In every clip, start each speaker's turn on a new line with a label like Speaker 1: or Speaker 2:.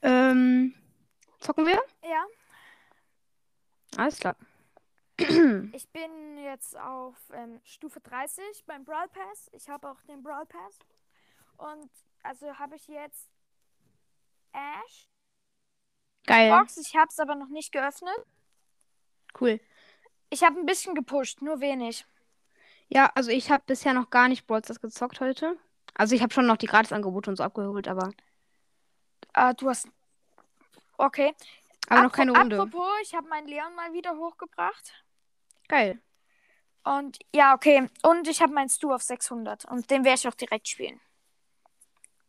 Speaker 1: Ähm, Zocken wir?
Speaker 2: Ja,
Speaker 1: Alles klar.
Speaker 2: ich bin jetzt auf ähm, Stufe 30 beim Brawl Pass. Ich habe auch den Brawl Pass. Und also habe ich jetzt Ash
Speaker 1: Geil.
Speaker 2: Box. Ich habe es aber noch nicht geöffnet.
Speaker 1: Cool.
Speaker 2: Ich habe ein bisschen gepusht, nur wenig.
Speaker 1: Ja, also ich habe bisher noch gar nicht Brawl Stars gezockt heute. Also ich habe schon noch die Gratisangebote und so abgeholt, aber,
Speaker 2: Ah, du hast. Okay.
Speaker 1: aber noch
Speaker 2: Apro-
Speaker 1: keine Runde.
Speaker 2: Apropos, ich habe meinen Leon mal wieder hochgebracht.
Speaker 1: Geil.
Speaker 2: Und ja, okay. Und ich habe meinen Stu auf 600. Und den werde ich auch direkt spielen.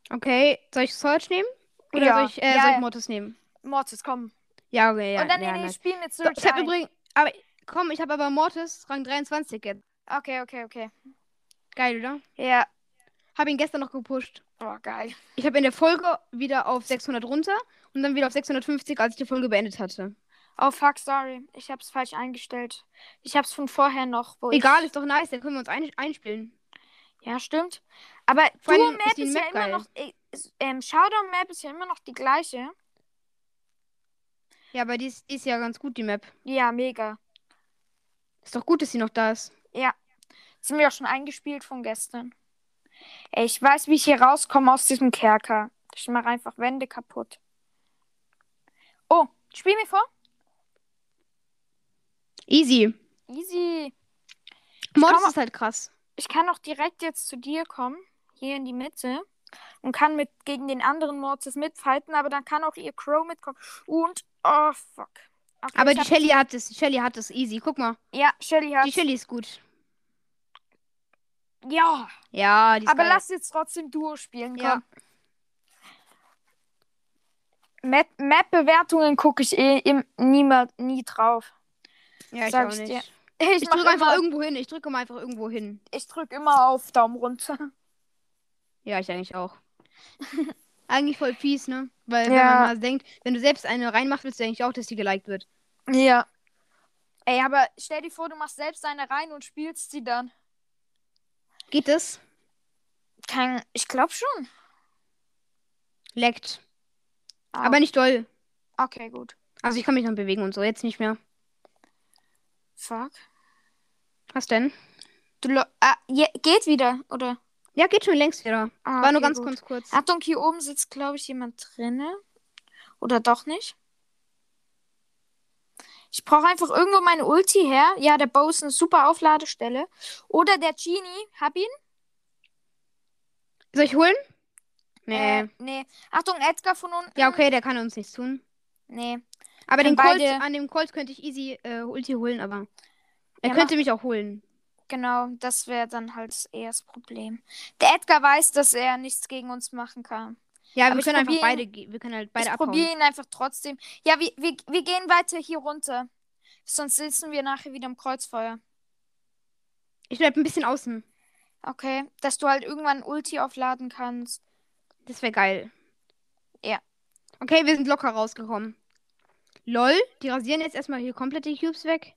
Speaker 1: Okay, soll ich Search nehmen? Oder
Speaker 2: Ja.
Speaker 1: soll ich, äh,
Speaker 2: Ja,
Speaker 1: soll ich
Speaker 2: ja.
Speaker 1: Mortis nehmen?
Speaker 2: Mortis, komm.
Speaker 1: Ja, okay, ja.
Speaker 2: Und dann,
Speaker 1: ja,
Speaker 2: nee, nee,
Speaker 1: nice.
Speaker 2: spielen mit
Speaker 1: So,
Speaker 2: Surge.
Speaker 1: ich habe
Speaker 2: ein.
Speaker 1: übrigens, aber komm, ich habe aber Mortis Rang 23 jetzt.
Speaker 2: Okay, okay, okay.
Speaker 1: Geil, oder?
Speaker 2: Ja.
Speaker 1: Habe ihn gestern noch gepusht.
Speaker 2: Oh, geil.
Speaker 1: Ich habe in der Folge wieder auf 600 runter und dann wieder auf 650, als ich die Folge beendet hatte.
Speaker 2: Oh, fuck, sorry. Ich hab's falsch eingestellt. Ich hab's von vorher noch. Wo
Speaker 1: Egal,
Speaker 2: Oh, Ich...
Speaker 1: ist doch nice, dann können wir uns ein einspielen.
Speaker 2: Ja, stimmt. Aber
Speaker 1: Vor allem
Speaker 2: Duo-Map
Speaker 1: ist die
Speaker 2: ist, ja
Speaker 1: Map
Speaker 2: immer
Speaker 1: geil.
Speaker 2: noch. äh, ist- Ähm, Showdown-Map ist ja immer noch die gleiche.
Speaker 1: Ja, aber die ist, die ist ja ganz gut, die Map.
Speaker 2: Ja, mega.
Speaker 1: Ist doch gut, dass sie noch da ist.
Speaker 2: Sind wir auch schon eingespielt von gestern. Ey, ich weiß, wie ich hier rauskomme aus diesem Kerker. Ich mache einfach Wände kaputt. Oh, spiel mir vor.
Speaker 1: Easy.
Speaker 2: Easy.
Speaker 1: Mortis
Speaker 2: komm mal-
Speaker 1: ist halt krass.
Speaker 2: Ich kann auch direkt jetzt zu dir kommen. Hier in die Mitte. Und kann mit gegen den anderen Mortis mitfighten, aber dann kann auch ihr Crow mitkommen. Und. Oh, fuck. Okay,
Speaker 1: Aber
Speaker 2: ich
Speaker 1: die
Speaker 2: hab-
Speaker 1: Shelly hat es. Die Shelly hat es. Easy. Guck mal.
Speaker 2: Ja, Shelly hat.
Speaker 1: Die Shelly ist gut.
Speaker 2: Ja,
Speaker 1: Ja, die ist
Speaker 2: aber
Speaker 1: geil.
Speaker 2: lass jetzt trotzdem Duo spielen.
Speaker 1: Ja.
Speaker 2: Komm. Map- Map-Bewertungen gucke ich eh im, niemals, nie drauf.
Speaker 1: ja, ich
Speaker 2: sag
Speaker 1: auch
Speaker 2: ich
Speaker 1: nicht.
Speaker 2: dir.
Speaker 1: Ich,
Speaker 2: Ich, mach
Speaker 1: drücke einfach
Speaker 2: immer,
Speaker 1: irgendwo hin. Ich drücke mal einfach irgendwo hin.
Speaker 2: ich drück immer auf Daumen runter.
Speaker 1: Ja, ich eigentlich auch. eigentlich voll fies, ne? Weil wenn
Speaker 2: Ja.
Speaker 1: man mal denkt, wenn du selbst eine reinmachst, willst du eigentlich auch, dass die geliked wird.
Speaker 2: Ja. Ey, aber stell dir vor, du machst selbst eine rein und spielst sie dann.
Speaker 1: Geht das?
Speaker 2: Kein, ich glaube schon.
Speaker 1: Leckt.
Speaker 2: Ah.
Speaker 1: Aber nicht doll.
Speaker 2: Okay, gut.
Speaker 1: Also ich kann mich noch bewegen und so. Jetzt nicht mehr.
Speaker 2: Fuck.
Speaker 1: Was denn?
Speaker 2: Du lo- ah, je, geht wieder, oder?
Speaker 1: Ja, geht schon längst wieder.
Speaker 2: Ah,
Speaker 1: War nur
Speaker 2: okay,
Speaker 1: ganz
Speaker 2: gut.
Speaker 1: kurz kurz.
Speaker 2: Achtung, hier oben sitzt, glaube ich, jemand drinne. Oder doch nicht? Ich brauche einfach irgendwo meine Ulti her. Ja, der Bow ist eine super Aufladestelle. Oder der Genie. Hab ihn?
Speaker 1: Soll ich holen? Nee.
Speaker 2: Äh, nee. Achtung, Edgar von unten.
Speaker 1: Ja, okay, der kann uns nichts tun.
Speaker 2: Nee.
Speaker 1: Aber
Speaker 2: Können
Speaker 1: den Colt,
Speaker 2: beide-
Speaker 1: an dem Colt könnte ich easy äh, Ulti holen, aber er
Speaker 2: Ja,
Speaker 1: könnte mich auch holen.
Speaker 2: Genau, das wäre dann halt eher das Problem. Der Edgar weiß, dass er nichts gegen uns machen kann.
Speaker 1: Ja,
Speaker 2: Aber
Speaker 1: wir
Speaker 2: ich
Speaker 1: können einfach
Speaker 2: probier
Speaker 1: beide, ge- wir können halt beide
Speaker 2: ich
Speaker 1: abhauen.
Speaker 2: probiere ihn einfach trotzdem. Ja, wir, wir, wir gehen weiter hier runter. Sonst sitzen wir nachher wieder im Kreuzfeuer.
Speaker 1: Ich bleib ein bisschen außen.
Speaker 2: Okay, dass du halt irgendwann Ulti aufladen kannst.
Speaker 1: Das wäre geil.
Speaker 2: Ja.
Speaker 1: Okay, wir sind locker rausgekommen. Lol, die rasieren jetzt erstmal hier komplett die Cubes weg.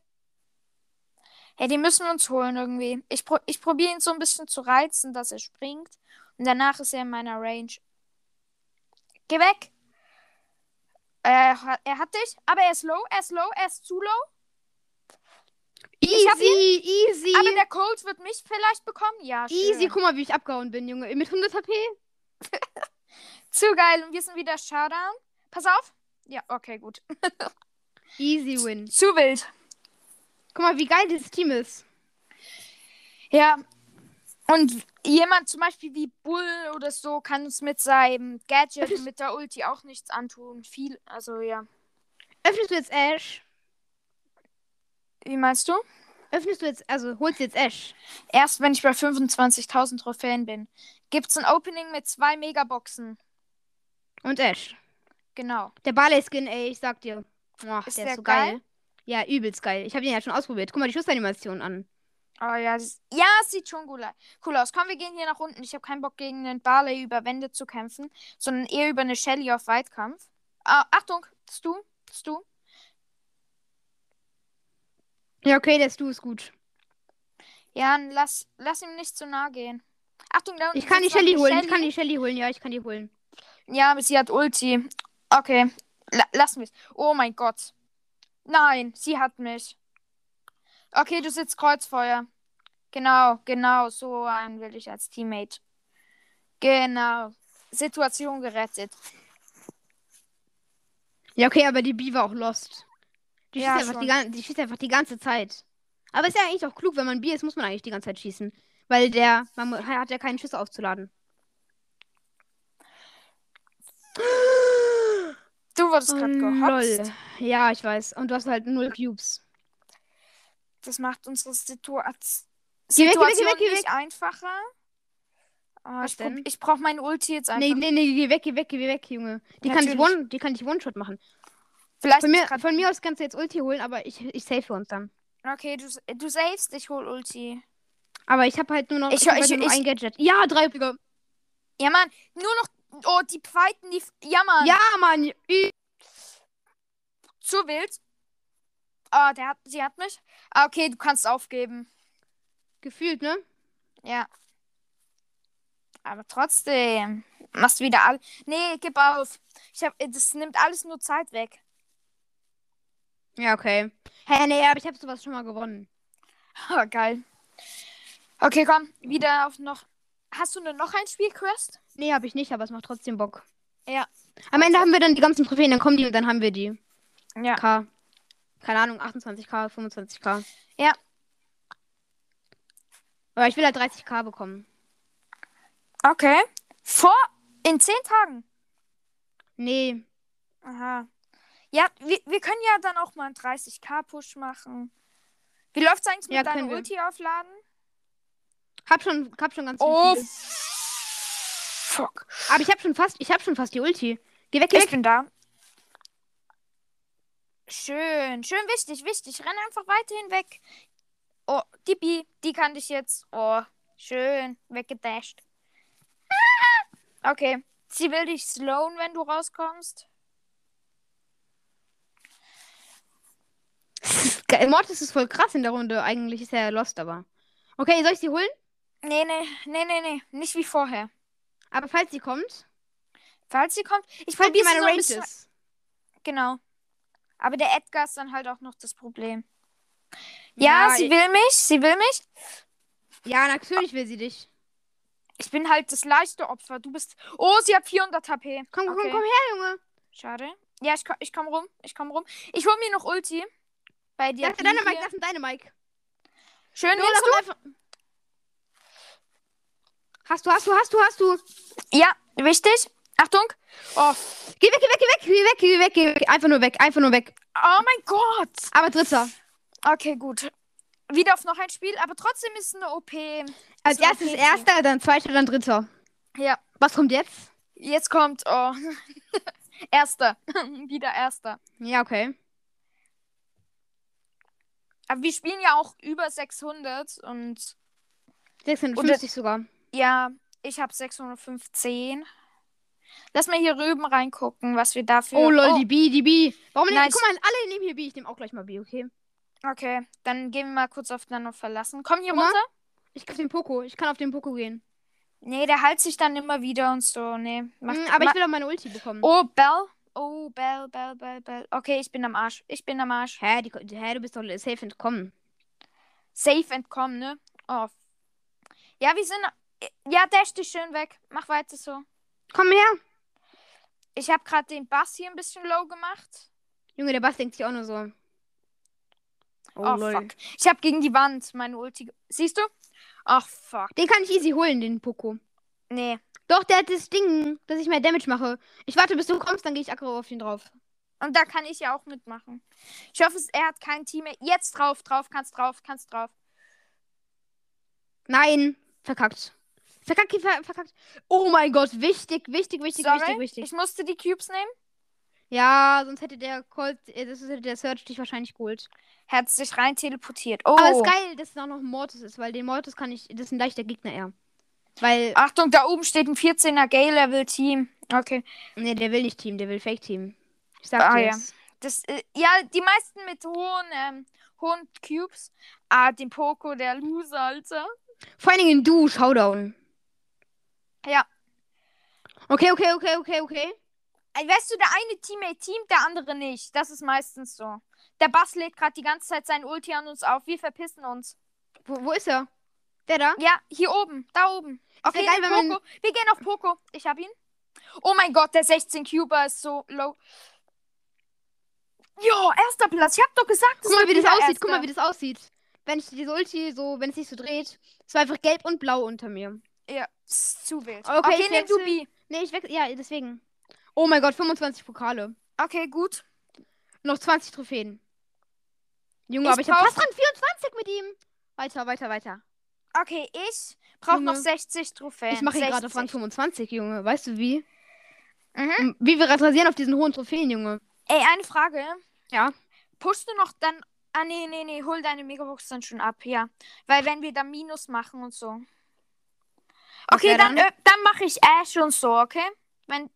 Speaker 2: Ja, die müssen wir uns holen irgendwie. Ich, pro ich probiere ihn so ein bisschen zu reizen, dass er springt. Und danach ist er in meiner Range. Geh weg! Äh, ha- er hat dich, aber er ist low, er ist low, er ist zu low.
Speaker 1: Easy,
Speaker 2: Ich hab
Speaker 1: easy.
Speaker 2: Aber der Colt wird mich vielleicht bekommen. Ja, schön.
Speaker 1: Easy, guck mal, wie ich abgehauen bin, Junge. Mit 100 HP.
Speaker 2: Zu geil. Und wir sind wieder Showdown. Pass auf. Ja, okay, gut.
Speaker 1: Easy win.
Speaker 2: Zu wild.
Speaker 1: Guck mal, wie geil dieses Team ist.
Speaker 2: Ja. Und jemand zum Beispiel wie Bull oder so kann uns mit seinem Gadget, und mit der Ulti auch nichts antun. Viel, also ja.
Speaker 1: Öffnest du jetzt Ash?
Speaker 2: Wie meinst du?
Speaker 1: Öffnest du jetzt, also holst du jetzt Ash?
Speaker 2: Erst wenn ich bei 25.000 Trophäen bin, gibt's ein Opening mit zwei Megaboxen.
Speaker 1: Und Ash.
Speaker 2: Genau.
Speaker 1: Der Barley-Skin, ey, ich sag dir. Boah,
Speaker 2: Ist
Speaker 1: der,
Speaker 2: der
Speaker 1: ist so geil. Ja, übelst geil. Ich habe den ja schon ausprobiert. Guck mal die Schussanimation an.
Speaker 2: Oh ja, das ist, ja, es sieht schon cool, cool aus. Komm, wir gehen hier nach unten. Ich habe keinen Bock, gegen den Barley über Wände zu kämpfen, sondern eher über eine Shelly auf Weitkampf. Ah, Achtung, Stu, Stu.
Speaker 1: Ja, okay, der Stu ist gut.
Speaker 2: Ja, n- lass, lass ihm nicht zu nahe gehen. Achtung, da unten.
Speaker 1: Ich kann die
Speaker 2: sitzt noch
Speaker 1: Shelly
Speaker 2: eine
Speaker 1: holen. Ich kann die Shelly holen. Ja, ich kann die holen.
Speaker 2: Ja, aber sie hat Ulti. Okay, La lass mich. Oh mein Gott. Nein, sie hat mich. Okay, du sitzt Kreuzfeuer. Genau, genau, so einen will ich als Teammate. Genau. Situation gerettet.
Speaker 1: Ja, okay, aber die B war auch lost. Die schießt,
Speaker 2: Ja,
Speaker 1: einfach, die,
Speaker 2: schon.
Speaker 1: gan- die schießt einfach die ganze Zeit. Aber ist ja eigentlich auch klug, wenn man Bier ist, muss man eigentlich die ganze Zeit schießen. Weil der, man mu- hat ja keinen Schuss aufzuladen.
Speaker 2: Du wurdest
Speaker 1: Oh,
Speaker 2: gerade gehopst.
Speaker 1: lol. Ja, ich weiß. Und du hast halt null Cubes.
Speaker 2: Das macht unsere Situa
Speaker 1: Geh weg, geh weg, geh
Speaker 2: Situation
Speaker 1: weg, geh
Speaker 2: nicht einfacher. Oh,
Speaker 1: Was
Speaker 2: ich prob-
Speaker 1: denn?
Speaker 2: ich brauche mein Ulti jetzt einfach.
Speaker 1: Nee, nee, nee, geh weg, geh weg, geh weg, Junge. Die kann dich
Speaker 2: Natürlich.
Speaker 1: one, die kann dich One-Shot machen.
Speaker 2: Vielleicht
Speaker 1: Von mir,
Speaker 2: ist grad-
Speaker 1: von mir aus kannst du jetzt Ulti holen, aber ich, ich safe uns dann.
Speaker 2: Okay, du, du savest, ich hol Ulti.
Speaker 1: Aber ich habe halt nur noch,
Speaker 2: Ich-
Speaker 1: hab
Speaker 2: ich-
Speaker 1: halt nur noch
Speaker 2: ich-
Speaker 1: ein Gadget. Ja, drei Digga.
Speaker 2: Ja, Mann, nur noch. Oh, die Pfeiten, die. Ja, Mann.
Speaker 1: Ja, Mann. Ü-
Speaker 2: Zu wild. Ah, der hat, sie hat mich. Ah, okay, du kannst aufgeben.
Speaker 1: Gefühlt, ne?
Speaker 2: Ja. Aber trotzdem. Machst wieder all. Nee, gib auf. Ich hab, äh, das nimmt alles nur Zeit weg.
Speaker 1: Ja, okay. Hä, nee, aber ich habe sowas schon mal gewonnen.
Speaker 2: Oh, geil. Okay, komm, wieder auf noch. Hast du denn noch ein Spiel, Quest?
Speaker 1: Nee, habe ich nicht, aber es macht trotzdem Bock.
Speaker 2: Ja.
Speaker 1: Am Ende haben wir dann die ganzen Trophäen, dann kommen die und dann haben wir die.
Speaker 2: Ja.
Speaker 1: K. Keine Ahnung, 28k, 25k.
Speaker 2: Ja.
Speaker 1: Aber ich will halt 30k bekommen.
Speaker 2: Okay. Vor in zehn Tagen.
Speaker 1: Nee.
Speaker 2: Aha. Ja, wir, wir können ja dann auch mal einen 30k-Push machen. Wie läuft's eigentlich mit
Speaker 1: Ja, können
Speaker 2: deinem
Speaker 1: wir.
Speaker 2: Ulti aufladen?
Speaker 1: Hab schon, hab schon ganz
Speaker 2: Oh,
Speaker 1: viel.
Speaker 2: fuck.
Speaker 1: Aber ich hab schon fast, ich hab schon fast die Ulti. Geh weg, geh
Speaker 2: Ich
Speaker 1: weg.
Speaker 2: bin da. Schön, schön wichtig, wichtig. Renn einfach weiter hinweg. Oh, die Bi, die kann dich jetzt. Oh, schön, weggedasht. Ah! Okay, sie will dich slowen, wenn du rauskommst.
Speaker 1: Ge- äh, Mortis ist voll krass in der Runde. Eigentlich ist er lost, aber. Okay, soll ich sie holen?
Speaker 2: Nee, nee, nee, nee, nee, nicht wie vorher.
Speaker 1: Aber falls sie kommt,
Speaker 2: Falls sie kommt, ich
Speaker 1: falls sie
Speaker 2: probiere
Speaker 1: Halt meine
Speaker 2: so ein
Speaker 1: Range
Speaker 2: bisschen.
Speaker 1: ist.
Speaker 2: Genau. Aber der Edgar ist dann halt auch noch das Problem. Ja, sie will mich, sie will mich.
Speaker 1: Ja, natürlich will sie dich.
Speaker 2: Ich bin halt das leichte Opfer. Du bist. Oh, sie hat 400 HP.
Speaker 1: Komm, komm,
Speaker 2: Okay.
Speaker 1: komm her, Junge.
Speaker 2: Schade. Ja, ich, ko- ich komm rum. Ich komm rum. Ich hol mir noch Ulti. Bei dir.
Speaker 1: Das ist deine Mike, das ist deine Mike.
Speaker 2: Schön
Speaker 1: Junge,
Speaker 2: nimmst
Speaker 1: komm einfach. Hast du, hast du, hast du, hast du.
Speaker 2: du. Ja, wichtig. Achtung. Oh,
Speaker 1: Geh weg, geh weg, geh weg, geh weg, geh weg, geh weg. Einfach nur weg, einfach nur weg.
Speaker 2: oh mein Gott.
Speaker 1: Aber dritter.
Speaker 2: Okay, gut. Wieder auf noch ein Spiel, aber trotzdem ist es eine OP.
Speaker 1: Als
Speaker 2: So,
Speaker 1: erstes
Speaker 2: okay.
Speaker 1: erster, dann zweiter, dann dritter.
Speaker 2: Ja,
Speaker 1: Was kommt jetzt?
Speaker 2: jetzt kommt. Oh. erster. Wieder erster.
Speaker 1: Ja, okay.
Speaker 2: Aber wir spielen ja auch über 600 und
Speaker 1: 650 sogar.
Speaker 2: ja, ich habe 615. Lass mal hier rüben reingucken, was wir dafür.
Speaker 1: Oh lol, die B, die B. Warum nicht?
Speaker 2: Nice.
Speaker 1: Guck mal, alle nehmen hier B. Ich nehme auch gleich mal B, okay?
Speaker 2: Okay, dann gehen wir mal kurz aufeinander verlassen. Komm hier
Speaker 1: Guck mal.
Speaker 2: runter.
Speaker 1: Ich kann auf den Poko. Ich kann auf den Poko gehen.
Speaker 2: Nee, der heilt sich dann immer wieder und so. Nee, macht,
Speaker 1: Hm, aber
Speaker 2: ma
Speaker 1: ich will auch meine Ulti bekommen.
Speaker 2: Oh, Bell. Oh, Bell, Bell, Bell, Bell. Okay, ich bin am Arsch. Ich bin am Arsch.
Speaker 1: Hä, die, hä, du bist doch safe entkommen.
Speaker 2: Safe entkommen, ne? Oh. Ja, wir sind. Ja, dash dich schön weg. Mach weiter so.
Speaker 1: Komm her.
Speaker 2: Ich habe gerade den Bass hier ein bisschen low gemacht.
Speaker 1: Junge, der Bass denkt sich auch nur so. Oh,
Speaker 2: Oh,
Speaker 1: lol.
Speaker 2: fuck. Ich habe gegen die Wand meine Ulti. ge- Siehst du? Ach, fuck.
Speaker 1: Den kann ich easy holen, den Poko.
Speaker 2: Nee.
Speaker 1: Doch, der hat das Ding, dass ich mehr Damage mache. Ich warte, bis du kommst, dann gehe ich aggro auf ihn drauf.
Speaker 2: Und da kann ich ja auch mitmachen. Ich hoffe, es- er hat kein Team mehr. Jetzt drauf, drauf, kannst drauf, kannst drauf.
Speaker 1: Nein, verkackt. Verkackt, ver verkackt. Oh mein Gott, wichtig, wichtig, wichtig,
Speaker 2: Sorry,
Speaker 1: wichtig, wichtig.
Speaker 2: Ich musste die Cubes nehmen.
Speaker 1: Ja, sonst hätte der Colt, äh, das hätte der Search dich wahrscheinlich geholt.
Speaker 2: Hat sich rein teleportiert. Oh,
Speaker 1: Aber es ist geil, dass es auch noch ein Mortis ist, weil den Mortis kann ich, das ist ein leichter Gegner eher. Weil,
Speaker 2: Achtung, da oben steht ein 14er Gay-Level-Team. Okay.
Speaker 1: nee, der will nicht Team, der will Fake-Team. Ich sag
Speaker 2: Ah,
Speaker 1: dir
Speaker 2: ja.
Speaker 1: jetzt.
Speaker 2: Das, äh, ja, die meisten mit hohen, ähm, hohen Cubes. Ah, den Poco, der Loser, Alter.
Speaker 1: Vor allen Dingen du, Showdown.
Speaker 2: Ja.
Speaker 1: Okay, okay, okay, okay, okay.
Speaker 2: Äh, Weißt du, der eine Teammate teamt, der andere nicht. Das ist meistens so. Der Bass lädt gerade die ganze Zeit sein Ulti an uns auf. Wir verpissen uns.
Speaker 1: Wo, wo ist er? Der da?
Speaker 2: Ja, hier oben. Da oben. Auf
Speaker 1: wär
Speaker 2: jeden
Speaker 1: geil, wenn man-
Speaker 2: Poco. Wir gehen auf Poco. Ich hab ihn. Oh mein Gott, der 16 Cuber ist so low. Jo, erster Platz. Ich hab doch gesagt,
Speaker 1: Guck mal, wie das aussieht. Guck mal, wie das aussieht. Wenn ich diese Ulti so, wenn es sich so dreht, ist einfach gelb und blau unter mir.
Speaker 2: das. Ja, ist zu wild.
Speaker 1: Okay,
Speaker 2: Okay,
Speaker 1: ich
Speaker 2: nimm du
Speaker 1: wechsel.
Speaker 2: B.
Speaker 1: Nee, ich wechsle. Ja, deswegen. Oh mein Gott, 25 Pokale.
Speaker 2: Okay, gut.
Speaker 1: Noch 20 Trophäen. Junge,
Speaker 2: Ich
Speaker 1: aber ich hab
Speaker 2: brauch-
Speaker 1: fast Rang 24 mit ihm. Weiter, weiter, weiter.
Speaker 2: Okay, ich brauche noch
Speaker 1: Junge.
Speaker 2: 60 Trophäen.
Speaker 1: Ich mache ihn gerade auf
Speaker 2: 60.
Speaker 1: Rang 25, Junge. Weißt du wie?
Speaker 2: Mhm.
Speaker 1: Wie wir rasieren auf diesen hohen Trophäen, Junge.
Speaker 2: Ey, eine Frage.
Speaker 1: Ja.
Speaker 2: Pushst du noch dann. Ah, nee, nee, nee, hol deine Megabox dann schon ab, ja. Weil wenn wir da Minus machen und so.
Speaker 1: Was
Speaker 2: Okay,
Speaker 1: wär
Speaker 2: dann,
Speaker 1: dann?
Speaker 2: äh, dann mache ich Ash und so, okay? Wenn,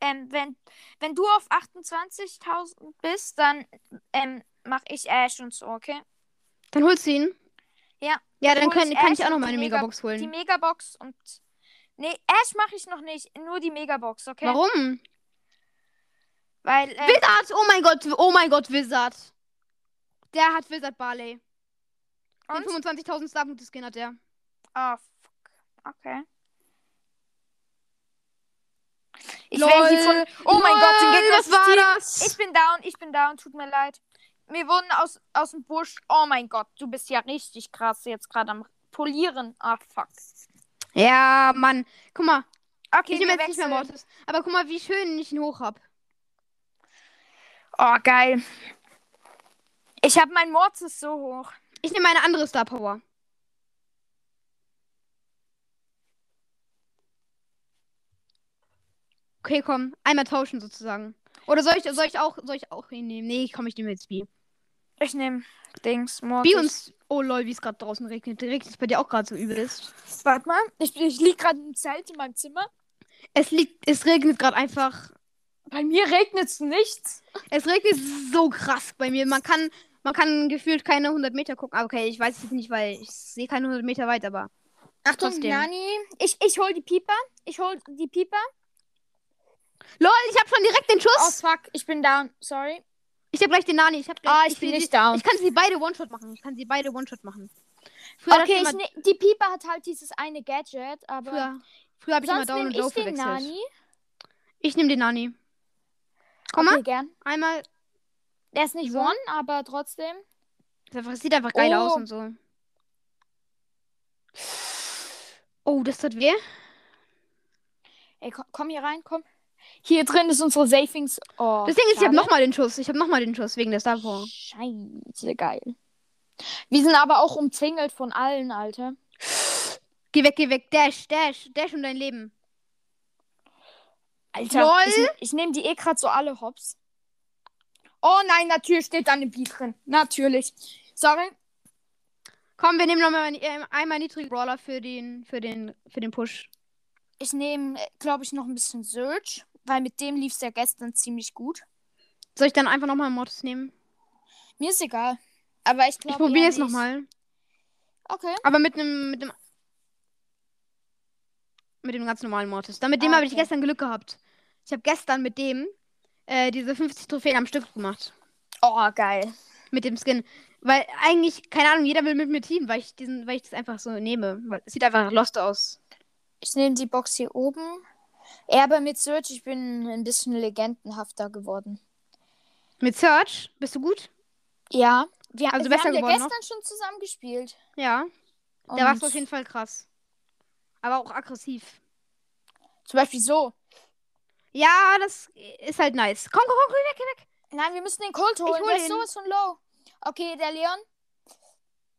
Speaker 2: ähm, wenn, wenn du auf 28.000 bist, dann ähm, mache ich Ash und so, okay?
Speaker 1: Dann holst du ihn.
Speaker 2: Ja.
Speaker 1: Ja, dann
Speaker 2: Hol
Speaker 1: können,
Speaker 2: ich
Speaker 1: kann
Speaker 2: Ash
Speaker 1: ich auch noch
Speaker 2: und die
Speaker 1: meine
Speaker 2: Mega-
Speaker 1: Megabox
Speaker 2: Die
Speaker 1: holen.
Speaker 2: Megabox und. Nee, Ash mache ich noch nicht, nur die Megabox, okay?
Speaker 1: Warum?
Speaker 2: Weil, äh,
Speaker 1: Wizard! Oh mein Gott, oh mein Gott, Wizard. Der hat Wizard Barley. Den
Speaker 2: und?
Speaker 1: 25.000 Starpunkte Skin hat der.
Speaker 2: Ah, fuck. Okay. Ich
Speaker 1: Lol.
Speaker 2: werde hier von. Oh mein Gott, den
Speaker 1: Lol,
Speaker 2: Gegner
Speaker 1: was war
Speaker 2: Team.
Speaker 1: das?
Speaker 2: Ich bin down, ich bin down, tut mir leid. Wir wurden aus, aus dem Busch. Oh mein Gott, du bist ja richtig krass jetzt gerade am Polieren. Ah, fuck.
Speaker 1: ja, Mann. Guck mal,
Speaker 2: Okay,
Speaker 1: ich nehme
Speaker 2: wir
Speaker 1: jetzt nicht mehr
Speaker 2: wechseln.
Speaker 1: Mortis. Aber guck mal, wie schön ich ihn hoch hab.
Speaker 2: Oh, geil. Ich habe mein Mortis so hoch.
Speaker 1: Ich nehme eine andere Star Power. Okay, komm. Einmal tauschen sozusagen. Oder soll ich, soll ich auch, soll ich auch ihn nehmen? Nee, komm, ich nehme jetzt B.
Speaker 2: Ich nehme Dings, Mortis.
Speaker 1: B und. Oh lol, wie es gerade draußen regnet. Regnet es bei dir auch gerade so übel ist.
Speaker 2: Warte mal, ich, ich liege gerade im Zelt in meinem Zimmer.
Speaker 1: Es liegt, es regnet gerade einfach.
Speaker 2: Bei mir regnet es nichts.
Speaker 1: Es regnet so krass bei mir. Man kann, man kann gefühlt keine 100 Meter gucken. Ah, Okay, ich weiß es jetzt nicht, weil ich sehe keine 100 Meter weit, aber.
Speaker 2: Achtung,
Speaker 1: Trotzdem.
Speaker 2: Nani. Ich, ich hol die Pieper. Ich hol die Pieper.
Speaker 1: Lol, ich habe schon direkt den
Speaker 2: Oh
Speaker 1: Schuss.
Speaker 2: fuck, ich bin down. Sorry.
Speaker 1: Ich habe gleich den Nani. Ich habe gleich.
Speaker 2: Ah, ich, bin
Speaker 1: seh die-
Speaker 2: nicht down.
Speaker 1: Ich kann sie beide One-Shot machen. Ich kann sie beide One-Shot machen. Früher dachte
Speaker 2: okay,
Speaker 1: ich
Speaker 2: ich
Speaker 1: immer,
Speaker 2: ne, die Pieper hat halt dieses eine Gadget, aber
Speaker 1: früher, früher habe ich immer
Speaker 2: sonst
Speaker 1: Down
Speaker 2: nehme
Speaker 1: und Low
Speaker 2: ich den
Speaker 1: verwechselt.
Speaker 2: Nani.
Speaker 1: Ich nehme den Nani. Komm mal,
Speaker 2: Okay, gern.
Speaker 1: einmal.
Speaker 2: Der ist nicht
Speaker 1: So.
Speaker 2: one, aber trotzdem.
Speaker 1: Ist einfach, sieht einfach geil
Speaker 2: Oh.
Speaker 1: aus und so. Oh, das tut weh.
Speaker 2: Ey, komm, komm hier rein, komm. Hier drin ist unsere Savings. Oh,
Speaker 1: Das Ding ist, ich habe
Speaker 2: schade.
Speaker 1: nochmal den Schuss. Ich habe nochmal den Schuss wegen der Star Power.
Speaker 2: Scheiße, geil. Wir sind aber auch umzingelt von allen, Alter.
Speaker 1: Geh weg, geh weg. Dash, dash, dash um dein Leben.
Speaker 2: Alter,
Speaker 1: Lol.
Speaker 2: ich, ich nehme die eh gerade so alle hops. Oh nein, natürlich steht da eine B drin. Natürlich. Sorry.
Speaker 1: Komm, wir nehmen nochmal äh, einmal niedrigen Brawler für den, für den, für den Push.
Speaker 2: Ich nehme, glaube ich, noch ein bisschen Surge, weil mit dem lief es ja gestern ziemlich gut.
Speaker 1: Soll ich dann einfach nochmal Mortis nehmen?
Speaker 2: Mir ist egal. Aber ich
Speaker 1: Ich
Speaker 2: glaube.
Speaker 1: probiere
Speaker 2: eher
Speaker 1: jetzt
Speaker 2: nicht.
Speaker 1: nochmal.
Speaker 2: Okay.
Speaker 1: Aber mit einem, mit einem. Mit dem ganz normalen Mortis. Dann mit dem
Speaker 2: Ah,
Speaker 1: habe ich
Speaker 2: okay.
Speaker 1: gestern Glück gehabt. Ich habe gestern mit dem äh, diese 50 Trophäen am Stück gemacht.
Speaker 2: Oh, geil.
Speaker 1: Mit dem Skin. Weil eigentlich, keine Ahnung, jeder will mit mir Team, weil ich diesen, weil ich das einfach so nehme. Weil es sieht einfach nach Lost aus.
Speaker 2: Ich nehme die Box hier oben. Ja, aber mit Surge, ich bin ein bisschen legendenhafter geworden.
Speaker 1: Mit Search, bist du gut?
Speaker 2: Ja. Wir,
Speaker 1: Also
Speaker 2: wir
Speaker 1: besser
Speaker 2: haben ja
Speaker 1: geworden
Speaker 2: gestern schon zusammen gespielt.
Speaker 1: Ja.
Speaker 2: Und
Speaker 1: Da warst du auf jeden Fall krass. Aber auch aggressiv.
Speaker 2: Zum Beispiel so.
Speaker 1: Ja, das ist halt nice. Komm, komm, komm, komm.
Speaker 2: Nein, wir müssen den Colt
Speaker 1: hol
Speaker 2: holen. der ist
Speaker 1: ihn.
Speaker 2: sowas von low. Okay, der Leon.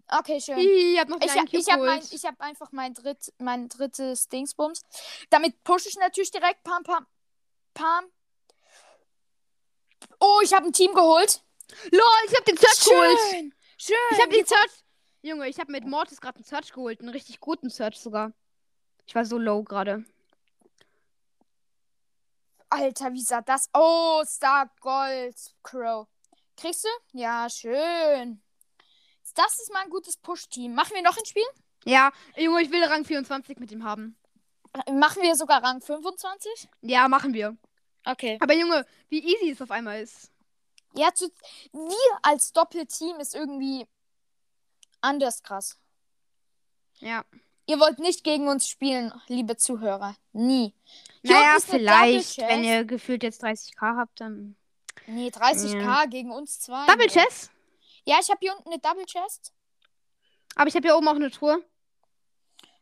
Speaker 2: Okay, schön.
Speaker 1: Ich hab noch
Speaker 2: Ich,
Speaker 1: einen
Speaker 2: hab-
Speaker 1: Cube
Speaker 2: ich habe
Speaker 1: geholt.
Speaker 2: mein, ich hab einfach mein, dritt, mein drittes Dingsbums. Damit pushe ich natürlich direkt. Pam, pam, pam. Oh, ich habe ein Team geholt.
Speaker 1: Lol, ich hab den Search geholt.
Speaker 2: Schön. Schön.
Speaker 1: Ich habe den Search. Junge, ich habe mit Mortis gerade einen Search geholt. Einen richtig guten Search sogar. Ich war so low gerade.
Speaker 2: Alter, wie sah das? Oh, Star Gold Crow. Kriegst du? Ja, schön. Das ist mal ein gutes Push-Team. Machen wir noch ein Spiel?
Speaker 1: Ja, Junge, ich will Rang 24 mit ihm haben.
Speaker 2: Machen wir sogar Rang 25?
Speaker 1: Ja, machen wir.
Speaker 2: Okay.
Speaker 1: Aber Junge, wie easy es auf einmal ist.
Speaker 2: Ja, zu, wir als Doppelteam ist irgendwie anders krass.
Speaker 1: Ja.
Speaker 2: Ihr wollt nicht gegen uns spielen, liebe Zuhörer. Nie. Hier
Speaker 1: Naja,
Speaker 2: unten ist eine
Speaker 1: vielleicht,
Speaker 2: Double Chest.
Speaker 1: wenn ihr gefühlt jetzt 30k habt, dann.
Speaker 2: Nee, 30k gegen uns zwei.
Speaker 1: Double Chess?
Speaker 2: Ja, ich habe hier unten eine Double Chest.
Speaker 1: Aber ich habe hier oben auch eine Truhe.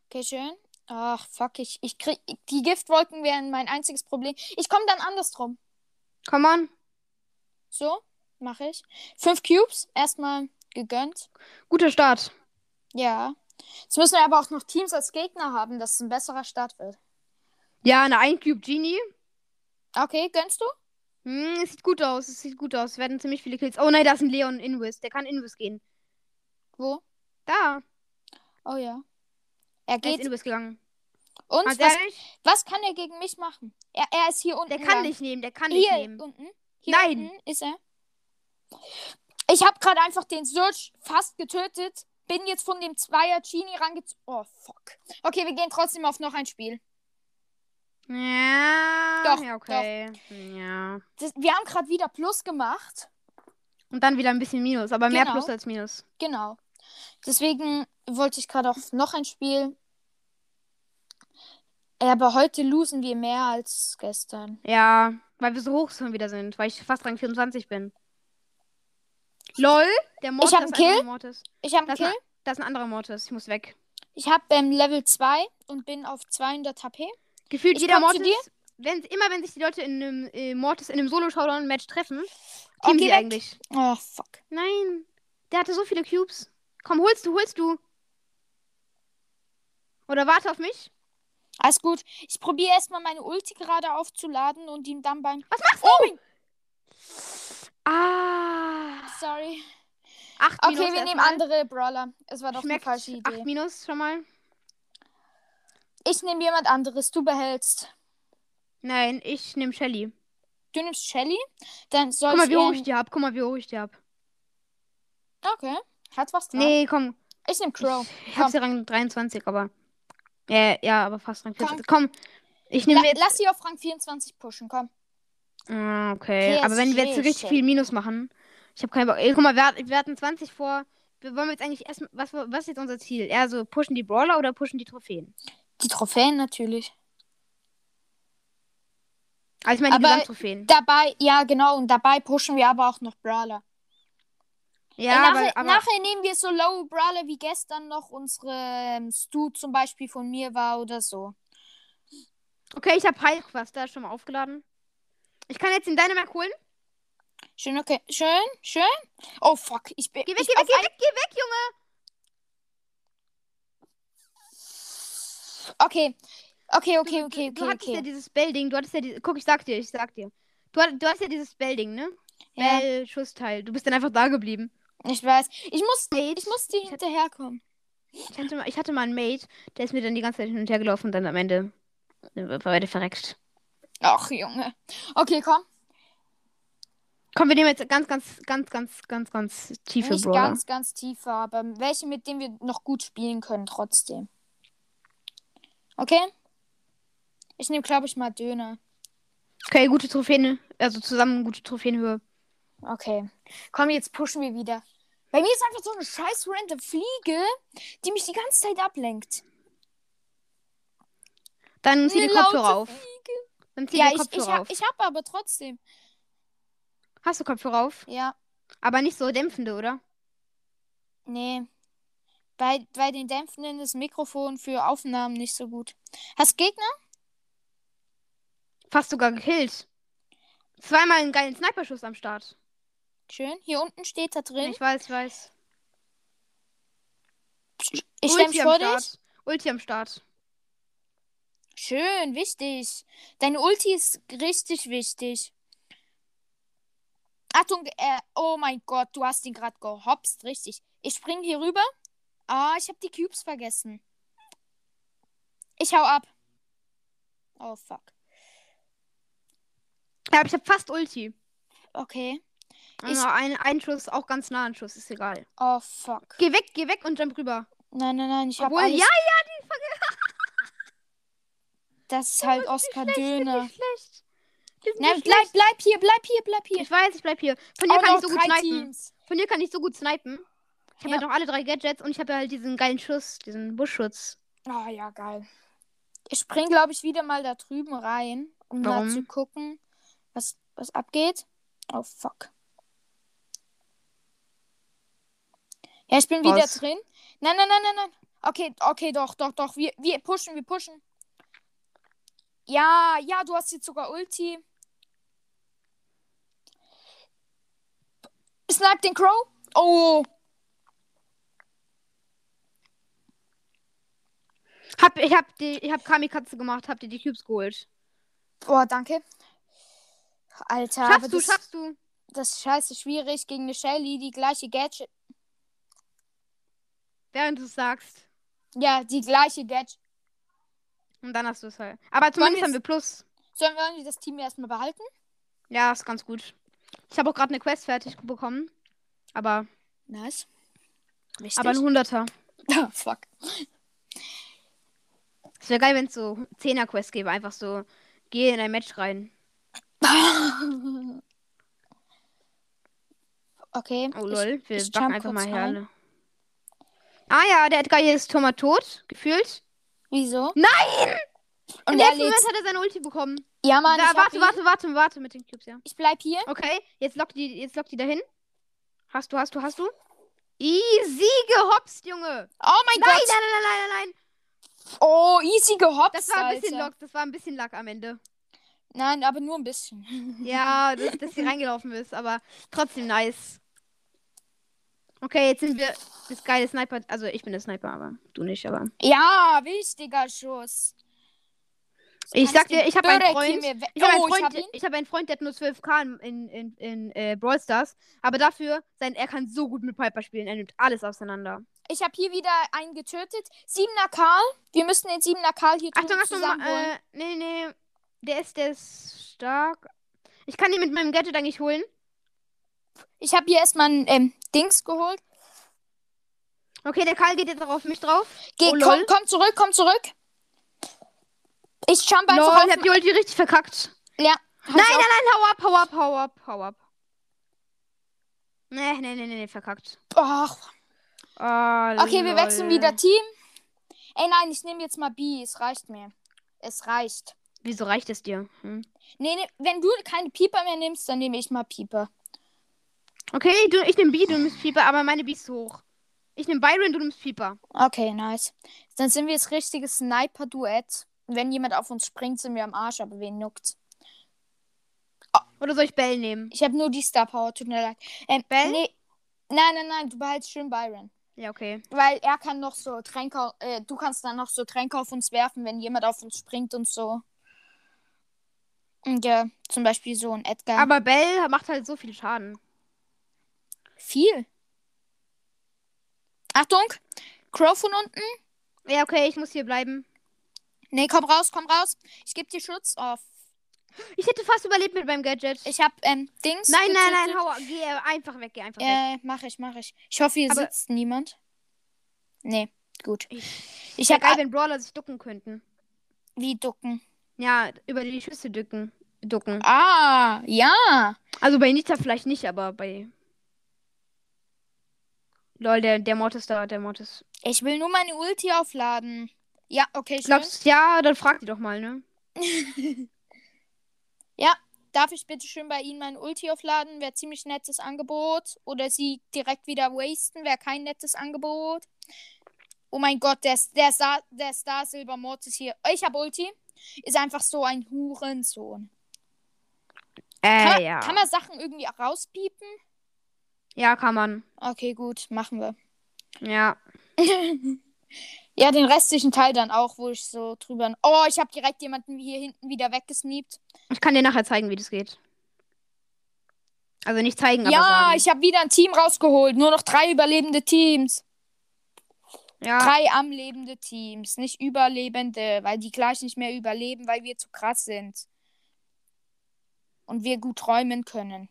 Speaker 2: Okay, schön. Ach, fuck, ich, ich krieg. Die Giftwolken wären mein einziges Problem. Ich komme dann andersrum.
Speaker 1: Come on.
Speaker 2: So, mache ich. Fünf Cubes, erstmal gegönnt.
Speaker 1: Guter Start.
Speaker 2: Ja. Jetzt müssen wir aber auch noch Teams als Gegner haben, dass es ein besserer Start wird.
Speaker 1: Ja, eine 1 Cube Genie.
Speaker 2: Okay, gönnst du?
Speaker 1: Hm, es sieht gut aus. Es sieht gut aus. Es werden ziemlich viele Kills. Oh nein, da ist ein Leon Invis. Der kann Invis gehen.
Speaker 2: Wo?
Speaker 1: Da.
Speaker 2: Oh ja. Er
Speaker 1: Der ist Ah,
Speaker 2: geht.
Speaker 1: Invis gegangen.
Speaker 2: Und
Speaker 1: Ganz
Speaker 2: was,
Speaker 1: ehrlich,
Speaker 2: was kann er gegen mich machen? Er, er ist hier unten.
Speaker 1: der kann
Speaker 2: lang.
Speaker 1: dich nehmen. Der kann dich
Speaker 2: Hier
Speaker 1: nehmen.
Speaker 2: unten. Hier
Speaker 1: Nein.
Speaker 2: unten ist er. Ich habe gerade einfach den Search fast getötet. Bin jetzt von dem Zweier Genie rangezogen. Oh, fuck. Okay, wir gehen trotzdem auf noch ein Spiel.
Speaker 1: Ja.
Speaker 2: Doch,
Speaker 1: ja, okay. Ja.
Speaker 2: Das, wir haben gerade wieder Plus gemacht.
Speaker 1: Und dann wieder ein bisschen Minus. Aber mehr
Speaker 2: Genau.
Speaker 1: Plus als Minus.
Speaker 2: Genau. Deswegen wollte ich gerade auf noch ein Spiel. Ja, Aber heute losen wir mehr als gestern.
Speaker 1: Ja. Weil wir so hoch schon wieder sind. Weil ich fast Rang 24 bin. LOL. Der Mortis. das ist
Speaker 2: Ich hab einen
Speaker 1: ein
Speaker 2: Kill.
Speaker 1: anderer Mortis.
Speaker 2: Ich habe
Speaker 1: Das,
Speaker 2: Kill.
Speaker 1: Ist ein, das ist ein anderer Mortis. Ich muss weg.
Speaker 2: Ich habe ähm, Level 2 und bin auf 200 HP.
Speaker 1: Gefühlt
Speaker 2: Ich
Speaker 1: jeder
Speaker 2: komm zu
Speaker 1: Mortis.
Speaker 2: dir.
Speaker 1: Wenn, immer wenn sich die Leute in einem äh, Mortis in einem Solo-Showdown-Match treffen,
Speaker 2: Okay,
Speaker 1: teamen sie
Speaker 2: weg.
Speaker 1: eigentlich.
Speaker 2: Oh, fuck.
Speaker 1: Nein. Der hatte so viele Cubes. Komm, holst du, holst du. Oder warte auf mich.
Speaker 2: Alles gut. Ich probiere erstmal meine Ulti gerade aufzuladen und ihm dann beim.
Speaker 1: Was machst
Speaker 2: Oh,
Speaker 1: du? Ah.
Speaker 2: sorry.
Speaker 1: Acht
Speaker 2: Okay,
Speaker 1: Minus.
Speaker 2: wir nehmen
Speaker 1: erstmal.
Speaker 2: andere Brawler. Es war doch eine
Speaker 1: Schmeckt
Speaker 2: falsche
Speaker 1: acht
Speaker 2: Idee.
Speaker 1: Minus schon mal.
Speaker 2: Ich nehme jemand anderes. Du behältst.
Speaker 1: Nein, ich nehme Shelly.
Speaker 2: Du nimmst Shelly. Dann soll
Speaker 1: Guck mal,
Speaker 2: ich
Speaker 1: wie hoch ich
Speaker 2: ihren-
Speaker 1: die hab. Guck mal, wie hoch ich die hab.
Speaker 2: Okay. Hat was dran.
Speaker 1: Nee, komm.
Speaker 2: Ich nehme Crow.
Speaker 1: Ich hab sie Rang 23, aber. Äh, ja, aber fast Rang 40. Komm. Ich
Speaker 2: La
Speaker 1: nehme jetzt.
Speaker 2: lass sie auf Rang 24 pushen, komm.
Speaker 1: Ah, okay. Aber wenn wir jetzt
Speaker 2: PSG
Speaker 1: richtig viel Minus machen. Ich habe keinen Bock. Ey, guck mal, wir, hat- wir hatten 20 vor. Wir wollen jetzt eigentlich erstmal. Was, was ist jetzt unser Ziel? Eher so pushen die Brawler oder pushen die Trophäen?
Speaker 2: Die Trophäen natürlich.
Speaker 1: Also ich meine die
Speaker 2: Aber-
Speaker 1: Gesamttrophäen.
Speaker 2: Dabei, ja genau, und dabei pushen wir aber auch noch Brawler.
Speaker 1: Ja,
Speaker 2: Ey,
Speaker 1: aber,
Speaker 2: nachher,
Speaker 1: aber
Speaker 2: nachher nehmen wir so low Brawler, wie gestern noch unsere ähm, Stu zum Beispiel von mir war oder so.
Speaker 1: okay, ich habe Heilquaster schon mal aufgeladen. Ich kann jetzt den Dynamac holen.
Speaker 2: Schön, okay. Schön, schön. Oh fuck, ich bin.
Speaker 1: Geh weg,
Speaker 2: ich,
Speaker 1: geh weg,
Speaker 2: auf
Speaker 1: geh weg, geh weg, Junge.
Speaker 2: ein- Okay. Okay, okay,
Speaker 1: Du-
Speaker 2: okay,
Speaker 1: du, du
Speaker 2: okay,
Speaker 1: hattest ja
Speaker 2: okay.
Speaker 1: dieses Bellding. Du hattest ja dieses. Guck, ich sag dir, ich sag dir. Du, hat- du hast ja dieses Bellding, ne?
Speaker 2: Ja,
Speaker 1: Bell, Schussteil. Du bist dann einfach da geblieben.
Speaker 2: ich weiß. Ich muss,
Speaker 1: Mate.
Speaker 2: ich muss dir hinterherkommen.
Speaker 1: Ich hatte, mal, ich hatte mal einen Mate, der ist mir dann die ganze Zeit hin und her gelaufen und dann am Ende äh, war beide verreckt.
Speaker 2: Ach, Junge. Okay, komm.
Speaker 1: Komm, wir nehmen jetzt ganz, ganz, ganz, ganz, ganz, ganz tiefe
Speaker 2: Nicht
Speaker 1: Brawler.
Speaker 2: ganz, ganz tiefer, aber welche, mit denen wir noch gut spielen können, trotzdem. Okay? Ich nehme, glaube ich, mal Döner.
Speaker 1: Okay, gute Trophäen, also zusammen gute Trophäenhöhe.
Speaker 2: Okay. Komm, jetzt pushen wir wieder. Bei mir ist einfach so eine scheiß random Fliege, die mich die ganze Zeit ablenkt.
Speaker 1: Dann zieh die
Speaker 2: Eine
Speaker 1: Kopfhörer
Speaker 2: laute
Speaker 1: auf.
Speaker 2: Fliege.
Speaker 1: Dann zieh
Speaker 2: Ja,
Speaker 1: die
Speaker 2: ich,
Speaker 1: Kopfhörer
Speaker 2: ich habe
Speaker 1: auf.
Speaker 2: ich hab aber trotzdem.
Speaker 1: Hast du Kopfhörer auf?
Speaker 2: Ja,
Speaker 1: Aber nicht so dämpfende, oder?
Speaker 2: nee. Bei, bei den Dämpfenden ist Mikrofon für Aufnahmen nicht so gut. Hast Gegner?
Speaker 1: Fast sogar gekillt. Zweimal einen geilen Sniperschuss am Start.
Speaker 2: Schön. Hier unten steht da drin.
Speaker 1: Ich weiß, ich weiß.
Speaker 2: Ich, ich stelle mich
Speaker 1: am
Speaker 2: vor dich.
Speaker 1: Start. Ulti am Start.
Speaker 2: Schön, wichtig. Deine Ulti ist richtig wichtig. Achtung, äh, oh mein Gott, du hast ihn gerade gehopst, richtig. Ich spring hier rüber. Ah, ich habe die Cubes vergessen. Ich hau ab. Oh fuck.
Speaker 1: Ja, aber ich hab fast Ulti.
Speaker 2: Okay.
Speaker 1: Ich...
Speaker 2: Ich-
Speaker 1: Ein, ein Schuss, auch ganz nah ein Schuss, ist egal.
Speaker 2: Oh fuck.
Speaker 1: Geh weg, geh weg und jump rüber.
Speaker 2: Nein, nein, nein, ich habe
Speaker 1: Obwohl,
Speaker 2: alles.
Speaker 1: ja,
Speaker 2: Das ist halt Oscar Döner.
Speaker 1: schlecht. Wir sind
Speaker 2: Nein,
Speaker 1: nicht
Speaker 2: bleib, bleib hier, bleib hier, bleib hier.
Speaker 1: Ich weiß, ich bleib hier. Von dir
Speaker 2: Auch
Speaker 1: kann
Speaker 2: noch
Speaker 1: ich so ne? gut
Speaker 2: drei
Speaker 1: snipen.
Speaker 2: Teams.
Speaker 1: Von dir kann ich so gut snipen. Ich habe ja.
Speaker 2: Ja.
Speaker 1: halt noch alle drei Gadgets und ich habe ja halt diesen geilen Schuss, diesen Buschschutz.
Speaker 2: Ah ja, geil. Ich spring, glaube ich, wieder mal da drüben rein, um mal
Speaker 1: Warum?
Speaker 2: zu gucken, was, was abgeht. Oh, fuck. Ja, ich bin wieder
Speaker 1: Was?
Speaker 2: drin. Nein, nein, nein, nein, nein. Okay, okay, doch, doch, doch. Wir, wir pushen, wir pushen. Ja, ja, du hast jetzt sogar Ulti. Snipe den Crow. Oh,
Speaker 1: Hab, ich habe die, ich habe Kamikaze gemacht, hab dir die Cubes geholt.
Speaker 2: boah, danke. Alter, aber
Speaker 1: Schaffst du,
Speaker 2: das-
Speaker 1: schaffst du.
Speaker 2: Das ist scheiße schwierig gegen eine Shelly, die gleiche Gadget.
Speaker 1: Während du es sagst.
Speaker 2: Ja, die gleiche Gadget.
Speaker 1: Und dann hast du es halt. Aber zumindest
Speaker 2: jetzt-
Speaker 1: haben wir Plus.
Speaker 2: Sollen wir irgendwie das Team erstmal behalten?
Speaker 1: Ja, ist ganz gut. Ich habe auch gerade eine Quest fertig bekommen. Aber,
Speaker 2: Nice. Wichtig.
Speaker 1: aber ein Hunderter. Ah,
Speaker 2: oh, fuck.
Speaker 1: Es wäre geil, wenn es so 10er Quest gäbe. Einfach so, geh in ein Match rein.
Speaker 2: okay.
Speaker 1: Oh lol, wir
Speaker 2: ich jump
Speaker 1: backen einfach mal
Speaker 2: kurz
Speaker 1: her.
Speaker 2: rein.
Speaker 1: Ne? Ah ja, der Edgar hier ist Thomas tot, gefühlt.
Speaker 2: Wieso?
Speaker 1: Nein!
Speaker 2: Und
Speaker 1: Im
Speaker 2: er
Speaker 1: letzten Moment
Speaker 2: lädt.
Speaker 1: hat er seine Ulti bekommen.
Speaker 2: Ja, Mann,
Speaker 1: da,
Speaker 2: ich, hab
Speaker 1: warte,
Speaker 2: ihn.
Speaker 1: warte, warte, warte mit den Cubes, ja.
Speaker 2: ich bleib hier.
Speaker 1: Okay, jetzt lock die, jetzt lock die dahin. Hast du, hast du, hast du? Easy gehopst, Junge.
Speaker 2: Oh mein
Speaker 1: Nein, nein,
Speaker 2: Gott.
Speaker 1: nein, nein, nein, nein, nein.
Speaker 2: Oh, easy gehopst.
Speaker 1: Das war ein bisschen
Speaker 2: Alter.
Speaker 1: Luck, das war ein bisschen Luck am Ende.
Speaker 2: Nein, aber nur ein bisschen.
Speaker 1: Ja, dass, dass sie reingelaufen ist, aber trotzdem nice. Okay, jetzt sind wir das geile Sniper. Also ich bin der Sniper, aber du nicht, aber.
Speaker 2: Ja, wichtiger Schuss.
Speaker 1: Ich
Speaker 2: Kannst
Speaker 1: sag
Speaker 2: den
Speaker 1: dir, ich habe einen
Speaker 2: Börek
Speaker 1: Freund.
Speaker 2: hier mir we-
Speaker 1: Ich habe
Speaker 2: oh,
Speaker 1: einen,
Speaker 2: ich hab
Speaker 1: Freund,
Speaker 2: ihn.
Speaker 1: ich hab einen Freund, der hat nur 12k in, in, in äh, Brawl Stars. Aber dafür, sein, er kann so gut mit Piper spielen. Er nimmt alles auseinander.
Speaker 2: Ich habe hier wieder einen getötet. Siebener Karl. Wir müssen den Siebener Karl hier
Speaker 1: Achtung,
Speaker 2: drüben
Speaker 1: Achtung,
Speaker 2: zusammenholen.
Speaker 1: äh, nee, nee. Der ist, der ist stark. Ich kann ihn mit meinem Gadget eigentlich holen.
Speaker 2: Ich habe hier erstmal ein ähm, Dings geholt.
Speaker 1: Okay, der Karl geht jetzt auch auf mich drauf.
Speaker 2: Geh,
Speaker 1: Oh,
Speaker 2: komm,
Speaker 1: lol.
Speaker 2: komm zurück, komm zurück. Ich jump einfach
Speaker 1: Lol,
Speaker 2: auf.
Speaker 1: ich hab die Ulti richtig verkackt.
Speaker 2: Ja.
Speaker 1: Nein, nein, nein, hau ab, hau ab, hau ab, hau ab. Nee, nee, nee, nee, nee verkackt.
Speaker 2: Ach.
Speaker 1: Ah,
Speaker 2: Okay, wir
Speaker 1: lol.
Speaker 2: wechseln wieder Team. Ey, nein, ich nehme jetzt mal B. Es reicht mir. Es reicht.
Speaker 1: Wieso reicht es dir? Hm?
Speaker 2: Nee, nee, wenn du keine Pieper mehr nimmst, dann nehme ich mal Pieper.
Speaker 1: Okay, du, ich nehme B, du nimmst Pieper, aber meine B ist hoch. Ich nehme Byron, du nimmst Pieper.
Speaker 2: Okay, nice. Dann sind wir jetzt richtiges Sniper-Duett. Wenn jemand auf uns springt, sind wir am Arsch, aber wen juckt's?
Speaker 1: Oder soll ich Bell nehmen?
Speaker 2: Ich habe nur die Star Power, tut mir leid. Ähm,
Speaker 1: Bell?
Speaker 2: Nee. Nein, nein, nein, du behältst schön Byron.
Speaker 1: Ja, okay.
Speaker 2: Weil er kann noch so Tränke, äh, du kannst dann noch so Tränke auf uns werfen, wenn jemand auf uns springt und so. Und ja, zum Beispiel so ein Edgar.
Speaker 1: Aber Bell macht halt so viel Schaden.
Speaker 2: viel. Achtung! Crow von unten.
Speaker 1: Ja, okay, ich muss hier bleiben.
Speaker 2: Nee, komm raus, komm raus. Ich geb dir Schutz auf.
Speaker 1: Ich hätte fast überlebt mit meinem Gadget.
Speaker 2: Ich hab, ähm, Dings.
Speaker 1: nein, nein,
Speaker 2: getötet.
Speaker 1: nein, hau ab. Geh einfach weg, geh einfach weg.
Speaker 2: Äh, mach ich, mach ich. Ich hoffe, hier
Speaker 1: Aber-
Speaker 2: sitzt niemand. Nee, gut.
Speaker 1: Ich-
Speaker 2: Ich
Speaker 1: Wär
Speaker 2: hab.
Speaker 1: geil,
Speaker 2: a-
Speaker 1: wenn Brawler sich ducken könnten.
Speaker 2: Wie ducken?
Speaker 1: Ja, über die Schüsse ducken. ducken.
Speaker 2: Ah, ja.
Speaker 1: Also bei Nita vielleicht nicht, aber bei. Lol, der, der Mortis da, der Mortis.
Speaker 2: Ich will nur meine Ulti aufladen. Ja, okay, schön.
Speaker 1: Glaubst du, ja, dann frag die doch mal, ne?
Speaker 2: Darf ich bitte schön bei Ihnen mein Ulti aufladen? Wäre ziemlich nettes Angebot. Oder Sie direkt wieder wasten? Wäre kein nettes Angebot. Oh mein Gott, der, der, Star, der Star Silber Mortis hier. Ich hab Ulti. Ist einfach so ein Hurensohn. Kann,
Speaker 1: Äh,
Speaker 2: man-
Speaker 1: ja.
Speaker 2: kann man Sachen irgendwie auch rauspiepen?
Speaker 1: Ja, kann man.
Speaker 2: Okay, gut, machen wir.
Speaker 1: Ja.
Speaker 2: Ja, den restlichen Teil dann auch, wo ich so drüber. Oh, ich hab direkt jemanden hier hinten wieder weggesneakt.
Speaker 1: Ich kann dir nachher zeigen, wie das geht. Also nicht zeigen, aber
Speaker 2: Ja,
Speaker 1: sagen.
Speaker 2: ich hab wieder ein Team rausgeholt. Nur noch drei überlebende Teams.
Speaker 1: ja.
Speaker 2: Drei am lebende Teams, nicht überlebende, weil die gleich nicht mehr überleben, weil wir zu krass sind. Und wir gut träumen können.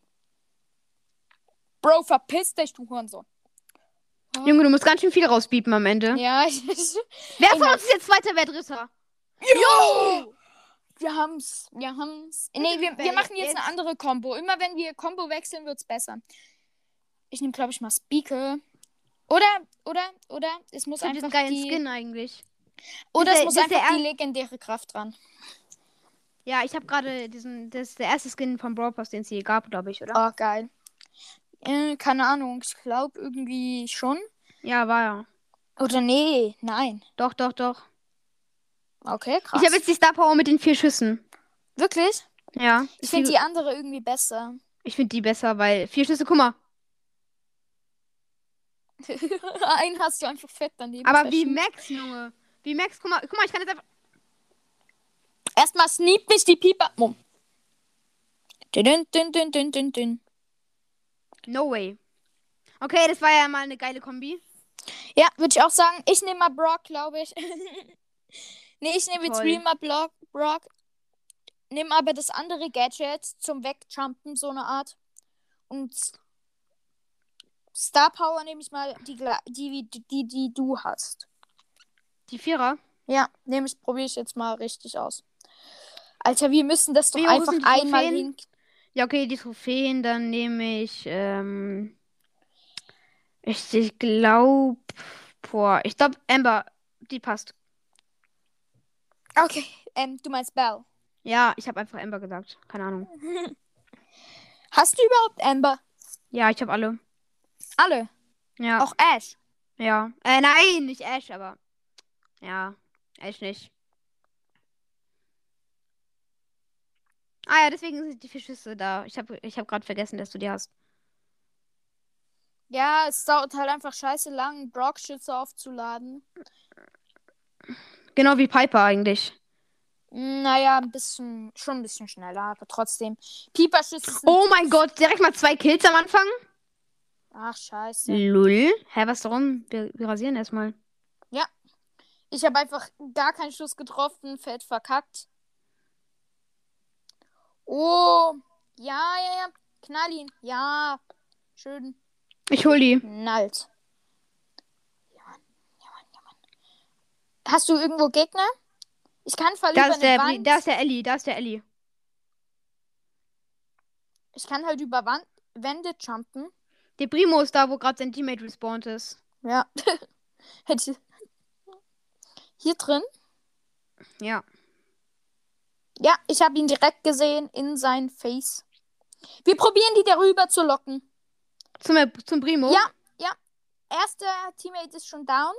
Speaker 2: Bro, verpiss dich, du Hurensohn.
Speaker 1: Junge, du musst ganz schön viel rausbiepen am Ende.
Speaker 2: Ja, ich.
Speaker 1: Wer von uns ist jetzt Zweiter, wer Dritter?
Speaker 2: Jo! Wir haben's. Wir haben's. Nee, wir, wir
Speaker 1: Weil
Speaker 2: machen jetzt, eine
Speaker 1: jetzt-
Speaker 2: andere Combo. Immer wenn wir Combo wechseln, wird's besser. Ich nehme, glaube ich, mal Speaker. Oder, oder, oder, es muss
Speaker 1: Ich hab
Speaker 2: einfach
Speaker 1: einen geilen
Speaker 2: die,
Speaker 1: Skin eigentlich.
Speaker 2: oder es
Speaker 1: der-
Speaker 2: muss
Speaker 1: das ist der
Speaker 2: einfach die legendäre Kraft dran.
Speaker 1: Ja, ich habe gerade diesen. Das ist der erste Skin von Brawl Pass, den es je gab, glaube ich, oder?
Speaker 2: Oh, geil. Äh, keine Ahnung, ich glaube irgendwie schon.
Speaker 1: Ja, war ja.
Speaker 2: Oder nee, nein.
Speaker 1: Doch, doch, doch.
Speaker 2: Okay, krass.
Speaker 1: Ich habe jetzt die Star Power mit den vier Schüssen.
Speaker 2: Wirklich?
Speaker 1: Ja.
Speaker 2: Ich
Speaker 1: Ist
Speaker 2: finde die andere irgendwie besser.
Speaker 1: ich find die besser, weil vier Schüsse, guck mal.
Speaker 2: Einen hast du einfach fett daneben.
Speaker 1: Aber wie
Speaker 2: verschieden.
Speaker 1: Max, Junge. Wie Max, guck mal, guck mal, ich kann jetzt einfach.
Speaker 2: Erstmal sneep mich die Pieper. Mumm. Dün, dün, dün, dün, dün, dün.
Speaker 1: No way. Okay, das war ja mal eine geile Kombi.
Speaker 2: Ja, würde ich auch sagen. Ich nehme mal Brock, glaube ich. nee, ich nehme jetzt
Speaker 1: Toll.
Speaker 2: Real mal Brock. Brock. Nehme aber das andere Gadget zum Wegjumpen, so eine Art. Und S- Star Power nehme ich mal die, gla- die, die, die, die du hast.
Speaker 1: Die Vierer.
Speaker 2: Ja, nehme ich, probiere ich jetzt mal richtig aus. Alter, wir müssen das doch
Speaker 1: Wie hoch
Speaker 2: einfach
Speaker 1: sind die
Speaker 2: einmal
Speaker 1: Trophäen?
Speaker 2: hin.
Speaker 1: Ja, okay, die Trophäen, dann nehme ich, ähm, ich, ich glaube, boah, ich glaube, Amber, die passt.
Speaker 2: Okay, ähm, du meinst Bell.
Speaker 1: Ja, ich habe einfach Amber gesagt, keine Ahnung.
Speaker 2: Hast du überhaupt Amber?
Speaker 1: Ja, ich habe alle.
Speaker 2: Alle.
Speaker 1: Ja,
Speaker 2: Auch Ash.
Speaker 1: ja. Äh, nein, nicht Ash, aber, ja, Ash nicht. Ah ja, deswegen sind die vier Schüsse da. Ich habe ich hab gerade vergessen, dass du die hast.
Speaker 2: Ja, es dauert halt einfach scheiße lang, Brock-Schütze aufzuladen.
Speaker 1: Genau wie Piper eigentlich.
Speaker 2: Naja, Hm, ein bisschen, schon ein bisschen schneller, aber trotzdem. Pieperschütze sind.
Speaker 1: Oh mein Gott, direkt mal zwei Kills am Anfang.
Speaker 2: Ach, scheiße.
Speaker 1: Lull. Hä, was darum? Wir, wir rasieren erstmal.
Speaker 2: Ich habe einfach gar keinen Schuss getroffen, Feld verkackt. Oh, ja, ja, ja. Knall ihn. Ja, schön.
Speaker 1: Ich hol die.
Speaker 2: Knallt. Ja, Mann, ja, Mann, ja, Mann. Hast du irgendwo Gegner? Ich kann voll
Speaker 1: Da
Speaker 2: über
Speaker 1: ist,
Speaker 2: eine
Speaker 1: der,
Speaker 2: Wand.
Speaker 1: da ist der Ellie, da ist der Ellie.
Speaker 2: Ich kann halt über Wand Wände jumpen.
Speaker 1: Der Primo ist da, wo gerade sein Teammate respawned ist.
Speaker 2: Ja. Hätte. Hier drin?
Speaker 1: Ja.
Speaker 2: Ja, ich habe ihn direkt gesehen in sein Face. Wir probieren die darüber zu locken.
Speaker 1: Zum, zum Primo.
Speaker 2: Ja. Erster Teammate ist schon down.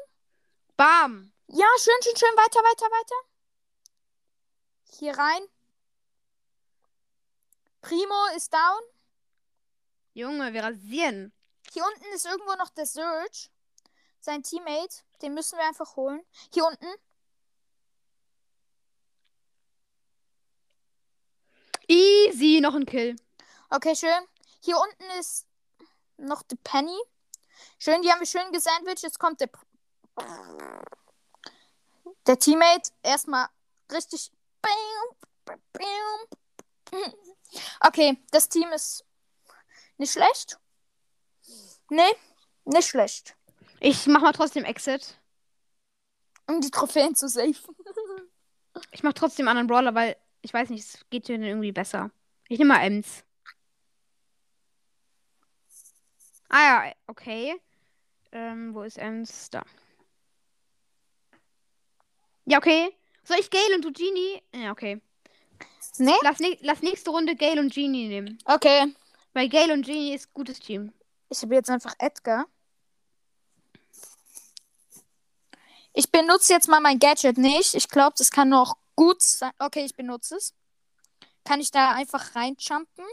Speaker 1: Bam.
Speaker 2: Ja, schön, schön, schön. Weiter, weiter, weiter. Hier rein. Primo ist down.
Speaker 1: Junge, wir rasieren.
Speaker 2: Hier unten ist irgendwo noch der Surge. Sein Teammate. Den müssen wir einfach holen. Hier unten.
Speaker 1: Easy, noch ein Kill.
Speaker 2: Okay, schön. Hier unten ist noch die Penny. Schön, die haben wir schön gesandwiched. Jetzt kommt der, der Teammate. Erstmal richtig. Okay, das Team ist nicht schlecht. Nee, nicht schlecht.
Speaker 1: Ich mach mal trotzdem Exit.
Speaker 2: Um die Trophäen zu safen.
Speaker 1: Ich mach trotzdem einen anderen Brawler, weil ich weiß nicht, es geht dir dann irgendwie besser. Ich nehme mal Ems. Ah ja, okay. Ähm, wo ist Ems? Da. Ja, okay. Soll ich Gale und du Genie? Ja, okay.
Speaker 2: Nee?
Speaker 1: Lass, ni- lass nächste Runde Gale und Genie nehmen.
Speaker 2: Okay.
Speaker 1: Weil Gale und Genie ist gutes Team.
Speaker 2: Ich habe jetzt einfach Edgar. Ich benutze jetzt mal mein Gadget nicht. Ich glaube, das kann noch gut sein. Okay, ich benutze es. Kann ich da einfach reinjumpen?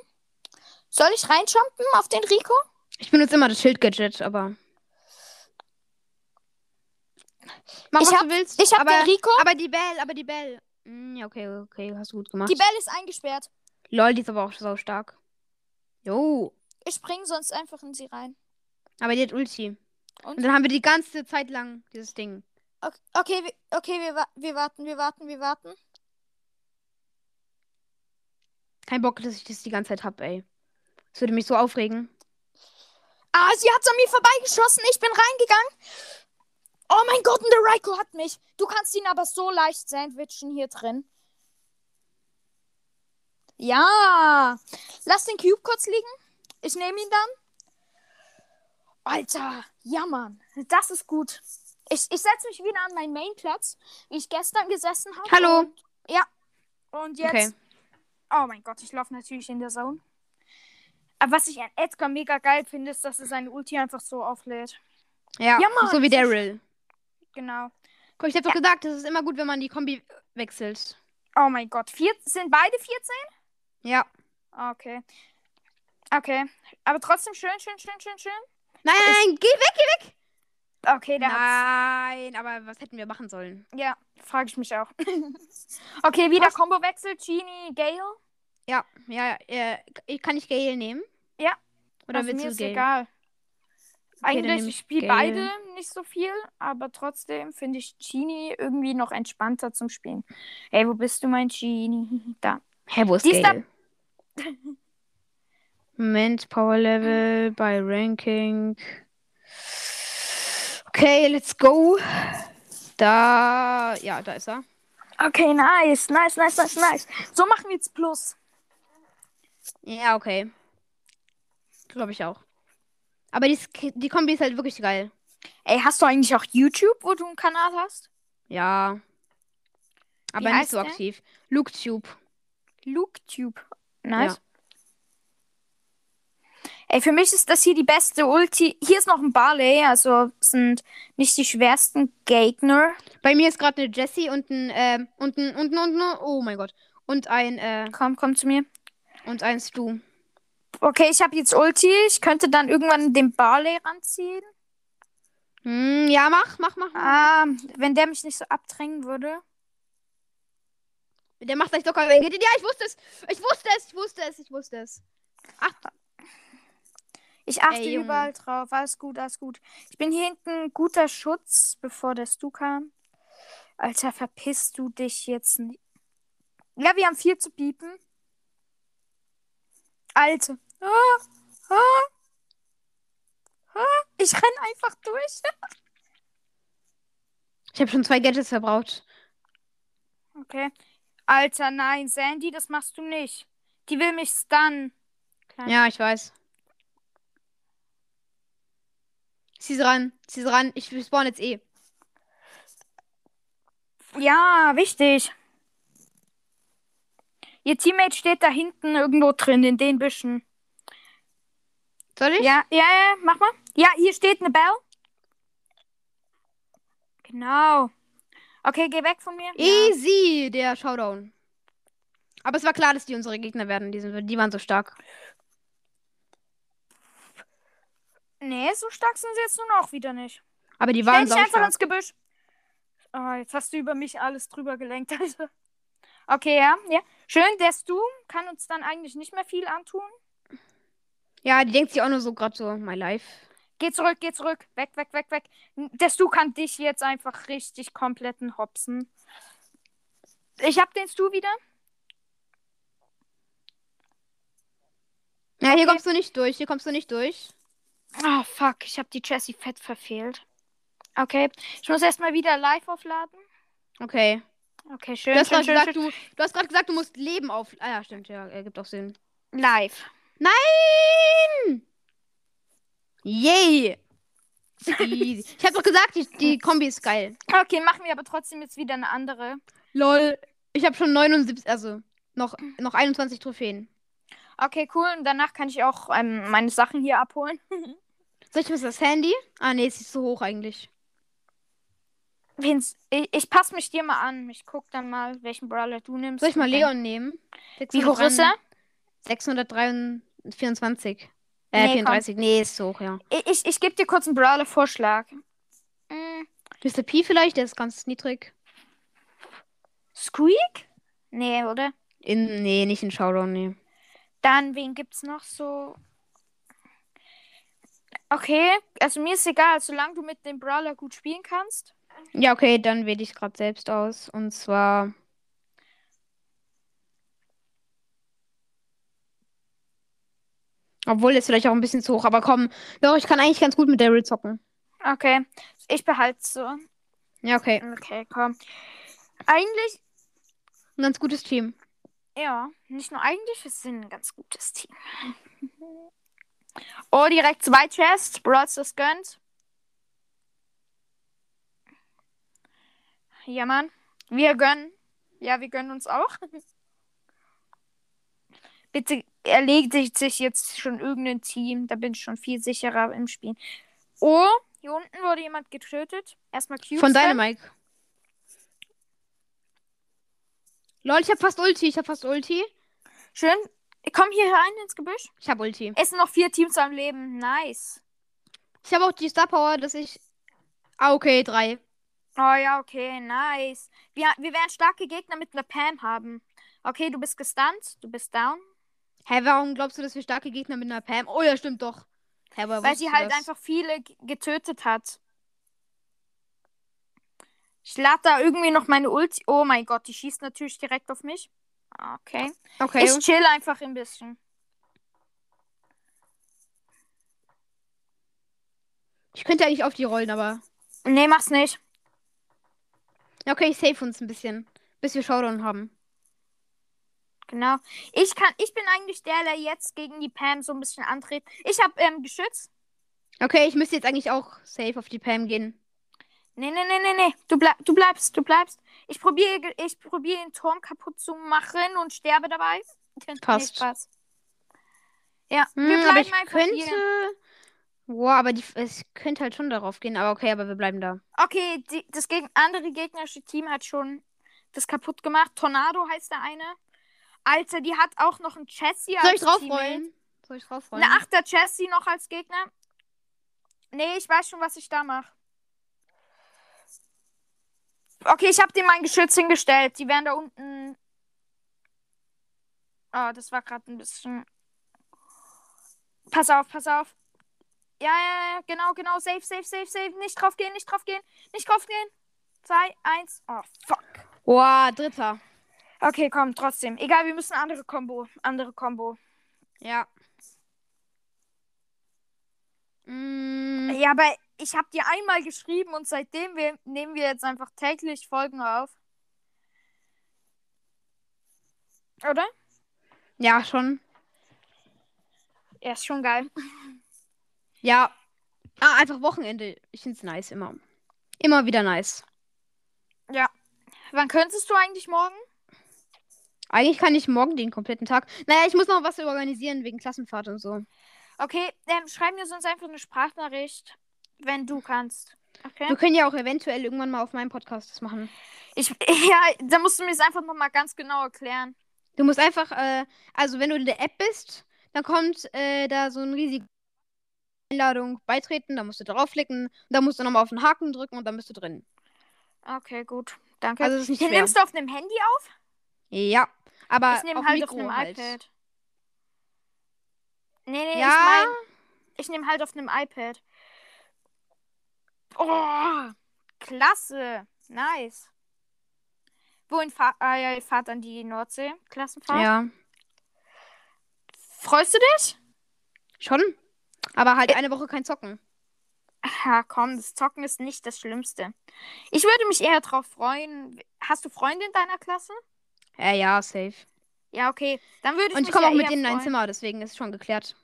Speaker 2: Soll ich reinjumpen auf den Rico?
Speaker 1: Ich benutze immer das Schild-Gadget, aber. Mach,
Speaker 2: Ich
Speaker 1: was
Speaker 2: hab-
Speaker 1: du willst.
Speaker 2: Ich habe
Speaker 1: aber, Ah.
Speaker 2: den Rico.
Speaker 1: aber die Bell, aber die Bell. Hm, Ja, okay, okay, hast du gut gemacht.
Speaker 2: Die Belle ist eingesperrt.
Speaker 1: Lol, die ist aber auch so stark. Jo.
Speaker 2: Ich springe sonst einfach in sie rein.
Speaker 1: Aber die hat Ulti.
Speaker 2: Und?
Speaker 1: Und, dann haben wir die ganze Zeit lang dieses Ding.
Speaker 2: Okay, okay, wir- okay wir, wa- wir warten, wir warten, wir warten.
Speaker 1: Kein Bock, dass ich das die ganze Zeit hab, ey. Das würde mich so aufregen.
Speaker 2: Ah, sie hat's an mir vorbeigeschossen. Ich bin reingegangen. Oh mein Gott, und der Raiko hat mich. Du kannst ihn aber so leicht sandwichen hier drin. Ja. Lass den Cube kurz liegen. Ich nehme ihn dann. Alter, ja, Mann. Das ist gut. Ich, ich setze mich wieder an meinen Mainplatz, wie ich gestern gesessen habe.
Speaker 1: Hallo.
Speaker 2: Und jetzt.
Speaker 1: Okay.
Speaker 2: Oh mein Gott, ich laufe natürlich in der Zone. Aber was ich an Edgar mega geil finde, ist, dass er seine Ulti einfach so auflädt.
Speaker 1: Ja,
Speaker 2: Ja, Mann.
Speaker 1: so wie Daryl.
Speaker 2: Genau.
Speaker 1: Guck, ich hab doch gesagt, es ist immer gut, wenn man die Kombi wechselt.
Speaker 2: Oh mein Gott. Vier, sind beide 14?
Speaker 1: Ja.
Speaker 2: Ah, Okay. Okay. Aber trotzdem schön, schön, schön, schön, schön.
Speaker 1: Nein, nein, nein, geh weg!
Speaker 2: Okay, da hat's-
Speaker 1: Nein, aber was hätten wir machen sollen?
Speaker 2: Ja, frage ich mich auch. okay, wieder Kombowechsel. Genie, Gale.
Speaker 1: Ja, ja, ja, äh, kann ich Gale nehmen?
Speaker 2: Ja.
Speaker 1: Oder
Speaker 2: Also
Speaker 1: willst
Speaker 2: mir
Speaker 1: du
Speaker 2: ist
Speaker 1: Gale?
Speaker 2: egal.
Speaker 1: dann
Speaker 2: Eigentlich,
Speaker 1: nehm
Speaker 2: ich
Speaker 1: ich
Speaker 2: spiele
Speaker 1: Gale.
Speaker 2: beide nicht so viel, aber trotzdem finde ich Genie irgendwie noch entspannter zum Spielen. Ey, wo bist du, mein Genie? Da.
Speaker 1: Hä, wo ist
Speaker 2: Die ist
Speaker 1: Gale? Moment, Power Level bei Ranking. Okay, let's go. Da, ja, da ist er.
Speaker 2: Okay, nice, nice, nice, nice, nice. So machen wir jetzt Plus.
Speaker 1: Ja, okay. Glaube ich auch. Aber die, Sk- die Kombi ist halt wirklich geil.
Speaker 2: Ey, hast du eigentlich auch YouTube, wo du einen Kanal hast?
Speaker 1: Ja. Aber nicht
Speaker 2: heißt
Speaker 1: so
Speaker 2: der?
Speaker 1: aktiv. LukeTube.
Speaker 2: LukeTube. Nice. Ey, für mich ist das hier die beste Ulti. Hier ist noch ein Barley, also sind nicht die schwersten Gegner.
Speaker 1: Bei mir ist gerade eine Jessie und ein, ähm, und ein, und ein, und ein, oh mein Gott. Und ein, äh,
Speaker 2: Komm, komm zu mir.
Speaker 1: und ein Stu.
Speaker 2: Okay, ich habe jetzt Ulti. Ich könnte dann irgendwann den Barley ranziehen.
Speaker 1: Hm, ja, mach, mach, mach. mach.
Speaker 2: Ah, wenn der mich nicht so abdrängen würde.
Speaker 1: Der macht gleich locker. Ja, ich wusste es. Ich wusste es, ich wusste es, ich wusste es.
Speaker 2: Ich achte
Speaker 1: Ey, Junge.
Speaker 2: überall drauf. Alles gut, alles gut. Ich bin hier hinten guter Schutz, bevor der Stu kam. Alter, verpisst du dich jetzt nicht. Ja, wir haben viel zu bieten. Alte. Ah, ah, ah. Ich renn einfach durch.
Speaker 1: Ich habe schon zwei Gadgets verbraucht.
Speaker 2: Okay. Alter, nein, Sandy, das machst du nicht. Die will mich stunnen. Kleine-
Speaker 1: Ja, ich weiß. Sie ist ran, sie ist ran. Ich spawn jetzt eh.
Speaker 2: Ja, wichtig. Ihr Teammate steht da hinten irgendwo drin, in den Büschen.
Speaker 1: Soll ich?
Speaker 2: Ja, ja, ja, mach mal. Ja, hier steht eine Bell. Genau. Okay, geh weg von mir. Ja.
Speaker 1: Easy, der Showdown. Aber es war klar, dass die unsere Gegner werden. Die, sind, die waren so stark.
Speaker 2: Nee, so stark sind sie jetzt nun auch wieder nicht.
Speaker 1: Aber die
Speaker 2: Stell
Speaker 1: waren
Speaker 2: dich
Speaker 1: so
Speaker 2: einfach
Speaker 1: stark.
Speaker 2: ins Gebüsch. Oh, jetzt hast du über mich alles drüber gelenkt. Also. Okay, ja, ja. Schön, der Stu kann uns dann eigentlich nicht mehr viel antun.
Speaker 1: Ja, die denkt sich auch nur so gerade so, my life.
Speaker 2: Geh zurück, geh zurück. Weg, weg, weg, weg. Der Stu kann dich jetzt einfach richtig kompletten Hopsen. Ich hab den Stu wieder.
Speaker 1: Ja, hier
Speaker 2: Okay.
Speaker 1: kommst du nicht durch, hier kommst du nicht durch.
Speaker 2: Ah, fuck. Ich hab die Jessie fett verfehlt. Okay. Ich muss erstmal wieder live aufladen.
Speaker 1: Okay.
Speaker 2: Okay,
Speaker 1: Du
Speaker 2: schön,
Speaker 1: hast
Speaker 2: schön,
Speaker 1: gerade
Speaker 2: schön,
Speaker 1: gesagt,
Speaker 2: schön.
Speaker 1: du, du hast gerade gesagt, du musst Leben auf. Ah ja, stimmt, ja, ergibt auch Sinn.
Speaker 2: Live.
Speaker 1: Nein! Yay! Easy. ich hab doch gesagt, die, die Kombi ist geil.
Speaker 2: Okay, machen wir aber trotzdem jetzt wieder eine andere.
Speaker 1: Lol. Ich habe schon 79, also noch, noch 21 Trophäen.
Speaker 2: Okay, cool. Und danach kann ich auch ähm, meine Sachen hier abholen.
Speaker 1: Soll ich mir das Handy? Ah, nee, es ist so hoch eigentlich.
Speaker 2: Vince, ich, ich passe mich dir mal an. Ich guck dann mal, welchen Brawler du nimmst.
Speaker 1: Soll ich mal
Speaker 2: Und dann-
Speaker 1: Leon nehmen?
Speaker 2: Wie hoch ist er?
Speaker 1: 624.
Speaker 2: Nee,
Speaker 1: Äh,
Speaker 2: komm.
Speaker 1: 34. Nee, ist so hoch, ja.
Speaker 2: Ich, ich, ich gebe dir kurz einen Brawler-Vorschlag.
Speaker 1: Hm.
Speaker 2: Mm,
Speaker 1: Mr. P vielleicht, der ist ganz niedrig.
Speaker 2: Squeak? Nee, oder?
Speaker 1: In, nee, nicht in Showdown, nee.
Speaker 2: Dann, wen gibt's noch so? Okay, also mir ist egal, solange du mit dem Brawler gut spielen kannst.
Speaker 1: Ja, okay, dann wähle ich gerade selbst aus. Und zwar. Obwohl, ist vielleicht auch ein bisschen zu hoch, aber komm. Doch, ich kann eigentlich ganz gut mit Daryl zocken.
Speaker 2: Okay, ich behalte so.
Speaker 1: Ja, okay.
Speaker 2: Okay, komm. Eigentlich,
Speaker 1: Ein ganz gutes Team.
Speaker 2: Ja, nicht nur eigentlich, wir sind ein ganz gutes Team. Oh, direkt zwei Chests. Brawls das gönnt. Ja, Mann. Wir gönnen. Ja, wir gönnen uns auch. Bitte erledigt sich jetzt schon irgendein Team. Da bin ich schon viel sicherer im Spiel. Oh, hier unten wurde jemand getötet. Erstmal Cubes.
Speaker 1: Von Dynamite. Lol, ich hab fast Ulti, ich hab fast Ulti.
Speaker 2: Schön. Komm hier rein ins Gebüsch.
Speaker 1: Ich hab Ulti.
Speaker 2: Es sind noch vier Teams am Leben. Nice.
Speaker 1: Ich habe auch die Star Power, dass ich. Ah, okay, drei.
Speaker 2: Oh ja, okay, nice. Wir, wir werden starke Gegner mit einer Pam haben. Okay, du bist gestunt, du bist down.
Speaker 1: Hä, warum glaubst du, dass wir starke Gegner mit einer Pam? Oh ja, stimmt doch. Hä, woher
Speaker 2: weil
Speaker 1: wusstest
Speaker 2: sie
Speaker 1: du
Speaker 2: halt
Speaker 1: das?
Speaker 2: einfach viele g- getötet hat. Ich lade da irgendwie noch meine Ulti. Oh mein Gott, die schießt natürlich direkt auf mich. Okay.
Speaker 1: Okay.
Speaker 2: Ich chill einfach ein bisschen.
Speaker 1: Ich könnte eigentlich auf die rollen, aber.
Speaker 2: Nee, mach's nicht.
Speaker 1: Ja, Okay, ich save uns ein bisschen. Bis wir Showdown haben.
Speaker 2: Genau. Ich kann, ich bin eigentlich der, der jetzt gegen die Pam so ein bisschen antritt. Ich hab ähm, Geschütz.
Speaker 1: Okay, ich müsste jetzt eigentlich auch safe auf die Pam gehen.
Speaker 2: Nee, nee, nee, nee, nee. Du, bleib, du bleibst, du bleibst. Ich probiere ich probier den Turm kaputt zu machen und sterbe dabei.
Speaker 1: Passt.
Speaker 2: Nee, Spaß. Ja, wir
Speaker 1: Hm,
Speaker 2: bleiben
Speaker 1: aber ich
Speaker 2: einfach hier.
Speaker 1: könnte. Boah, aber die, es könnte halt schon darauf gehen. Aber okay, aber wir bleiben da.
Speaker 2: Okay, die, das gegen, andere gegnerische Team hat schon das kaputt gemacht. Tornado heißt der eine. Alter, die hat auch noch ein Chessie
Speaker 1: Soll ich
Speaker 2: als Teammate.
Speaker 1: draufrollen? Soll ich draufrollen?
Speaker 2: Eine achter Chessie noch als Gegner. Nee, ich weiß schon, was ich da mache. Okay, ich habe dir mein Geschütz hingestellt. Die wären da unten. Oh, das war gerade ein bisschen. Pass auf, pass auf. Ja, ja, ja, genau, genau. Safe, safe, safe, safe. Nicht drauf gehen, nicht drauf gehen, nicht drauf gehen. Zwei, eins. Oh, fuck.
Speaker 1: Boah, dritter.
Speaker 2: Okay, komm, trotzdem. Egal, wir müssen andere Combo. Andere Combo.
Speaker 1: Ja. Mm,
Speaker 2: Ja, aber ich habe dir einmal geschrieben und seitdem wir, nehmen wir jetzt einfach täglich Folgen auf. Oder?
Speaker 1: ja, schon.
Speaker 2: Ja, ist schon geil.
Speaker 1: Ja. Ah, einfach Wochenende. Ich find's nice immer. Immer wieder nice.
Speaker 2: Wann könntest du eigentlich morgen?
Speaker 1: Eigentlich kann ich morgen den kompletten Tag. Naja, ich muss noch was organisieren wegen Klassenfahrt und so.
Speaker 2: Okay, ähm, schreib mir sonst einfach eine Sprachnachricht, wenn du kannst. Okay?
Speaker 1: Wir können ja auch eventuell irgendwann mal auf meinem Podcast das machen.
Speaker 2: Ich, ja, da musst du mir es einfach nochmal ganz genau erklären.
Speaker 1: Du musst einfach, äh, also wenn du in der App bist, dann kommt äh, da so eine riesige Einladung beitreten, da musst du draufklicken, und dann musst du nochmal auf den Haken drücken und dann bist du drin.
Speaker 2: Okay, gut. Danke.
Speaker 1: Also das ist nicht
Speaker 2: Den
Speaker 1: schwer.
Speaker 2: nimmst du auf einem Handy auf?
Speaker 1: Ja, aber
Speaker 2: ich nehme
Speaker 1: Ah, auf
Speaker 2: halt auf
Speaker 1: Mikro
Speaker 2: einem
Speaker 1: halt.
Speaker 2: iPad. Nee, nee, ich
Speaker 1: Ja.
Speaker 2: mein. Ich nehme halt auf einem iPad. Oh, klasse. Nice. Wohin fahrt ah, ja, ihr fahrt an die Nordsee? Klassenfahrt?
Speaker 1: Ja,
Speaker 2: Freust du dich?
Speaker 1: schon. Aber halt eine Woche kein Zocken.
Speaker 2: Ja, komm, das Zocken ist nicht das Schlimmste. Ich würde mich eher drauf freuen. Hast du Freunde in deiner Klasse?
Speaker 1: Ja, ja, safe.
Speaker 2: Ja, okay. Dann würde ich
Speaker 1: Und ich
Speaker 2: mich
Speaker 1: komme
Speaker 2: ja
Speaker 1: auch mit
Speaker 2: eher
Speaker 1: denen in ein
Speaker 2: freuen.
Speaker 1: Zimmer, deswegen ist schon geklärt.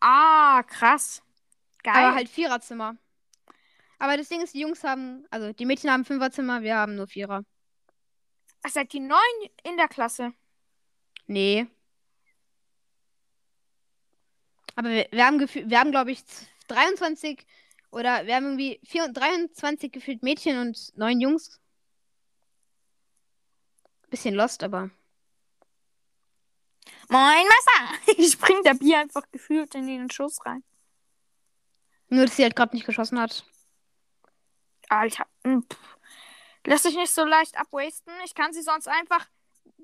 Speaker 2: Ah, krass. Geil.
Speaker 1: Aber halt Viererzimmer. Aber das Ding ist, die Jungs haben, also die Mädchen haben Fünferzimmer, wir haben nur Vierer.
Speaker 2: Ach, seid ihr neun in der Klasse?
Speaker 1: Nee. Aber wir, wir haben gefühlt, wir haben glaube ich z- 23 oder wir haben irgendwie 4, 23 gefühlt Mädchen und neun Jungs. Bisschen lost, aber.
Speaker 2: Moin, Messer. Ich spring der Bier einfach gefühlt in den Schuss rein.
Speaker 1: Nur, dass sie halt gerade nicht geschossen hat.
Speaker 2: Alter. mm, pff. Lass dich nicht so leicht abwasten. Ich kann sie sonst einfach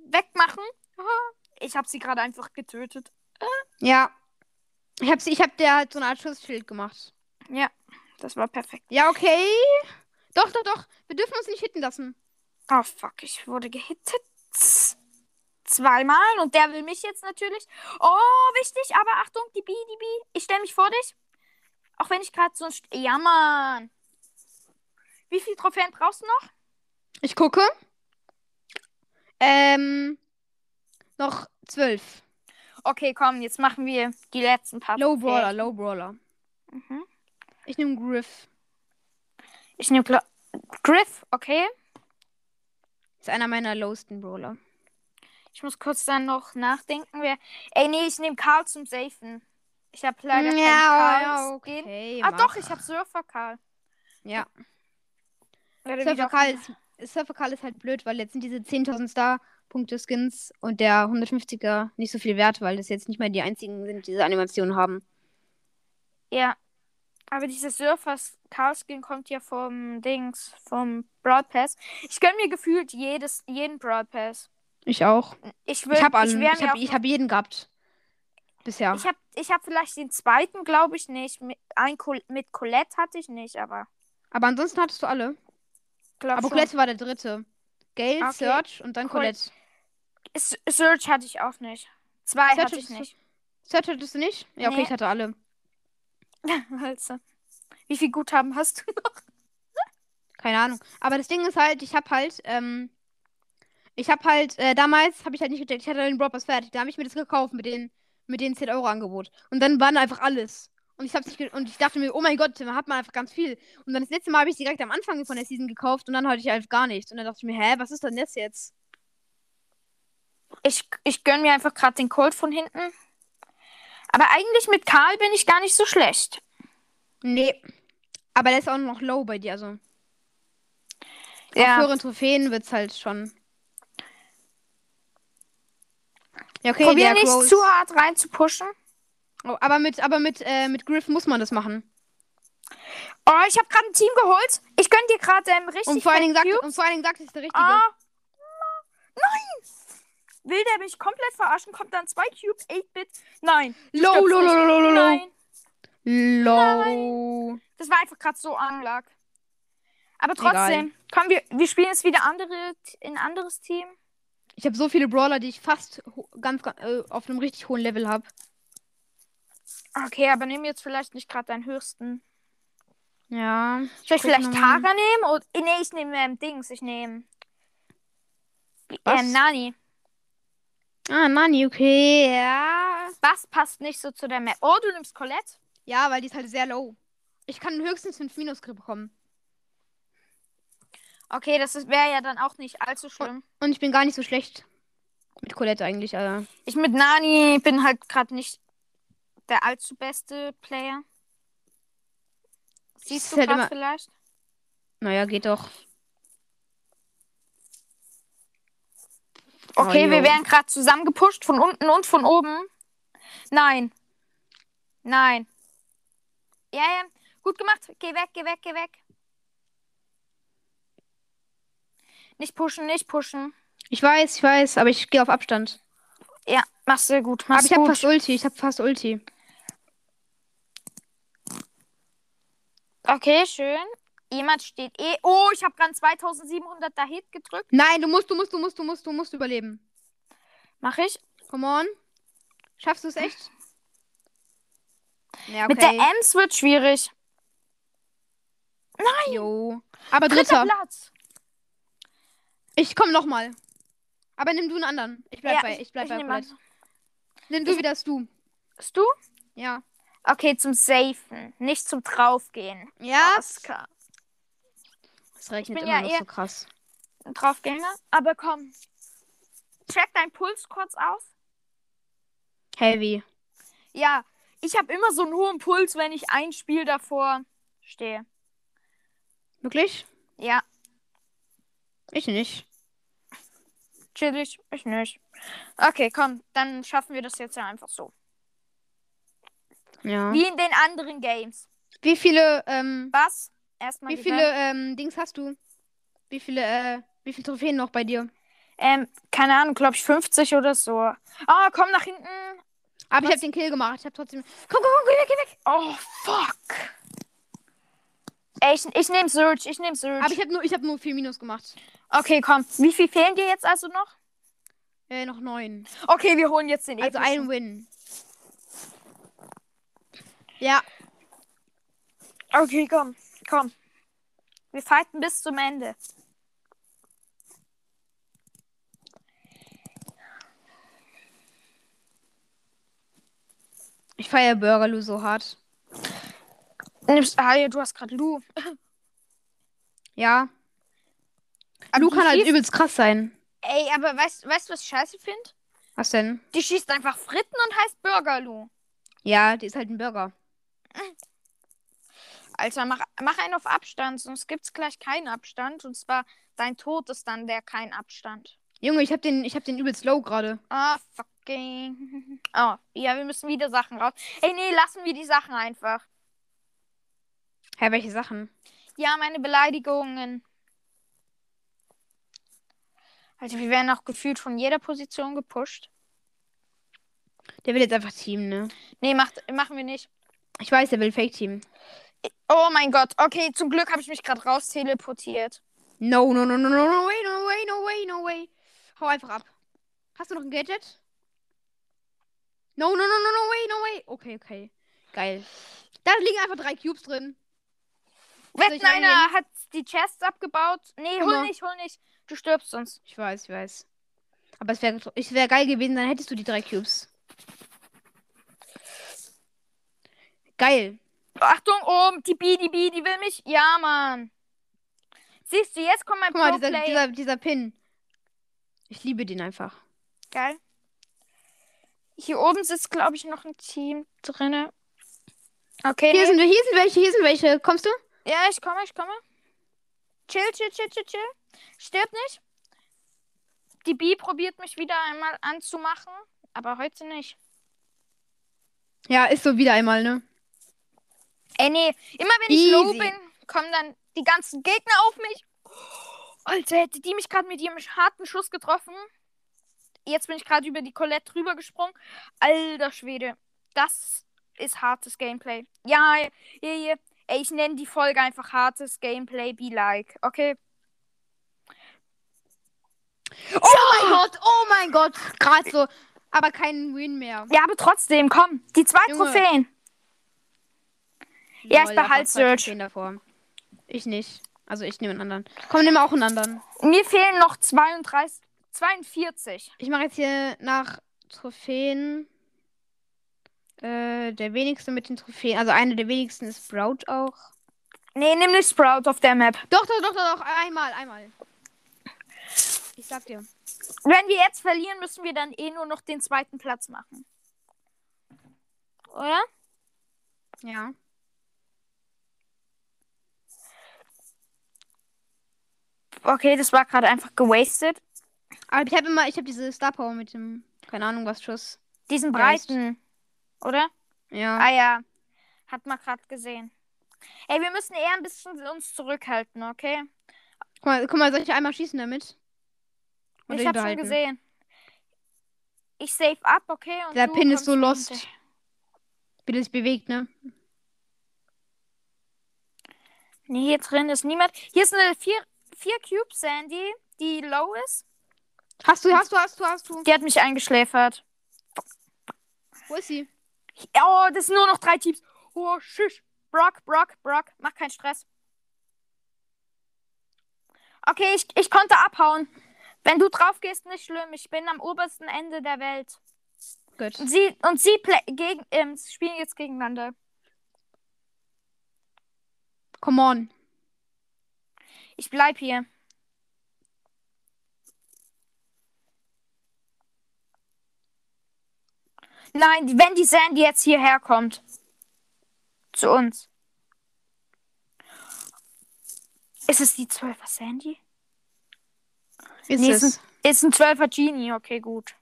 Speaker 2: wegmachen. Ah, Ich habe sie gerade einfach getötet.
Speaker 1: Ja. Ich hab, sie- ich hab der halt so eine Art Schutzschild gemacht.
Speaker 2: Ja, das war perfekt.
Speaker 1: Ja, okay. Doch, doch, doch. Wir dürfen uns nicht hitten lassen.
Speaker 2: Oh fuck, ich wurde gehittet. Zweimal und der will mich jetzt natürlich. Oh, wichtig, aber Achtung, die Bi, die Bi. Ich stelle mich vor dich. Auch wenn ich gerade so ein. St ja, Mann. Wie viel Trophäen brauchst du noch?
Speaker 1: Ich gucke. Ähm. Noch zwölf.
Speaker 2: Okay, komm, jetzt machen wir die letzten paar.
Speaker 1: Low
Speaker 2: Verträge.
Speaker 1: Brawler, Low Brawler.
Speaker 2: Mhm.
Speaker 1: Ich nehme Griff.
Speaker 2: Ich nehme Glo Griff, okay.
Speaker 1: Ist einer meiner lowsten Brawler.
Speaker 2: Ich muss kurz dann noch nachdenken. Wer... Ey, nee, ich nehme Karl zum Safen. Ich habe leider keinen Karl Skin.
Speaker 1: okay.
Speaker 2: Ah,
Speaker 1: mach.
Speaker 2: doch, ich habe Surfer Karl.
Speaker 1: Ja.
Speaker 2: Werde wieder
Speaker 1: Surfer
Speaker 2: auf-
Speaker 1: Karl ist, Surfer Karl ist halt blöd, weil jetzt sind diese 10.000 Star-Punkte-Skins und der 150er nicht so viel wert, weil das jetzt nicht mehr die einzigen sind, die diese Animationen haben.
Speaker 2: Ja. Aber dieses Surfer Karl Skin kommt ja vom Dings, vom Broad Pass. Ich gönn mir gefühlt jedes, jeden Broad Pass.
Speaker 1: Ich auch.
Speaker 2: Ich will,
Speaker 1: Ich habe
Speaker 2: ich
Speaker 1: alle.
Speaker 2: wär
Speaker 1: Ich
Speaker 2: mir
Speaker 1: habe
Speaker 2: auch-
Speaker 1: hab jeden gehabt. Bisher.
Speaker 2: Ich habe ich hab vielleicht den zweiten, glaube ich, nicht. Mit, ein Col mit Colette hatte ich nicht, aber
Speaker 1: Aber ansonsten hattest du alle.
Speaker 2: glaube
Speaker 1: Aber Colette war der dritte. Gale,
Speaker 2: Ah, Okay.
Speaker 1: Search und dann
Speaker 2: Col-
Speaker 1: Colette.
Speaker 2: Search hatte ich auch nicht. Zwei
Speaker 1: Surge
Speaker 2: hatte ich
Speaker 1: ist-
Speaker 2: nicht.
Speaker 1: Search hattest du nicht? Ja, okay,
Speaker 2: Nee.
Speaker 1: ich hatte alle.
Speaker 2: also, wie viel Guthaben hast du?
Speaker 1: Keine Ahnung. Aber das Ding ist halt, ich habe halt, ähm, ich habe halt, äh, damals habe ich halt nicht gecheckt, ich hatte den Brawl Pass fertig. Da habe ich mir das gekauft mit den, mit den 10 Euro Angebot. Und dann waren einfach alles. Und ich, hab's nicht ge- und ich dachte mir, oh mein Gott, da hat man einfach ganz viel. Und dann das letzte Mal habe ich direkt am Anfang von der Season gekauft und dann hatte ich halt gar nichts. Und dann dachte ich mir, hä, was ist denn das jetzt?
Speaker 2: Ich, ich gönn mir einfach gerade den Colt von hinten. Aber eigentlich mit Karl bin ich gar nicht so schlecht.
Speaker 1: Nee. Aber der ist auch noch low bei dir, also. Auf
Speaker 2: Ja,
Speaker 1: höheren Trophäen wird's halt schon. Ja, okay,
Speaker 2: probier
Speaker 1: der
Speaker 2: nicht
Speaker 1: Crow ist-
Speaker 2: zu hart rein zu pushen.
Speaker 1: Oh, aber mit, aber mit, äh, mit Griff muss man das machen.
Speaker 2: Oh, ich habe gerade ein Team geholt. Ich gönn dir gerade ähm, richtig.
Speaker 1: Und vor, allen Dingen sagt,
Speaker 2: viel
Speaker 1: und vor allen Dingen sagt es der Richtige.
Speaker 2: Ah. Nein! Will der mich komplett verarschen? Kommt dann zwei Cubes, 8-Bit? Nein.
Speaker 1: low, low, low, low, low, low.
Speaker 2: Nein.
Speaker 1: Low.
Speaker 2: Das war einfach gerade so Anglag. Aber trotzdem, komm, wir, wir spielen jetzt wieder andere, in ein anderes Team.
Speaker 1: Ich habe so viele Brawler, die ich fast ho- ganz, ganz äh, auf einem richtig hohen Level habe.
Speaker 2: Okay, aber nimm jetzt vielleicht nicht gerade deinen höchsten.
Speaker 1: Ja. Ich
Speaker 2: Soll
Speaker 1: guck
Speaker 2: ich vielleicht
Speaker 1: noch mal.
Speaker 2: Tara nehmen? Oder, eh, nee, ich nehme ähm, Dings. Ich nehme
Speaker 1: Was?
Speaker 2: ähm, Nani.
Speaker 1: Ah, Nani, okay, ja.
Speaker 2: Was passt nicht so zu der Map? Oh, du nimmst Colette?
Speaker 1: Ja, weil die ist halt sehr low. Ich kann höchstens 5 Minus bekommen.
Speaker 2: Okay, das wäre ja dann auch nicht allzu schlimm.
Speaker 1: Und ich bin gar nicht so schlecht. Mit Colette eigentlich, äh.
Speaker 2: Ich mit Nani bin halt gerade nicht der allzu beste Player. Siehst
Speaker 1: Ist
Speaker 2: du
Speaker 1: halt
Speaker 2: gerade
Speaker 1: immer-
Speaker 2: vielleicht?
Speaker 1: Naja, geht doch.
Speaker 2: Okay,
Speaker 1: Oh,
Speaker 2: wir
Speaker 1: jo.
Speaker 2: werden gerade zusammengepusht von unten und von oben. Nein. Nein. Ja, ja. Gut gemacht. Geh weg, geh weg, geh weg. Nicht pushen, nicht pushen.
Speaker 1: Ich weiß, ich weiß, aber ich gehe auf Abstand.
Speaker 2: Ja, machst du gut.
Speaker 1: Aber
Speaker 2: Machst
Speaker 1: ich habe
Speaker 2: gut.
Speaker 1: fast Ulti, ich habe fast Ulti.
Speaker 2: Okay, schön. Jemand steht eh. Oh, ich habe gerade 2700 da Hit gedrückt.
Speaker 1: Nein, du musst, du musst, du musst, du musst, du musst überleben.
Speaker 2: Mach ich.
Speaker 1: Come on. Schaffst du es echt? Ja, okay.
Speaker 2: Mit der Ems wird schwierig.
Speaker 1: Jo. Aber
Speaker 2: Dritter
Speaker 1: dritter.
Speaker 2: Platz.
Speaker 1: Ich komm nochmal. Aber nimm du einen anderen. Ich bleib
Speaker 2: Ja,
Speaker 1: bei, ich bleib bei
Speaker 2: nehm
Speaker 1: Colette.
Speaker 2: an.
Speaker 1: Nimm du
Speaker 2: Ich-
Speaker 1: wieder das du.
Speaker 2: Bist du?
Speaker 1: Ja.
Speaker 2: Okay, zum Safen. Nicht zum Draufgehen.
Speaker 1: Ja.
Speaker 2: Oscar.
Speaker 1: Es Oh, regnet
Speaker 2: bin
Speaker 1: immer
Speaker 2: ja eh-
Speaker 1: noch
Speaker 2: eher-
Speaker 1: so krass.
Speaker 2: Draufgänger. Aber komm. Check deinen Puls kurz aus.
Speaker 1: Heavy.
Speaker 2: Ja, ich habe immer so einen hohen Puls, wenn ich ein Spiel davor stehe.
Speaker 1: Wirklich?
Speaker 2: Ja,
Speaker 1: Ich nicht.
Speaker 2: chillig, ich nicht. Okay, komm, dann schaffen wir das jetzt ja einfach so.
Speaker 1: Ja. Wie,
Speaker 2: Wie in den anderen Games.
Speaker 1: viele, ähm,
Speaker 2: Was? Erstmal
Speaker 1: wie
Speaker 2: die
Speaker 1: viele,
Speaker 2: Welt.
Speaker 1: ähm, Dings hast du? Wie viele, äh, wie viele Trophäen noch bei dir?
Speaker 2: Ähm, keine Ahnung, glaube ich 50 oder so. Ah, komm nach hinten.
Speaker 1: Aber ich
Speaker 2: Was?
Speaker 1: hab den Kill gemacht. Ich hab trotzdem. Komm, komm, komm, geh weg, geh weg.
Speaker 2: Oh, fuck. Ey, ich, ich nehme Surge, ich nehme Surge.
Speaker 1: Aber ich hab nur, ich hab nur vier Minus gemacht.
Speaker 2: okay, komm. Wie viel fehlen dir jetzt also noch?
Speaker 1: Äh, noch neun.
Speaker 2: Okay, wir holen jetzt den
Speaker 1: Also
Speaker 2: epischen.
Speaker 1: ein Win. Ja,
Speaker 2: Okay, komm, komm. Wir fighten bis zum Ende.
Speaker 1: Ich feiere Burger Lou so hart.
Speaker 2: Nimmst, ah ja, du hast gerade Lu.
Speaker 1: Ja.
Speaker 2: Aber
Speaker 1: Lou
Speaker 2: die
Speaker 1: kann halt
Speaker 2: schießt-
Speaker 1: übelst krass sein.
Speaker 2: Ey, aber weißt du, weißt, du, was ich scheiße finde?
Speaker 1: Was denn?
Speaker 2: Die schießt einfach Fritten und heißt Burger Lu.
Speaker 1: Ja, die ist halt ein Burger.
Speaker 2: Alter, mach, mach einen auf Abstand, sonst gibt's gleich keinen Abstand. Und zwar dein Tod ist dann der kein Abstand.
Speaker 1: Junge, ich hab den, ich hab den übelst low gerade.
Speaker 2: Ah, fucking. Oh, ja, wir müssen wieder Sachen raus. Ey, nee, lassen wir die Sachen einfach.
Speaker 1: Hä, welche Sachen?
Speaker 2: Ja, meine Beleidigungen. Alter, Also, wir werden auch gefühlt von jeder Position gepusht.
Speaker 1: Der will jetzt einfach Team, ne?
Speaker 2: Nee, macht, machen wir nicht.
Speaker 1: Ich weiß, der will Fake Team.
Speaker 2: Oh mein Gott, okay, zum Glück habe ich mich gerade raus teleportiert.
Speaker 1: No, no, no, no, no, no way, no way, no way, no way. Hau einfach ab. Hast du noch ein Gadget? No, no, no, no, no way, no way. Okay, okay. Geil. Da liegen einfach drei Cubes drin. ich
Speaker 2: Wetten, einer
Speaker 1: reingehen?
Speaker 2: hat die Chests abgebaut. Nee, hol
Speaker 1: Immer.
Speaker 2: nicht, hol nicht. Du stirbst sonst.
Speaker 1: Ich weiß, ich weiß. Aber es wäre ich wär geil gewesen, dann hättest du die drei Cubes. Geil.
Speaker 2: Achtung, oh, die B, die B, die will mich. Ja, Mann. Siehst du, jetzt kommt mein
Speaker 1: Guck mal, dieser,
Speaker 2: Pro-Play.
Speaker 1: dieser, dieser Pin. Ich liebe den einfach.
Speaker 2: Geil. Hier oben sitzt, glaube ich, noch ein Team drinne. Okay.
Speaker 1: Hier
Speaker 2: Nee.
Speaker 1: sind, hier sind welche, hier sind welche. Kommst du?
Speaker 2: Ja, ich komme, ich komme. Chill, chill, chill, chill, chill. Stirb nicht. Die B probiert mich wieder einmal anzumachen, aber heute nicht.
Speaker 1: Ja, ist so wieder einmal, ne?
Speaker 2: Ey, nee. Immer wenn ich low
Speaker 1: Easy.
Speaker 2: bin, kommen dann die ganzen Gegner auf mich. Alter, hätte die mich gerade mit ihrem harten Schuss getroffen. Jetzt bin ich gerade über die Colette drüber gesprungen. Alter Schwede. Das ist hartes Gameplay. Ja, ja, ja, ja. Ey, ich nenne die Folge einfach hartes Gameplay be like. Okay.
Speaker 1: Oh mein Gott, oh mein Gott. Gerade so. Aber kein Win mehr.
Speaker 2: Ja, aber trotzdem, komm. Die zwei
Speaker 1: Junge.
Speaker 2: Trophäen. Ja, ich
Speaker 1: Lol, da
Speaker 2: behalt
Speaker 1: kommt zwei
Speaker 2: Search.
Speaker 1: Trophäen davor. Ich nicht. Also ich nehme einen anderen. Komm, nimm auch einen anderen.
Speaker 2: Mir fehlen noch 32, 42.
Speaker 1: Ich mache jetzt hier nach Trophäen. Äh, der wenigste mit den Trophäen. Also eine der wenigsten ist Sprout auch.
Speaker 2: Nee, nimm nicht Sprout auf der Map.
Speaker 1: Doch, doch, doch, doch, doch. Einmal, einmal. Ich sag dir.
Speaker 2: Wenn wir jetzt verlieren, müssen wir dann eh nur noch den zweiten Platz machen. Oder?
Speaker 1: Ja.
Speaker 2: Okay, das war gerade einfach gewastet.
Speaker 1: Aber ich habe immer, ich habe diese Star Power mit dem, keine Ahnung was, Schuss.
Speaker 2: Diesen
Speaker 1: Geist.
Speaker 2: breiten. Oder?
Speaker 1: Ja.
Speaker 2: Ah ja. Hat man gerade gesehen. Ey, wir müssen eher ein bisschen uns zurückhalten, okay?
Speaker 1: Guck mal, guck mal, soll ich einmal schießen damit? Oder
Speaker 2: ich
Speaker 1: ihn
Speaker 2: habe schon
Speaker 1: behalten?
Speaker 2: gesehen. Ich save ab, okay? Und
Speaker 1: Der
Speaker 2: du
Speaker 1: Pin ist so
Speaker 2: kommst
Speaker 1: lost. Wie der sich bewegt, ne?
Speaker 2: Nee, hier drin ist niemand. Hier ist eine 4 vier Cube Sandy, die low ist.
Speaker 1: Hast du, hast du, hast du, hast du.
Speaker 2: Die hat mich eingeschläfert.
Speaker 1: Wo ist sie?
Speaker 2: Oh, das sind nur noch drei Teams. Oh, schisch. Brock, Brock, Brock. Mach keinen Stress. Okay, ich, ich konnte abhauen. Wenn du drauf gehst, nicht schlimm. Ich bin am obersten Ende der Welt.
Speaker 1: Gut.
Speaker 2: Und sie, und sie play, gegen, ähm, spielen jetzt gegeneinander.
Speaker 1: Come on.
Speaker 2: Ich bleib hier. Nein, wenn die Sandy jetzt hierher kommt. Zu uns. Ist es die 12er Sandy?
Speaker 1: Ist
Speaker 2: Nee,
Speaker 1: es?
Speaker 2: ist ein, ist ein 12er Genie. Okay, gut.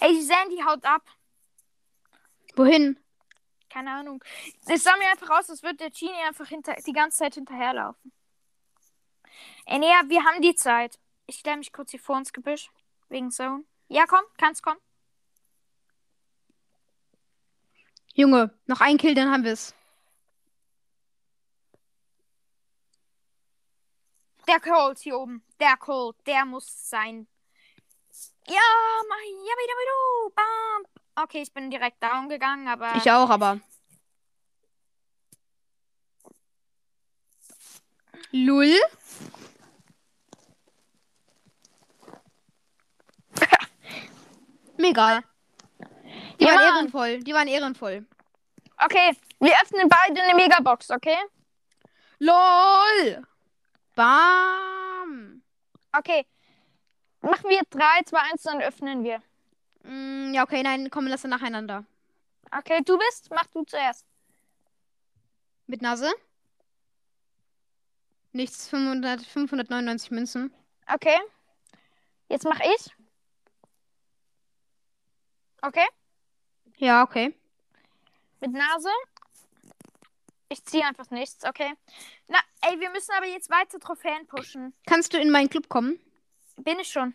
Speaker 2: Ey, die Sandy haut ab.
Speaker 1: Wohin?
Speaker 2: Keine Ahnung. Ich sah mir einfach aus, als würde der Genie einfach hinter, die ganze Zeit hinterherlaufen. Ey, nee, wir haben die Zeit. Ich stelle mich kurz hier vor ins Gebüsch. Wegen Zone. Ja, komm, kannst kommen.
Speaker 1: Junge, noch ein Kill, dann haben wir es.
Speaker 2: Der Colt hier oben. Der Colt, der muss sein. Ja, mein, ja, wieder, wieder, bam. Okay, ich bin direkt down gegangen, aber.
Speaker 1: Ich auch, aber. Lul? Mir egal. Die
Speaker 2: Ja,
Speaker 1: waren
Speaker 2: Mann.
Speaker 1: ehrenvoll. Die waren ehrenvoll.
Speaker 2: Okay, wir öffnen beide eine Megabox, okay?
Speaker 1: LOL! Bam!
Speaker 2: Okay. Machen wir 3, 2, 1, dann öffnen wir.
Speaker 1: Mm, ja, okay, nein, komm, lass sie nacheinander.
Speaker 2: Okay, du bist? Mach du zuerst.
Speaker 1: Mit Nase? Nichts, 500, 599 Münzen.
Speaker 2: Okay. Jetzt mach ich. Okay.
Speaker 1: Ja, okay.
Speaker 2: Mit Nase. Ich ziehe einfach nichts, okay? Na, ey, wir müssen aber jetzt weiter Trophäen pushen.
Speaker 1: Kannst du in meinen Club kommen?
Speaker 2: Bin ich schon.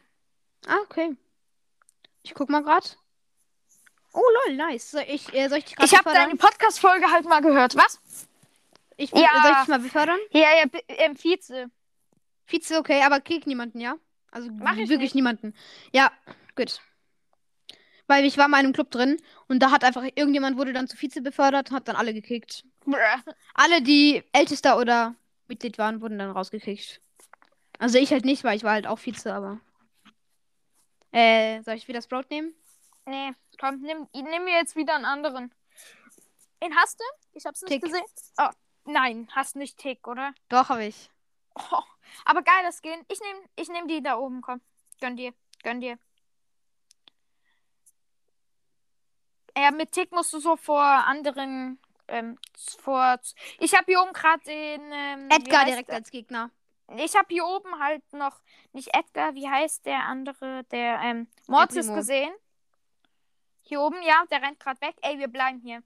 Speaker 1: Ah, okay. Ich guck mal grad. Oh, lol, nice. Soll ich, äh, soll ich dich grad
Speaker 2: Ich habe
Speaker 1: befördern?
Speaker 2: deine Podcast-Folge halt mal gehört. Was?
Speaker 1: Ich,
Speaker 2: Ja.
Speaker 1: Soll ich dich mal befördern?
Speaker 2: Ja, ja, bi- ähm, Vize.
Speaker 1: Vize, okay, aber kick niemanden, ja? Also
Speaker 2: Mach ich
Speaker 1: wirklich niemanden. Ja, gut. Weil ich war mal in einem Club drin und da hat einfach irgendjemand wurde dann zu Vize befördert und hat dann alle gekickt.
Speaker 2: Bruh.
Speaker 1: Alle, die ältester oder Mitglied waren, wurden dann rausgekickt. Also ich halt nicht, weil ich war halt auch Vize, aber. Äh, soll ich wieder Sprout nehmen?
Speaker 2: Nee, komm, nimm, nimm mir jetzt wieder einen anderen. Den hast du? Ich hab's nicht
Speaker 1: Tick.
Speaker 2: gesehen. Oh, nein, hast nicht Tick, oder?
Speaker 1: Doch, habe ich.
Speaker 2: Oh, aber geiler Skin. Ich nehm, ich nehm die da oben, komm. Gönn dir, gönn dir. Ja, mit Tick musst du so vor anderen, ähm, vor... Ich hab hier oben gerade den, ähm, wie
Speaker 1: Edgar
Speaker 2: heißt
Speaker 1: direkt
Speaker 2: er?
Speaker 1: als Gegner.
Speaker 2: Ich hab hier oben halt noch, nicht Edgar, wie heißt der andere, der, ähm, Mortis
Speaker 1: Primo.
Speaker 2: gesehen. Hier oben, ja, der rennt gerade weg. Ey, wir bleiben hier.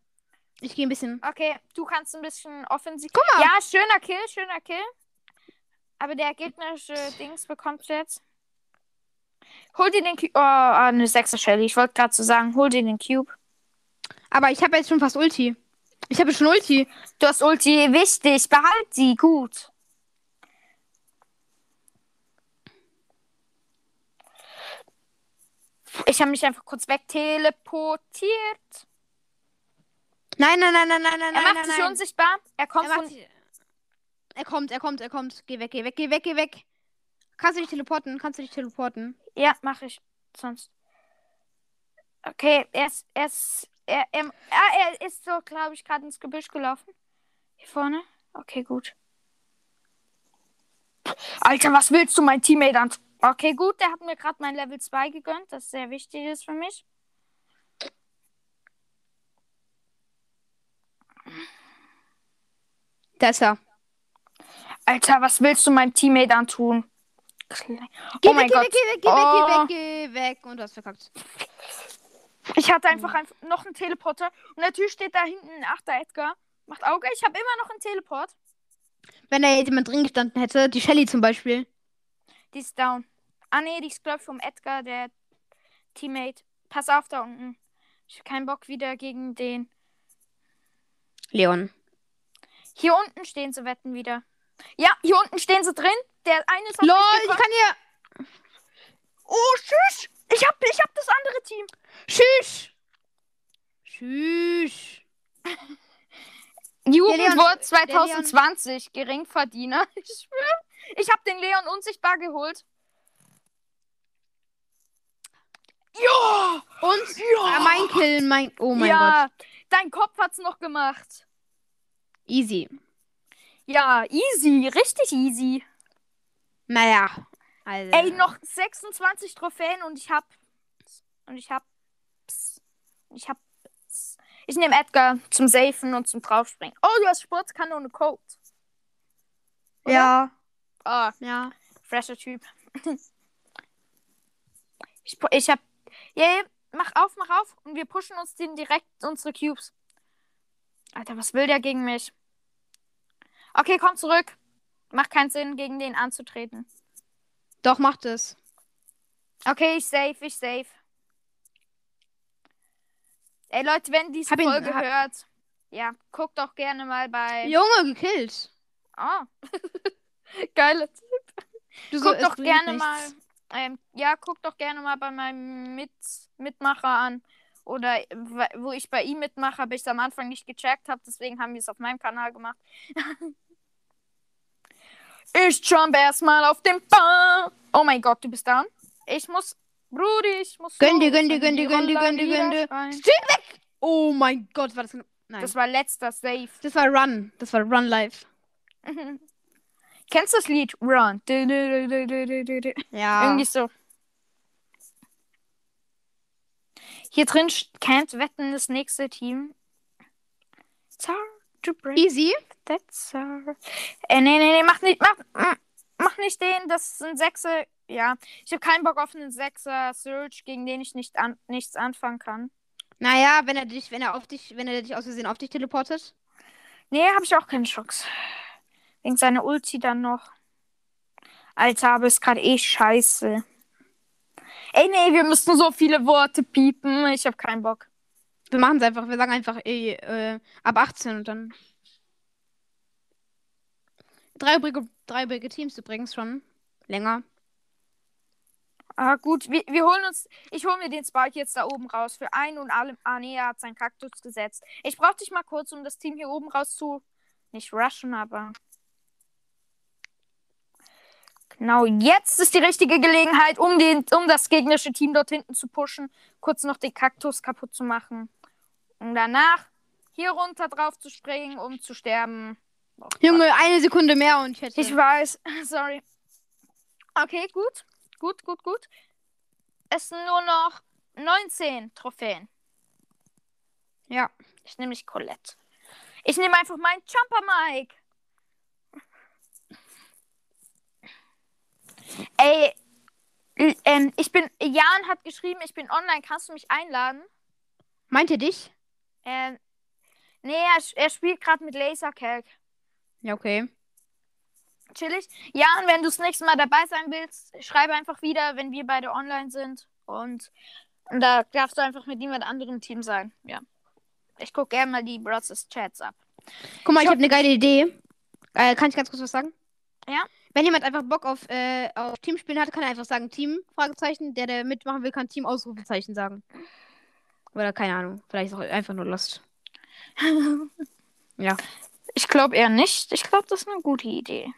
Speaker 1: Ich gehe ein bisschen.
Speaker 2: Okay, du kannst ein bisschen offensiv. Guck mal. Ja, schöner Kill, schöner Kill. Aber der gegnerische Dings bekommt jetzt. Hol dir den Cube. Oh, ah, eine 6er Shelly. Ich wollte gerade so sagen, hol dir den Cube.
Speaker 1: Aber ich habe jetzt schon fast Ulti. Ich habe schon Ulti.
Speaker 2: Du hast Ulti, wichtig. Behalt sie, gut. Ich habe mich einfach kurz wegteleportiert.
Speaker 1: Nein, nein, nein, nein, nein, nein,
Speaker 2: Er
Speaker 1: nein,
Speaker 2: macht
Speaker 1: nein,
Speaker 2: sich
Speaker 1: nein.
Speaker 2: unsichtbar. Er kommt
Speaker 1: Er, macht
Speaker 2: von.
Speaker 1: sich- er kommt, er kommt, er kommt. Geh weg, geh weg, geh weg, geh weg. Kannst du dich teleporten? Kannst du dich teleporten?
Speaker 2: Ja, mache ich. Sonst. Okay, er ist, er ist, er, er, ah, er ist so, glaube ich, gerade ins Gebüsch gelaufen. Hier vorne. Okay, gut. Alter, was willst du, mein Teammate? an- Okay, gut, der hat mir gerade mein Level 2 gegönnt, das sehr wichtig ist für mich.
Speaker 1: Da ist er.
Speaker 2: Alter, was willst du meinem Teammate antun? Kle-
Speaker 1: Geh
Speaker 2: oh mein
Speaker 1: weg, geh weg, geh weg,
Speaker 2: Gott.
Speaker 1: geh
Speaker 2: Oh.
Speaker 1: weg, geh weg, geh weg. Und du hast verkackt.
Speaker 2: Ich hatte einfach ein, noch einen Teleporter. Und natürlich steht da hinten ein Achter Edgar. Macht Auge, ich habe immer noch einen Teleport.
Speaker 1: Wenn da jetzt jemand drin gestanden hätte, die Shelly zum Beispiel.
Speaker 2: Die ist down. Ah nee, die ist glaube ich vom Edgar, der Teammate. Pass auf da unten. Ich hab keinen Bock wieder gegen den.
Speaker 1: Leon.
Speaker 2: Hier unten stehen sie wetten wieder. Ja, hier unten stehen sie drin. Der eine ist auf
Speaker 1: LOL,
Speaker 2: mich
Speaker 1: ich
Speaker 2: gekommen.
Speaker 1: kann hier.
Speaker 2: Oh, tschüss. Ich hab, ich hab das andere Team.
Speaker 1: Tschüss. Tschüss.
Speaker 2: Jugendwort
Speaker 1: der Leon-
Speaker 2: 2020. Geringverdiener. Ich schwöre. Ich hab den Leon unsichtbar geholt. Ja!
Speaker 1: Und
Speaker 2: Ja!
Speaker 1: ah, mein Kill, mein. Oh mein Gott.
Speaker 2: ja, dein Kopf hat's noch gemacht.
Speaker 1: Easy.
Speaker 2: Ja, easy. Richtig easy.
Speaker 1: Naja. Also.
Speaker 2: Ey, noch 26 Trophäen und ich hab. Und ich hab. Ich hab. Ich nehme Edgar zum Safen und zum Draufspringen. Oh, du hast Sportskanone Code. oder?
Speaker 1: Ja.
Speaker 2: Ah,
Speaker 1: Ja.
Speaker 2: fresher Typ. Ich, pu- ich hab. Yeah, mach auf, mach auf. Und wir pushen uns den direkt unsere Cubes. Alter, was will der gegen mich? Okay, komm zurück. Macht keinen Sinn, gegen den anzutreten.
Speaker 1: Doch, macht es.
Speaker 2: Okay, ich safe, ich safe. Ey Leute, wenn diese
Speaker 1: Hab ihn-
Speaker 2: Folge
Speaker 1: hab-
Speaker 2: hört, ja, guckt doch gerne mal bei.
Speaker 1: Junge, gekillt.
Speaker 2: Oh. Geil.
Speaker 1: Du
Speaker 2: Guckt
Speaker 1: es
Speaker 2: doch
Speaker 1: bringt
Speaker 2: gerne
Speaker 1: nichts.
Speaker 2: mal. Ähm, ja, guckt doch gerne mal bei meinem Mit Mitmacher an. Oder äh, wo ich bei ihm mitmache, habe ich es am Anfang nicht gecheckt habe, deswegen haben wir es auf meinem Kanal gemacht. ich jump erstmal auf den Baum. Oh mein Gott, du bist down. Ich muss Brudi, ich muss.
Speaker 1: Gönn
Speaker 2: so
Speaker 1: dir, gönn dir,
Speaker 2: in
Speaker 1: gönn
Speaker 2: die
Speaker 1: dir, gönn dir, gönn dir,
Speaker 2: Rollaliga
Speaker 1: gönn dir.
Speaker 2: schreien.
Speaker 1: Oh mein Gott, war das. kn- Nein.
Speaker 2: Das
Speaker 1: Das,
Speaker 2: war letzter Safe.
Speaker 1: war Run. Das war Run Life.
Speaker 2: Kennst du das Lied? Run. Du, du, du, du, du, du, du.
Speaker 1: Ja.
Speaker 2: Irgendwie so. Hier drin kennt Wetten das nächste Team. It's hard to break
Speaker 1: Easy.
Speaker 2: that sour. Äh, nee, nee, nee, mach nicht, mach, mm, mach nicht den, das ist ein Sechser. Ja, ich habe keinen Bock auf einen Sechser Surge, gegen den ich nicht an, nichts anfangen kann.
Speaker 1: Naja, wenn er dich, wenn er auf dich, wenn er dich aus Versehen auf dich teleportet.
Speaker 2: Nee, habe ich auch keine Chance. Wegen seiner Ulti dann noch. Alter, aber ist gerade eh scheiße. Ey, nee, wir müssen so viele Worte piepen. Ich habe keinen Bock.
Speaker 1: Wir machen es einfach, wir sagen einfach eh, äh, ab 18 und dann. Dreibrige, dreibrige Teams übrigens schon. Länger.
Speaker 2: Ah, gut, wir, wir holen uns. Ich hole mir den Spike jetzt da oben raus. Für einen und alle. Ah, nee, er hat seinen Kaktus gesetzt. Ich brauche dich mal kurz, um das Team hier oben raus zu. Nicht rushen, aber. Genau, jetzt ist die richtige Gelegenheit, um, den, um das gegnerische Team dort hinten zu pushen. Kurz noch den Kaktus kaputt zu machen. Und danach hier runter drauf zu springen, um zu sterben. Oh,
Speaker 1: Junge, eine Sekunde mehr und ich hätte.
Speaker 2: ich weiß, sorry. Okay, gut. Gut, gut, gut. Es sind nur noch 19 Trophäen.
Speaker 1: ja.
Speaker 2: Ich nehme nicht Colette. Ich nehme einfach meinen Jumper Mike. Ey, l- ähm, ich bin. Jan hat geschrieben, ich bin online. Kannst du mich einladen?
Speaker 1: Meint ihr dich?
Speaker 2: Ähm, nee, er, sch- er spielt gerade mit Lasercalc.
Speaker 1: Ja, okay.
Speaker 2: chillig. Ja, und wenn du das nächste Mal dabei sein willst, schreibe einfach wieder, wenn wir beide online sind. Und, und da darfst du einfach mit niemand anderem im Team sein. Ja. Ich gucke gerne mal die Brothers Chats ab.
Speaker 1: Guck mal,
Speaker 2: Ich
Speaker 1: ich
Speaker 2: hab-
Speaker 1: habe eine geile Idee. Äh, kann ich ganz kurz was sagen?
Speaker 2: Ja.
Speaker 1: Wenn jemand einfach Bock auf, äh, auf Teamspielen hat, kann er einfach sagen Team, Fragezeichen. Der, der mitmachen will, kann Team, Ausrufezeichen sagen. Oder keine Ahnung. Vielleicht ist auch einfach nur Lost. Ja.
Speaker 2: Ich glaube eher nicht. Ich glaube, das ist eine gute Idee.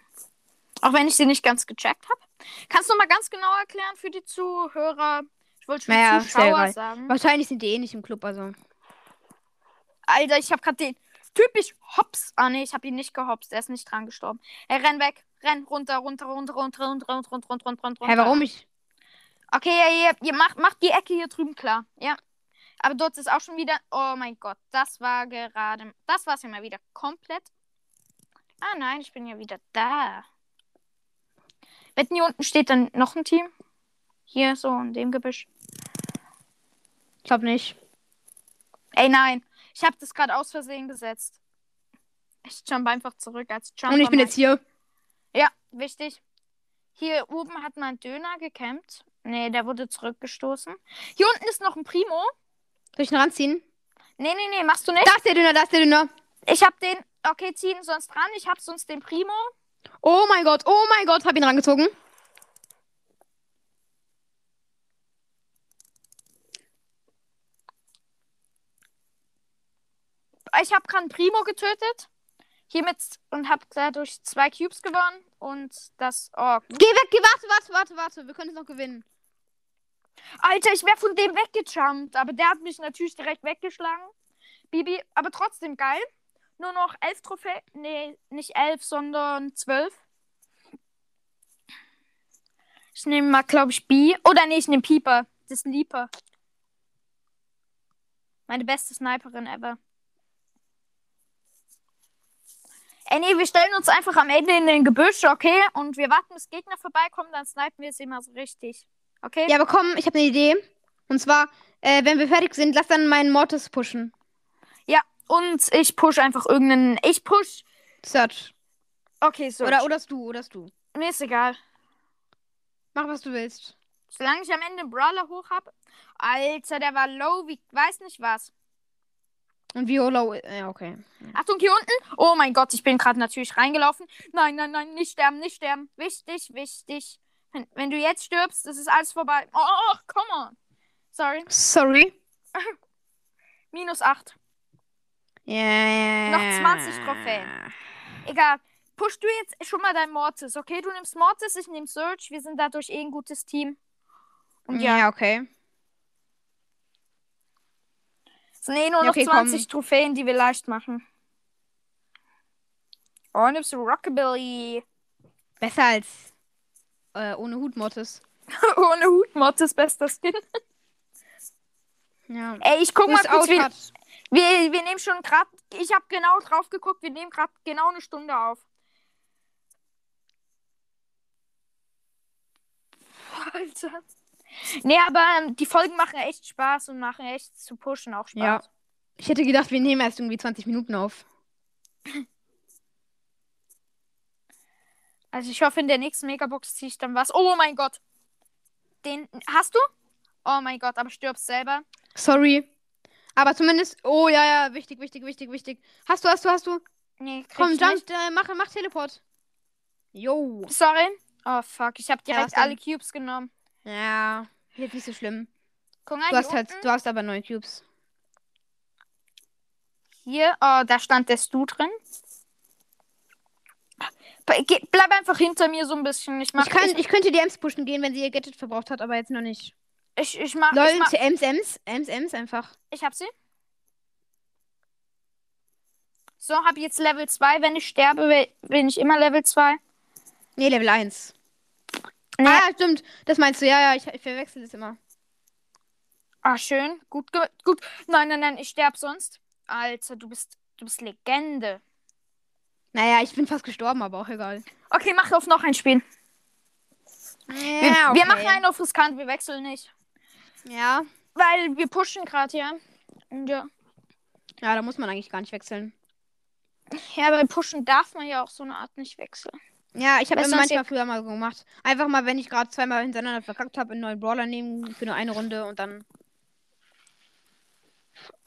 Speaker 2: Auch wenn ich sie nicht ganz gecheckt habe. Kannst du noch mal ganz genau erklären für die Zuhörer? Ich wollte schon
Speaker 1: Naja, ist ja
Speaker 2: Zuschauer
Speaker 1: egal.
Speaker 2: sagen.
Speaker 1: Wahrscheinlich sind die eh nicht im Club, also.
Speaker 2: Alter, ich habe gerade den typisch Hops. Ah nee, ich habe ihn nicht gehopst. Er ist nicht dran gestorben. Ey, renn weg. Renn runter, runter, runter, runter, runter, runter, runter, runter, runter, runter.
Speaker 1: Hä, warum ich.
Speaker 2: Okay, ja, ihr, ihr macht, macht die Ecke hier drüben klar. Ja. Aber dort ist auch schon wieder. Oh mein Gott, das war gerade. Das war's ja mal wieder komplett. Ah nein, ich bin ja wieder da. Wetten, hier unten steht dann noch ein Team. Hier, so in dem Gebüsch.
Speaker 1: Ich glaube nicht.
Speaker 2: Ey, nein. Ich habe das gerade aus Versehen gesetzt. Ich jump einfach zurück als Jumper.
Speaker 1: Und ich bin
Speaker 2: Mike.
Speaker 1: jetzt hier.
Speaker 2: Ja, wichtig. Hier oben hat man Döner gekämmt. Nee, der wurde zurückgestoßen. Hier unten ist noch ein Primo.
Speaker 1: Soll ich ihn ranziehen?
Speaker 2: Nee, nee, nee, machst du nicht.
Speaker 1: Da ist der Dünner, da ist der Dünner.
Speaker 2: Ich hab den. Okay, ziehen sonst dran. Ich hab sonst den Primo.
Speaker 1: Oh mein Gott, oh mein Gott, hab ihn rangezogen.
Speaker 2: Ich hab gerade einen Primo getötet. Hiermit und hab dadurch zwei Cubes gewonnen. Und das. Oh.
Speaker 1: Geh weg, geh, warte, warte, warte, warte. Wir können es noch gewinnen.
Speaker 2: Alter, ich wär von dem weggejumpt. Aber der hat mich natürlich direkt weggeschlagen. Bibi, aber trotzdem geil. Nur noch elf Trophäen. Nee, nicht elf, sondern zwölf. Ich nehme mal, glaube ich, B. Oder nee, ich nehme Pieper. Das ist ein Leaper. Meine beste Sniperin ever. Ey, nee, wir stellen uns einfach am Ende in den Gebüsch, okay? Und wir warten, bis Gegner vorbeikommen, dann snipen wir es immer so richtig. Okay?
Speaker 1: Ja, aber komm, ich habe eine Idee. Und zwar, äh, wenn wir fertig sind, lass dann meinen Mortis pushen.
Speaker 2: Ja, und ich push einfach irgendeinen. Ich push.
Speaker 1: Search.
Speaker 2: Okay, so.
Speaker 1: Oder, oderst du, oderst du.
Speaker 2: Mir ist egal.
Speaker 1: Mach, was du willst.
Speaker 2: Solange ich am Ende einen Brawler hoch habe. Alter, der war low wie. Weiß nicht was.
Speaker 1: Und Viola, ja, okay.
Speaker 2: Achtung, hier unten. Oh mein Gott, ich bin gerade natürlich reingelaufen. Nein, nein, nein, nicht sterben, nicht sterben. Wichtig, wichtig. Wenn, wenn du jetzt stirbst, das ist alles vorbei. Oh, oh, oh, come on. Sorry.
Speaker 1: Sorry.
Speaker 2: Minus 8.
Speaker 1: Yeah.
Speaker 2: Noch 20 Trophäen. Egal. Push du jetzt schon mal dein Mortis, okay? Du nimmst Mortis, ich nehme Surge. Wir sind dadurch eh ein gutes Team. Und
Speaker 1: Ja,
Speaker 2: ja,
Speaker 1: okay.
Speaker 2: es sind eh nur
Speaker 1: Ja,
Speaker 2: noch
Speaker 1: okay, komm.
Speaker 2: 20 Trophäen, die wir leicht machen. Oh, nimmst du Rockabilly.
Speaker 1: Besser als äh, ohne Hut Mortis.
Speaker 2: Ohne Hut, Mortis bester Skin.
Speaker 1: Ja.
Speaker 2: Ey, ich guck mal
Speaker 1: Grüß
Speaker 2: kurz,
Speaker 1: out
Speaker 2: wie,
Speaker 1: hat.
Speaker 2: Wir, wir nehmen schon gerade, ich habe genau drauf geguckt, wir nehmen gerade genau eine Stunde auf. Alter. Nee, aber ähm, die Folgen machen echt Spaß und machen echt zu pushen auch Spaß.
Speaker 1: Ja. Ich hätte gedacht, wir nehmen erst irgendwie 20 Minuten auf.
Speaker 2: Also ich hoffe, in der nächsten Megabox ziehe ich dann was. Oh mein Gott. Den hast du? Oh mein Gott, aber stirbst selber.
Speaker 1: Sorry. Aber zumindest. Oh ja, ja, wichtig, wichtig, wichtig, wichtig. Hast du, hast du, hast du.
Speaker 2: Nee, krieg
Speaker 1: Komm,
Speaker 2: ich
Speaker 1: jump,
Speaker 2: nicht.
Speaker 1: äh, mach, mach Teleport. Jo.
Speaker 2: Sorry. Oh fuck, ich habe
Speaker 1: was
Speaker 2: direkt
Speaker 1: denn?
Speaker 2: alle Cubes genommen.
Speaker 1: Ja. Jetzt nicht so schlimm.
Speaker 2: Guck mal,
Speaker 1: Du
Speaker 2: hier
Speaker 1: hast halt,
Speaker 2: unten.
Speaker 1: du hast aber neun Cubes.
Speaker 2: Hier, oh, da stand der Stu drin. Be- ge- Bleib einfach hinter mir so ein bisschen. Ich mach,
Speaker 1: Ich, kann,
Speaker 2: ich,
Speaker 1: ich könnte die Ems pushen gehen, wenn sie ihr Gadget verbraucht hat, aber jetzt noch nicht.
Speaker 2: ich, ich mach, ich,
Speaker 1: Lol,
Speaker 2: mach,
Speaker 1: zu Ems, Ems, Ems, Ems einfach.
Speaker 2: ich hab sie. So, hab jetzt Level 2. Wenn ich sterbe, we- bin ich immer Level 2.
Speaker 1: Nee, Level 1.
Speaker 2: Nee.
Speaker 1: Ah, ja, stimmt. Das meinst du. Ja, ja, ich, ich verwechsel das immer.
Speaker 2: Ah, schön. Gut, ge- gut. Nein, nein, nein, ich sterb sonst. Alter, du bist, du bist Legende.
Speaker 1: Naja, ich bin fast gestorben, aber auch egal.
Speaker 2: Okay, mach auf noch ein Spiel. Wir,
Speaker 1: Ja,
Speaker 2: wir
Speaker 1: okay.
Speaker 2: machen einen auf riskant, wir wechseln nicht.
Speaker 1: Ja.
Speaker 2: Weil wir pushen gerade, ja. Und ja.
Speaker 1: Ja, da muss man eigentlich gar nicht wechseln.
Speaker 2: Ja, bei Pushen darf man ja auch so eine Art nicht wechseln.
Speaker 1: Ja, ich habe
Speaker 2: Lass
Speaker 1: immer
Speaker 2: uns
Speaker 1: manchmal früher mal so gemacht. Einfach mal, wenn ich gerade zweimal hintereinander verkackt habe, einen neuen Brawler nehmen für nur eine Runde und dann.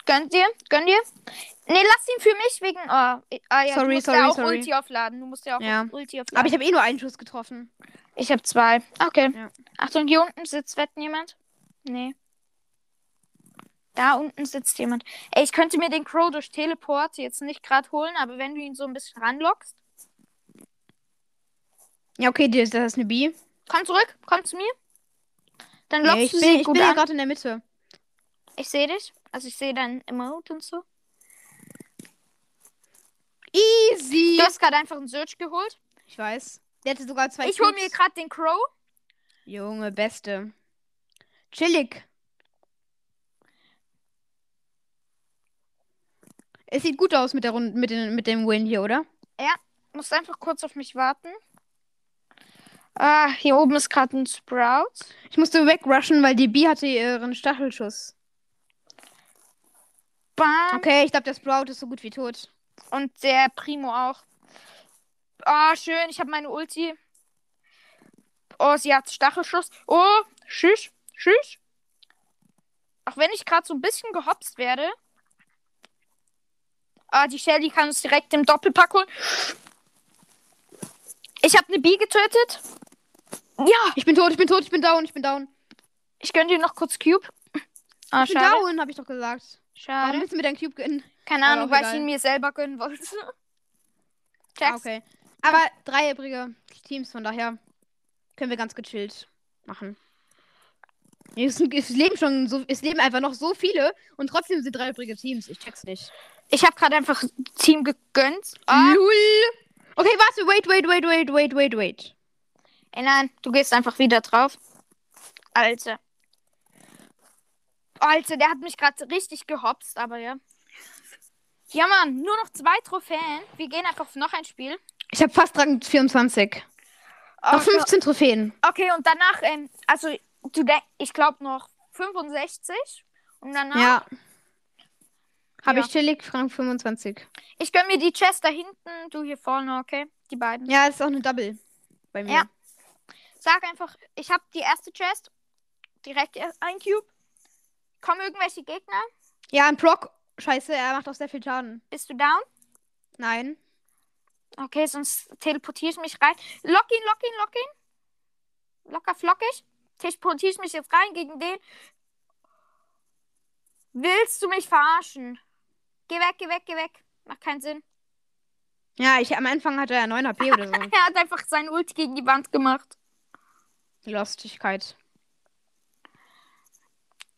Speaker 2: Gönnt dir? Gönn dir? Nee, lass ihn für mich wegen. Oh, äh, ah, ja,
Speaker 1: Sorry,
Speaker 2: du musst
Speaker 1: sorry,
Speaker 2: ja auch
Speaker 1: sorry.
Speaker 2: Ulti aufladen. Du musst ja auch
Speaker 1: Ja.
Speaker 2: Ulti aufladen.
Speaker 1: Aber ich habe eh nur einen Schuss getroffen.
Speaker 2: ich habe zwei. Okay.
Speaker 1: Ja.
Speaker 2: Achtung, hier unten sitzt wetten jemand? Nee. Da unten sitzt jemand. Ey, ich könnte mir den Crow durch Teleport jetzt nicht gerade holen, aber wenn du ihn so ein bisschen ranlockst.
Speaker 1: Ja, okay, die- das ist eine B.
Speaker 2: Komm zurück, komm zu mir. Dann lockst
Speaker 1: Nee, ich
Speaker 2: du
Speaker 1: bin,
Speaker 2: sie
Speaker 1: ich bin
Speaker 2: gut
Speaker 1: ja
Speaker 2: an.
Speaker 1: gerade in der Mitte.
Speaker 2: ich sehe dich. Also ich sehe dein Emote und so.
Speaker 1: Easy!
Speaker 2: Du hast gerade einfach einen Search geholt.
Speaker 1: Ich weiß. Der hatte sogar zwei
Speaker 2: Ich hole
Speaker 1: Cubes.
Speaker 2: mir gerade den Crow.
Speaker 1: Junge, beste. Chillig. Es sieht gut aus mit der Runde, mit, den, mit dem Win hier, oder?
Speaker 2: musst einfach kurz auf mich warten. Ah, hier oben ist gerade ein Sprout.
Speaker 1: Ich musste wegrushen, weil die B hatte ihren Stachelschuss.
Speaker 2: Bam.
Speaker 1: Okay, ich glaube, der Sprout ist so gut wie tot.
Speaker 2: Und der Primo auch. Ah, schön. Ich habe meine Ulti. Oh, sie hat Stachelschuss. Oh, schüss, schüss. Auch wenn ich gerade so ein bisschen gehopst werde. Ah, die Shelly kann uns direkt im Doppelpack holen. Ich habe eine Bee getötet. Ja,
Speaker 1: Ich bin tot, ich bin tot, ich bin down, ich bin down.
Speaker 2: ich gönn dir noch kurz Cube. Ah,
Speaker 1: ich bin
Speaker 2: schade.
Speaker 1: down, habe ich doch gesagt.
Speaker 2: Schade.
Speaker 1: Warum willst du mir deinen Cube gönnen?
Speaker 2: Keine
Speaker 1: Aber
Speaker 2: Ahnung,
Speaker 1: auch
Speaker 2: weil
Speaker 1: egal.
Speaker 2: ich ihn mir selber gönnen wollte.
Speaker 1: Ah,
Speaker 2: Checkst.
Speaker 1: okay. Aber dreijährige Teams, von daher können wir ganz gechillt machen. Es, es leben schon so, es leben einfach noch so viele und trotzdem sind dreijährige Teams. Ich check's nicht.
Speaker 2: Ich habe gerade einfach Team gegönnt. Ah,
Speaker 1: Lul. Okay, warte, wait, wait, wait, wait, wait, wait, wait.
Speaker 2: ey, nein, du gehst einfach wieder drauf. Alter. Alter, der hat mich gerade richtig gehopst, aber ja. Ja, Mann, nur noch zwei Trophäen. Wir gehen einfach auf noch ein Spiel.
Speaker 1: Ich habe fast Rang 24.
Speaker 2: Oh,
Speaker 1: noch 15 Trophäen.
Speaker 2: okay, und danach, ähm, also, du denk, ich glaube noch 65. Und danach,
Speaker 1: Ja. Habe
Speaker 2: Ja.
Speaker 1: ich chillig, Rang 25.
Speaker 2: ich gönn mir die Chest da hinten, du hier vorne, okay? Die beiden.
Speaker 1: Ja, ist auch eine Double bei mir.
Speaker 2: Ja. Sag einfach, ich habe die erste Chest. Direkt erst ein Cube. Kommen irgendwelche Gegner?
Speaker 1: Ja, ein Proc. Scheiße, er macht auch sehr viel Schaden.
Speaker 2: Bist du down?
Speaker 1: Nein.
Speaker 2: Okay, sonst teleportiere ich mich rein. Lock ihn, lock ihn, lock ihn. Locker flockig. Teleportiere ich mich jetzt rein gegen den. Willst du mich verarschen? Geh weg, geh weg, geh weg. Macht keinen Sinn.
Speaker 1: Ja, ich am Anfang hatte er 9 HP oder so.
Speaker 2: Er hat einfach seinen Ulti gegen die Wand gemacht.
Speaker 1: Lustigkeit.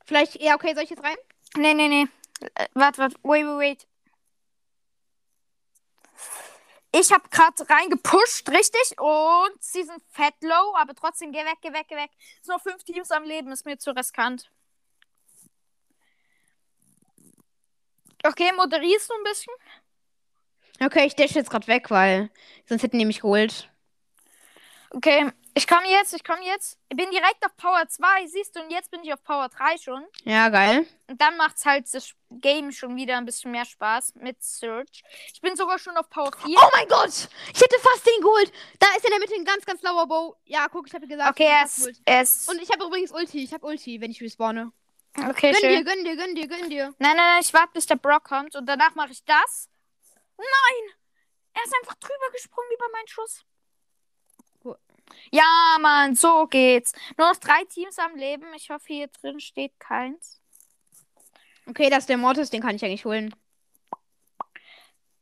Speaker 1: Vielleicht, ja, okay, soll ich jetzt rein?
Speaker 2: Nee, nee, nee. Äh, Warte, warte. Wait, wait, wait. Ich habe gerade reingepusht, richtig? Und sie sind fett low, aber trotzdem, geh weg, geh weg, geh weg. Es sind noch fünf Teams am Leben, ist mir zu riskant. Okay, moderierst du ein bisschen?
Speaker 1: Okay, ich dash jetzt gerade weg, weil sonst hätten die mich geholt.
Speaker 2: Okay, ich komme jetzt, ich komme jetzt. Ich bin direkt auf Power 2, siehst du, und jetzt bin ich auf Power 3 schon.
Speaker 1: Ja, geil.
Speaker 2: Und dann macht's halt das Game schon wieder ein bisschen mehr Spaß mit Search. Ich bin sogar schon auf Power 4.
Speaker 1: Oh mein Gott! Ich hätte fast den geholt. Da ist in der Mitte ein ganz, ganz lauer Bow. Ja, guck, ich habe gesagt.
Speaker 2: okay,
Speaker 1: ich
Speaker 2: er
Speaker 1: hab
Speaker 2: ist.
Speaker 1: geholt.
Speaker 2: Er ist
Speaker 1: Und ich habe übrigens Ulti. Ich habe Ulti, wenn ich respawne.
Speaker 2: okay,
Speaker 1: Gönn dir,
Speaker 2: schön.
Speaker 1: gönn dir, gönn dir, gönn dir.
Speaker 2: Nein, nein, nein, ich warte, bis der Brock kommt und danach mache ich das. Nein! Er ist einfach drüber gesprungen über meinen Schuss.
Speaker 1: Wo-
Speaker 2: Ja, Mann, so geht's. Nur noch drei Teams am Leben. Ich hoffe, hier drin steht keins.
Speaker 1: Okay, das ist der Mortis, den kann ich eigentlich holen.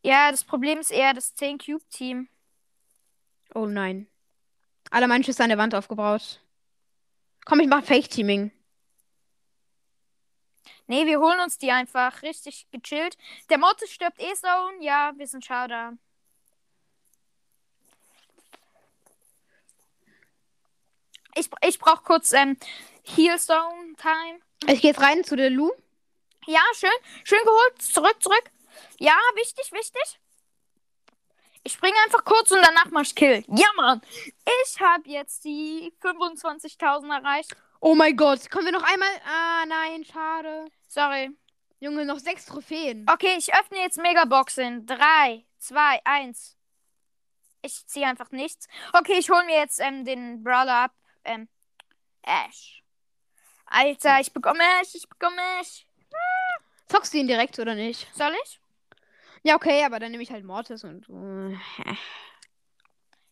Speaker 2: Ja, das Problem ist eher das 10-Cube-Team.
Speaker 1: Oh nein. Alle meine Schüsse an der Wand aufgebaut. Komm, ich mache Fake-Teaming.
Speaker 2: Nee, wir holen uns die einfach. Richtig gechillt. Der Mortis stirbt eh Zone. Ja, wir sind schade. Ich, ich brauche kurz ähm, Heal Zone Time.
Speaker 1: Ich gehe jetzt rein zu der Lu.
Speaker 2: Ja, schön. Schön geholt. Zurück, zurück. Ja, wichtig, wichtig. Ich springe einfach kurz und danach mach ich Kill. Ja, Mann. Ich habe jetzt die 25.000 erreicht.
Speaker 1: Oh mein Gott, kommen wir noch einmal? Ah, nein, schade.
Speaker 2: Sorry.
Speaker 1: Junge, noch sechs Trophäen.
Speaker 2: Okay, ich öffne jetzt Megaboxen. 3, 2, 1. Ich ziehe einfach nichts. Okay, ich hole mir jetzt ähm, den Brawler ab. Ähm, Ash. Alter, ich bekomme Ash, ich bekomme Ash.
Speaker 1: Zockst du ihn direkt oder nicht?
Speaker 2: Soll ich?
Speaker 1: Ja, okay, aber dann nehme ich halt Mortis und. äh,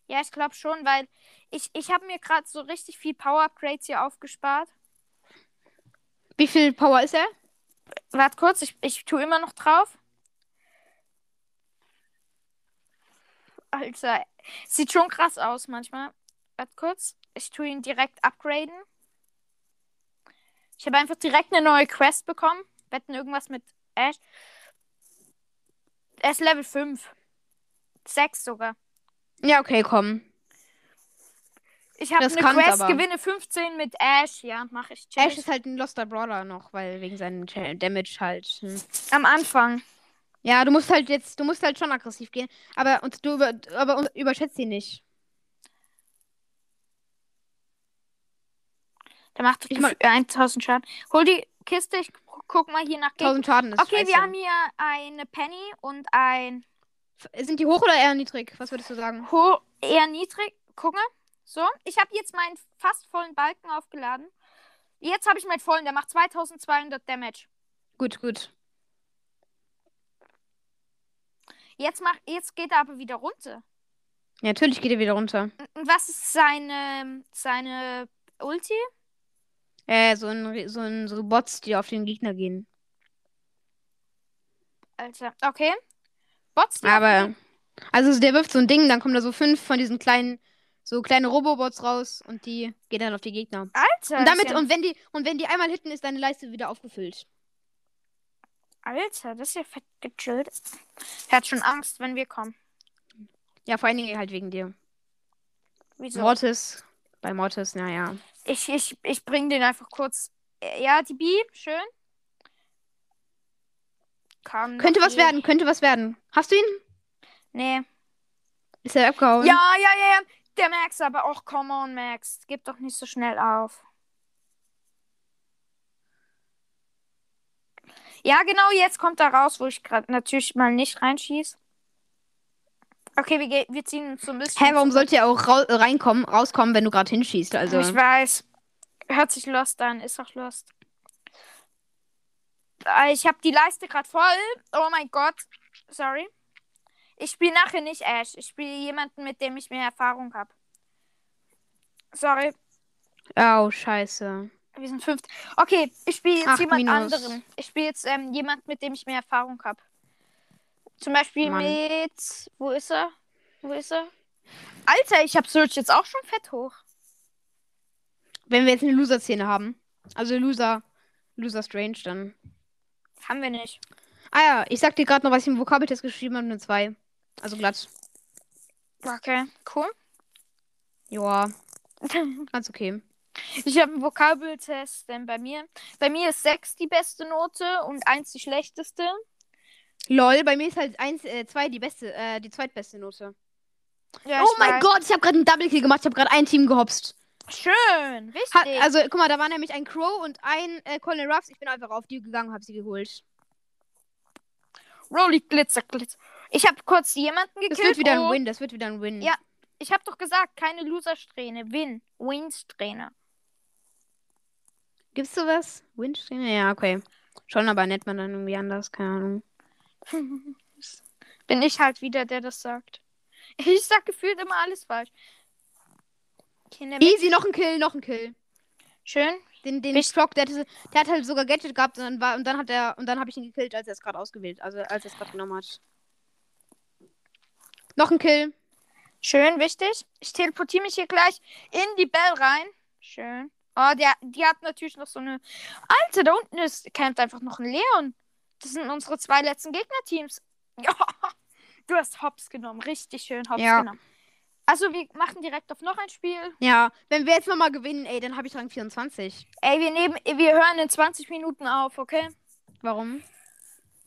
Speaker 2: Ja, ich glaube schon, weil ich, ich habe mir gerade so richtig viel Power-Upgrades hier aufgespart.
Speaker 1: Wie viel Power ist er?
Speaker 2: Warte kurz, ich, ich tue immer noch drauf. Alter, sieht schon krass aus manchmal. Warte kurz, ich tue ihn direkt upgraden. Ich habe einfach direkt eine neue Quest bekommen. Wetten irgendwas mit Ash. Er ist Level 5. 6 sogar.
Speaker 1: Ja, okay, komm.
Speaker 2: Ich habe
Speaker 1: Das
Speaker 2: eine
Speaker 1: kann's
Speaker 2: Quest,
Speaker 1: aber.
Speaker 2: gewinne 15 mit Ash. Ja, mache ich. Chill
Speaker 1: Ash ist halt ein Loster Brawler noch, weil wegen seinem Cha- Damage halt. Hm.
Speaker 2: Am Anfang.
Speaker 1: Ja, du musst halt jetzt, du musst halt schon aggressiv gehen, aber und du über, aber un- überschätzt ihn nicht.
Speaker 2: Der macht
Speaker 1: Ich mein-
Speaker 2: gefühlt 1000 Schaden. Hol die Kiste, ich gu- guck mal hier nach Gegner.
Speaker 1: 1000 Schaden ist
Speaker 2: Okay,
Speaker 1: scheiße.
Speaker 2: wir haben hier eine Penny und ein
Speaker 1: F- Sind die hoch oder eher niedrig? Was würdest du sagen?
Speaker 2: ho eher niedrig. Guck mal. So, ich habe jetzt meinen fast vollen Balken aufgeladen. Jetzt habe ich meinen vollen, der macht 2200 Damage.
Speaker 1: Gut, gut.
Speaker 2: Jetzt, mach, jetzt geht er aber wieder runter.
Speaker 1: Ja, natürlich geht er wieder runter.
Speaker 2: Und- Und was ist seine, seine Ulti?
Speaker 1: Äh, so ein, Re- so ein, so Bots, die auf den Gegner gehen.
Speaker 2: Alter, okay. Bots, die
Speaker 1: Aber, also der wirft so ein Ding, dann kommen da so fünf von diesen kleinen, so kleine Robobots raus und die gehen dann auf die Gegner.
Speaker 2: Alter.
Speaker 1: Und
Speaker 2: das
Speaker 1: damit,
Speaker 2: ist ja,
Speaker 1: und wenn die, und wenn die einmal hitten, ist deine Leiste wieder aufgefüllt.
Speaker 2: Alter, das ist ja fett gechillt. Er hat schon Angst, wenn wir kommen.
Speaker 1: Ja, vor allen Dingen halt wegen dir.
Speaker 2: Wieso?
Speaker 1: Mortis, bei Mortis, naja.
Speaker 2: Ich, ich, ich bring den einfach kurz. Äh, Ja, die Bi, schön. Kann
Speaker 1: Könnte
Speaker 2: noch
Speaker 1: was
Speaker 2: die-
Speaker 1: werden, könnte was werden. Hast du ihn?
Speaker 2: Nee.
Speaker 1: Ist er abgehauen?
Speaker 2: Ja, ja, ja, ja. Der Max, aber auch, come on, Max. Gib doch nicht so schnell auf. Ja, genau, jetzt kommt er raus, wo ich gerade natürlich mal nicht reinschieß. Okay, wir, ge- wir ziehen uns so ein bisschen.
Speaker 1: Hä, warum sollte er auch rau- reinkommen, rauskommen, wenn du gerade hinschießt? Also,
Speaker 2: Ich weiß. Hört sich Lost an, ist auch Lost. Äh, Ich habe die Leiste gerade voll. Oh mein Gott. Sorry. Ich spiele nachher nicht Ash. Ich spiele jemanden, mit dem ich mehr Erfahrung habe. Sorry,
Speaker 1: oh, scheiße.
Speaker 2: wir sind fünft. Okay, ich spiele jetzt
Speaker 1: Acht
Speaker 2: jemand
Speaker 1: Minus.
Speaker 2: anderen. Ich spiele jetzt ähm, jemanden, mit dem ich mehr Erfahrung habe. Zum Beispiel
Speaker 1: Mann.
Speaker 2: mit. Wo ist er? Wo ist er? Alter, ich habe Search jetzt auch schon fett hoch.
Speaker 1: Wenn wir jetzt eine Loser-Szene haben. Also Loser. Loser Strange dann.
Speaker 2: Haben wir nicht.
Speaker 1: Ah ja, ich sag dir gerade noch, was ich im Vokabeltest geschrieben habe, eine 2. Also glatt.
Speaker 2: Okay, cool.
Speaker 1: Joa. Ganz okay.
Speaker 2: Ich habe einen Vokabeltest, denn bei mir, bei mir ist 6 die beste Note und 1 die schlechteste.
Speaker 1: Lol, bei mir ist halt 1, äh, 2 die beste, äh, die zweitbeste Note.
Speaker 2: Ja,
Speaker 1: oh
Speaker 2: ich
Speaker 1: mein
Speaker 2: weiß.
Speaker 1: Gott, ich habe gerade einen Double Kill gemacht. Ich habe gerade ein Team gehopst.
Speaker 2: Schön,
Speaker 1: Ha,
Speaker 2: wichtig.
Speaker 1: also, guck mal, da waren nämlich ein Crow und ein äh, Colonel Ruffs. Ich bin einfach auf die gegangen und habe sie geholt.
Speaker 2: Rolly Glitzer Glitzer. Ich habe kurz jemanden
Speaker 1: Das wird
Speaker 2: gekillt.
Speaker 1: wieder ein
Speaker 2: und
Speaker 1: Win, das wird wieder ein Win.
Speaker 2: Ja. Ich habe doch gesagt, keine Loser-Strähne. Win. Win-Strähne.
Speaker 1: Gibt's sowas? Windstream? Ja, okay. Schon, aber nennt man dann irgendwie anders, keine Ahnung.
Speaker 2: Bin ich halt wieder, der das sagt. Ich sag gefühlt immer alles falsch. Kinder mit.
Speaker 1: Easy, noch ein Kill, noch ein Kill.
Speaker 2: Schön.
Speaker 1: Den, den
Speaker 2: Ich-
Speaker 1: Frog, der, hatte, der hat halt sogar Gadget gehabt und dann war und dann hat er und dann habe ich ihn gekillt, als er es gerade ausgewählt, also als er es gerade genommen hat. Noch ein Kill.
Speaker 2: Schön, wichtig. Ich teleportiere mich hier gleich in die Bell rein. Schön. Oh, der, die hat natürlich noch so eine. Alter, da unten ist, kämpft einfach noch ein Leon. Das sind unsere zwei letzten Gegnerteams. Ja. Du hast Hops genommen. Richtig schön Hops
Speaker 1: Ja.
Speaker 2: genommen. Also, wir machen direkt auf noch ein Spiel.
Speaker 1: Ja, wenn wir jetzt nochmal gewinnen, ey, dann habe ich Rang 24.
Speaker 2: Ey, wir nehmen, wir hören in 20 Minuten auf, okay?
Speaker 1: Warum?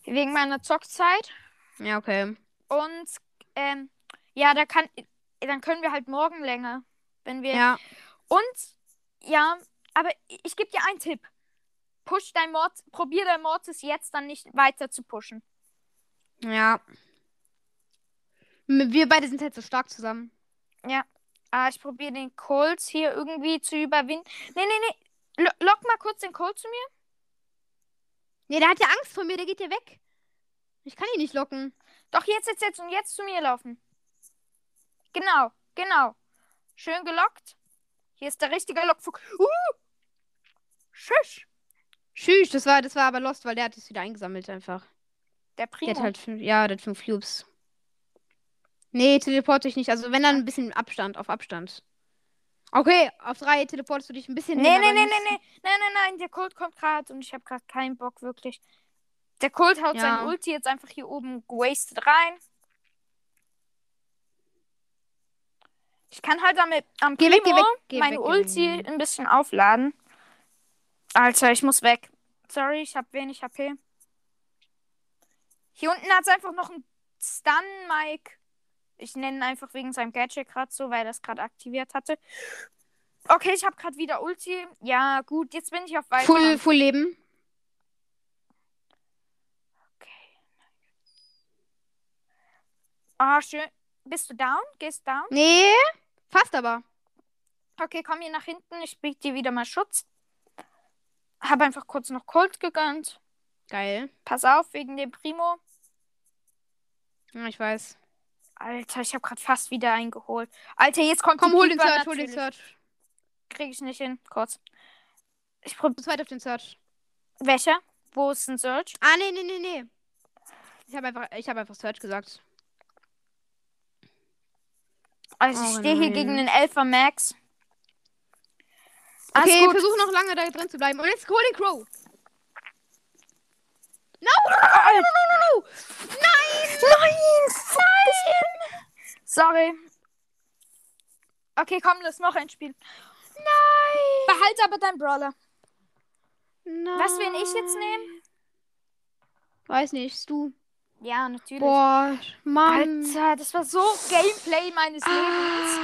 Speaker 2: Wegen meiner Zockzeit.
Speaker 1: Ja, okay.
Speaker 2: Und ähm, ja, da kann, dann können wir halt morgen länger. Wenn wir.
Speaker 1: Ja.
Speaker 2: Und ja, aber ich, ich gebe dir einen Tipp. Push dein Mord, probier dein Mortis jetzt dann nicht weiter zu pushen.
Speaker 1: Ja. Wir beide sind halt so stark zusammen.
Speaker 2: Ah, ich probiere den Colts hier irgendwie zu überwinden. Nee, nee, nee. Lo lock mal kurz den Colt zu mir.
Speaker 1: Nee, der hat ja Angst vor mir, der geht ja weg. Ich kann ihn nicht locken.
Speaker 2: Doch, jetzt, jetzt, jetzt und jetzt zu mir laufen. Genau, genau. Schön gelockt. Hier ist der richtige Lockfug. Uh! Schüsch.
Speaker 1: Tschüss, das war, das war aber lost, weil der hat es wieder eingesammelt einfach.
Speaker 2: Der
Speaker 1: Der
Speaker 2: Primo.
Speaker 1: hat halt fünf, ja, der hat fünf Cubes. Nee, teleporte ich nicht. Also wenn dann ein bisschen Abstand, auf Abstand. Okay, auf drei teleportest du dich ein bisschen.
Speaker 2: Nee,
Speaker 1: hin,
Speaker 2: nee,
Speaker 1: aber
Speaker 2: nee,
Speaker 1: nicht-
Speaker 2: nee, nee. Nein, nein, nein. Der Colt kommt gerade und ich habe gerade keinen Bock, wirklich. Der Colt haut
Speaker 1: Ja.
Speaker 2: sein Ulti jetzt einfach hier oben wasted rein. Ich kann halt damit am
Speaker 1: Geh
Speaker 2: Primo
Speaker 1: weg, geh weg, geh
Speaker 2: meine
Speaker 1: weg.
Speaker 2: Ulti
Speaker 1: Junge.
Speaker 2: ein bisschen aufladen. Alter, ich muss weg. Sorry, ich habe wenig HP. Hier unten hat es einfach noch einen Stun, Mike. Ich nenne ihn einfach wegen seinem Gadget gerade so, weil er es gerade aktiviert hatte. Okay, ich habe gerade wieder Ulti. Ja, gut, jetzt bin ich auf
Speaker 1: Full,
Speaker 2: Weitkampf.
Speaker 1: full Leben.
Speaker 2: Okay. Ah, schön. Bist du down? Gehst down?
Speaker 1: Nee, fast aber.
Speaker 2: Okay, komm hier nach hinten. Ich biete dir wieder mal Schutz. Habe einfach kurz noch Cold gegönnt.
Speaker 1: Geil.
Speaker 2: Pass auf, wegen dem Primo.
Speaker 1: Ja, ich weiß.
Speaker 2: Alter, ich habe gerade fast wieder einen geholt. Alter, jetzt kommt
Speaker 1: Komm,
Speaker 2: die
Speaker 1: hol den
Speaker 2: Keeper
Speaker 1: Search, hol den
Speaker 2: natürlich.
Speaker 1: Search.
Speaker 2: Krieg ich nicht hin. Kurz. Ich prob
Speaker 1: Zu zweit auf den Search.
Speaker 2: Welcher? Wo ist ein Search?
Speaker 1: Ah, nee, nee, nee, nee. Ich habe einfach, ich hab einfach Search gesagt.
Speaker 2: Also ich
Speaker 1: Oh
Speaker 2: stehe hier
Speaker 1: nein.
Speaker 2: gegen den Alpha Max. Alles
Speaker 1: Okay,
Speaker 2: gut.
Speaker 1: versuch noch lange da drin zu bleiben. Und jetzt hol den Crow.
Speaker 2: Nein!
Speaker 1: No,
Speaker 2: Nein! Sorry. Okay, komm, lass noch ein Spiel.
Speaker 1: Nein!
Speaker 2: Behalte aber deinen Brawler.
Speaker 1: Nein!
Speaker 2: Was will ich jetzt nehmen?
Speaker 1: Weiß nicht, du.
Speaker 2: Ja, natürlich.
Speaker 1: Boah, Mann.
Speaker 2: Alter, das war so Gameplay meines Lebens.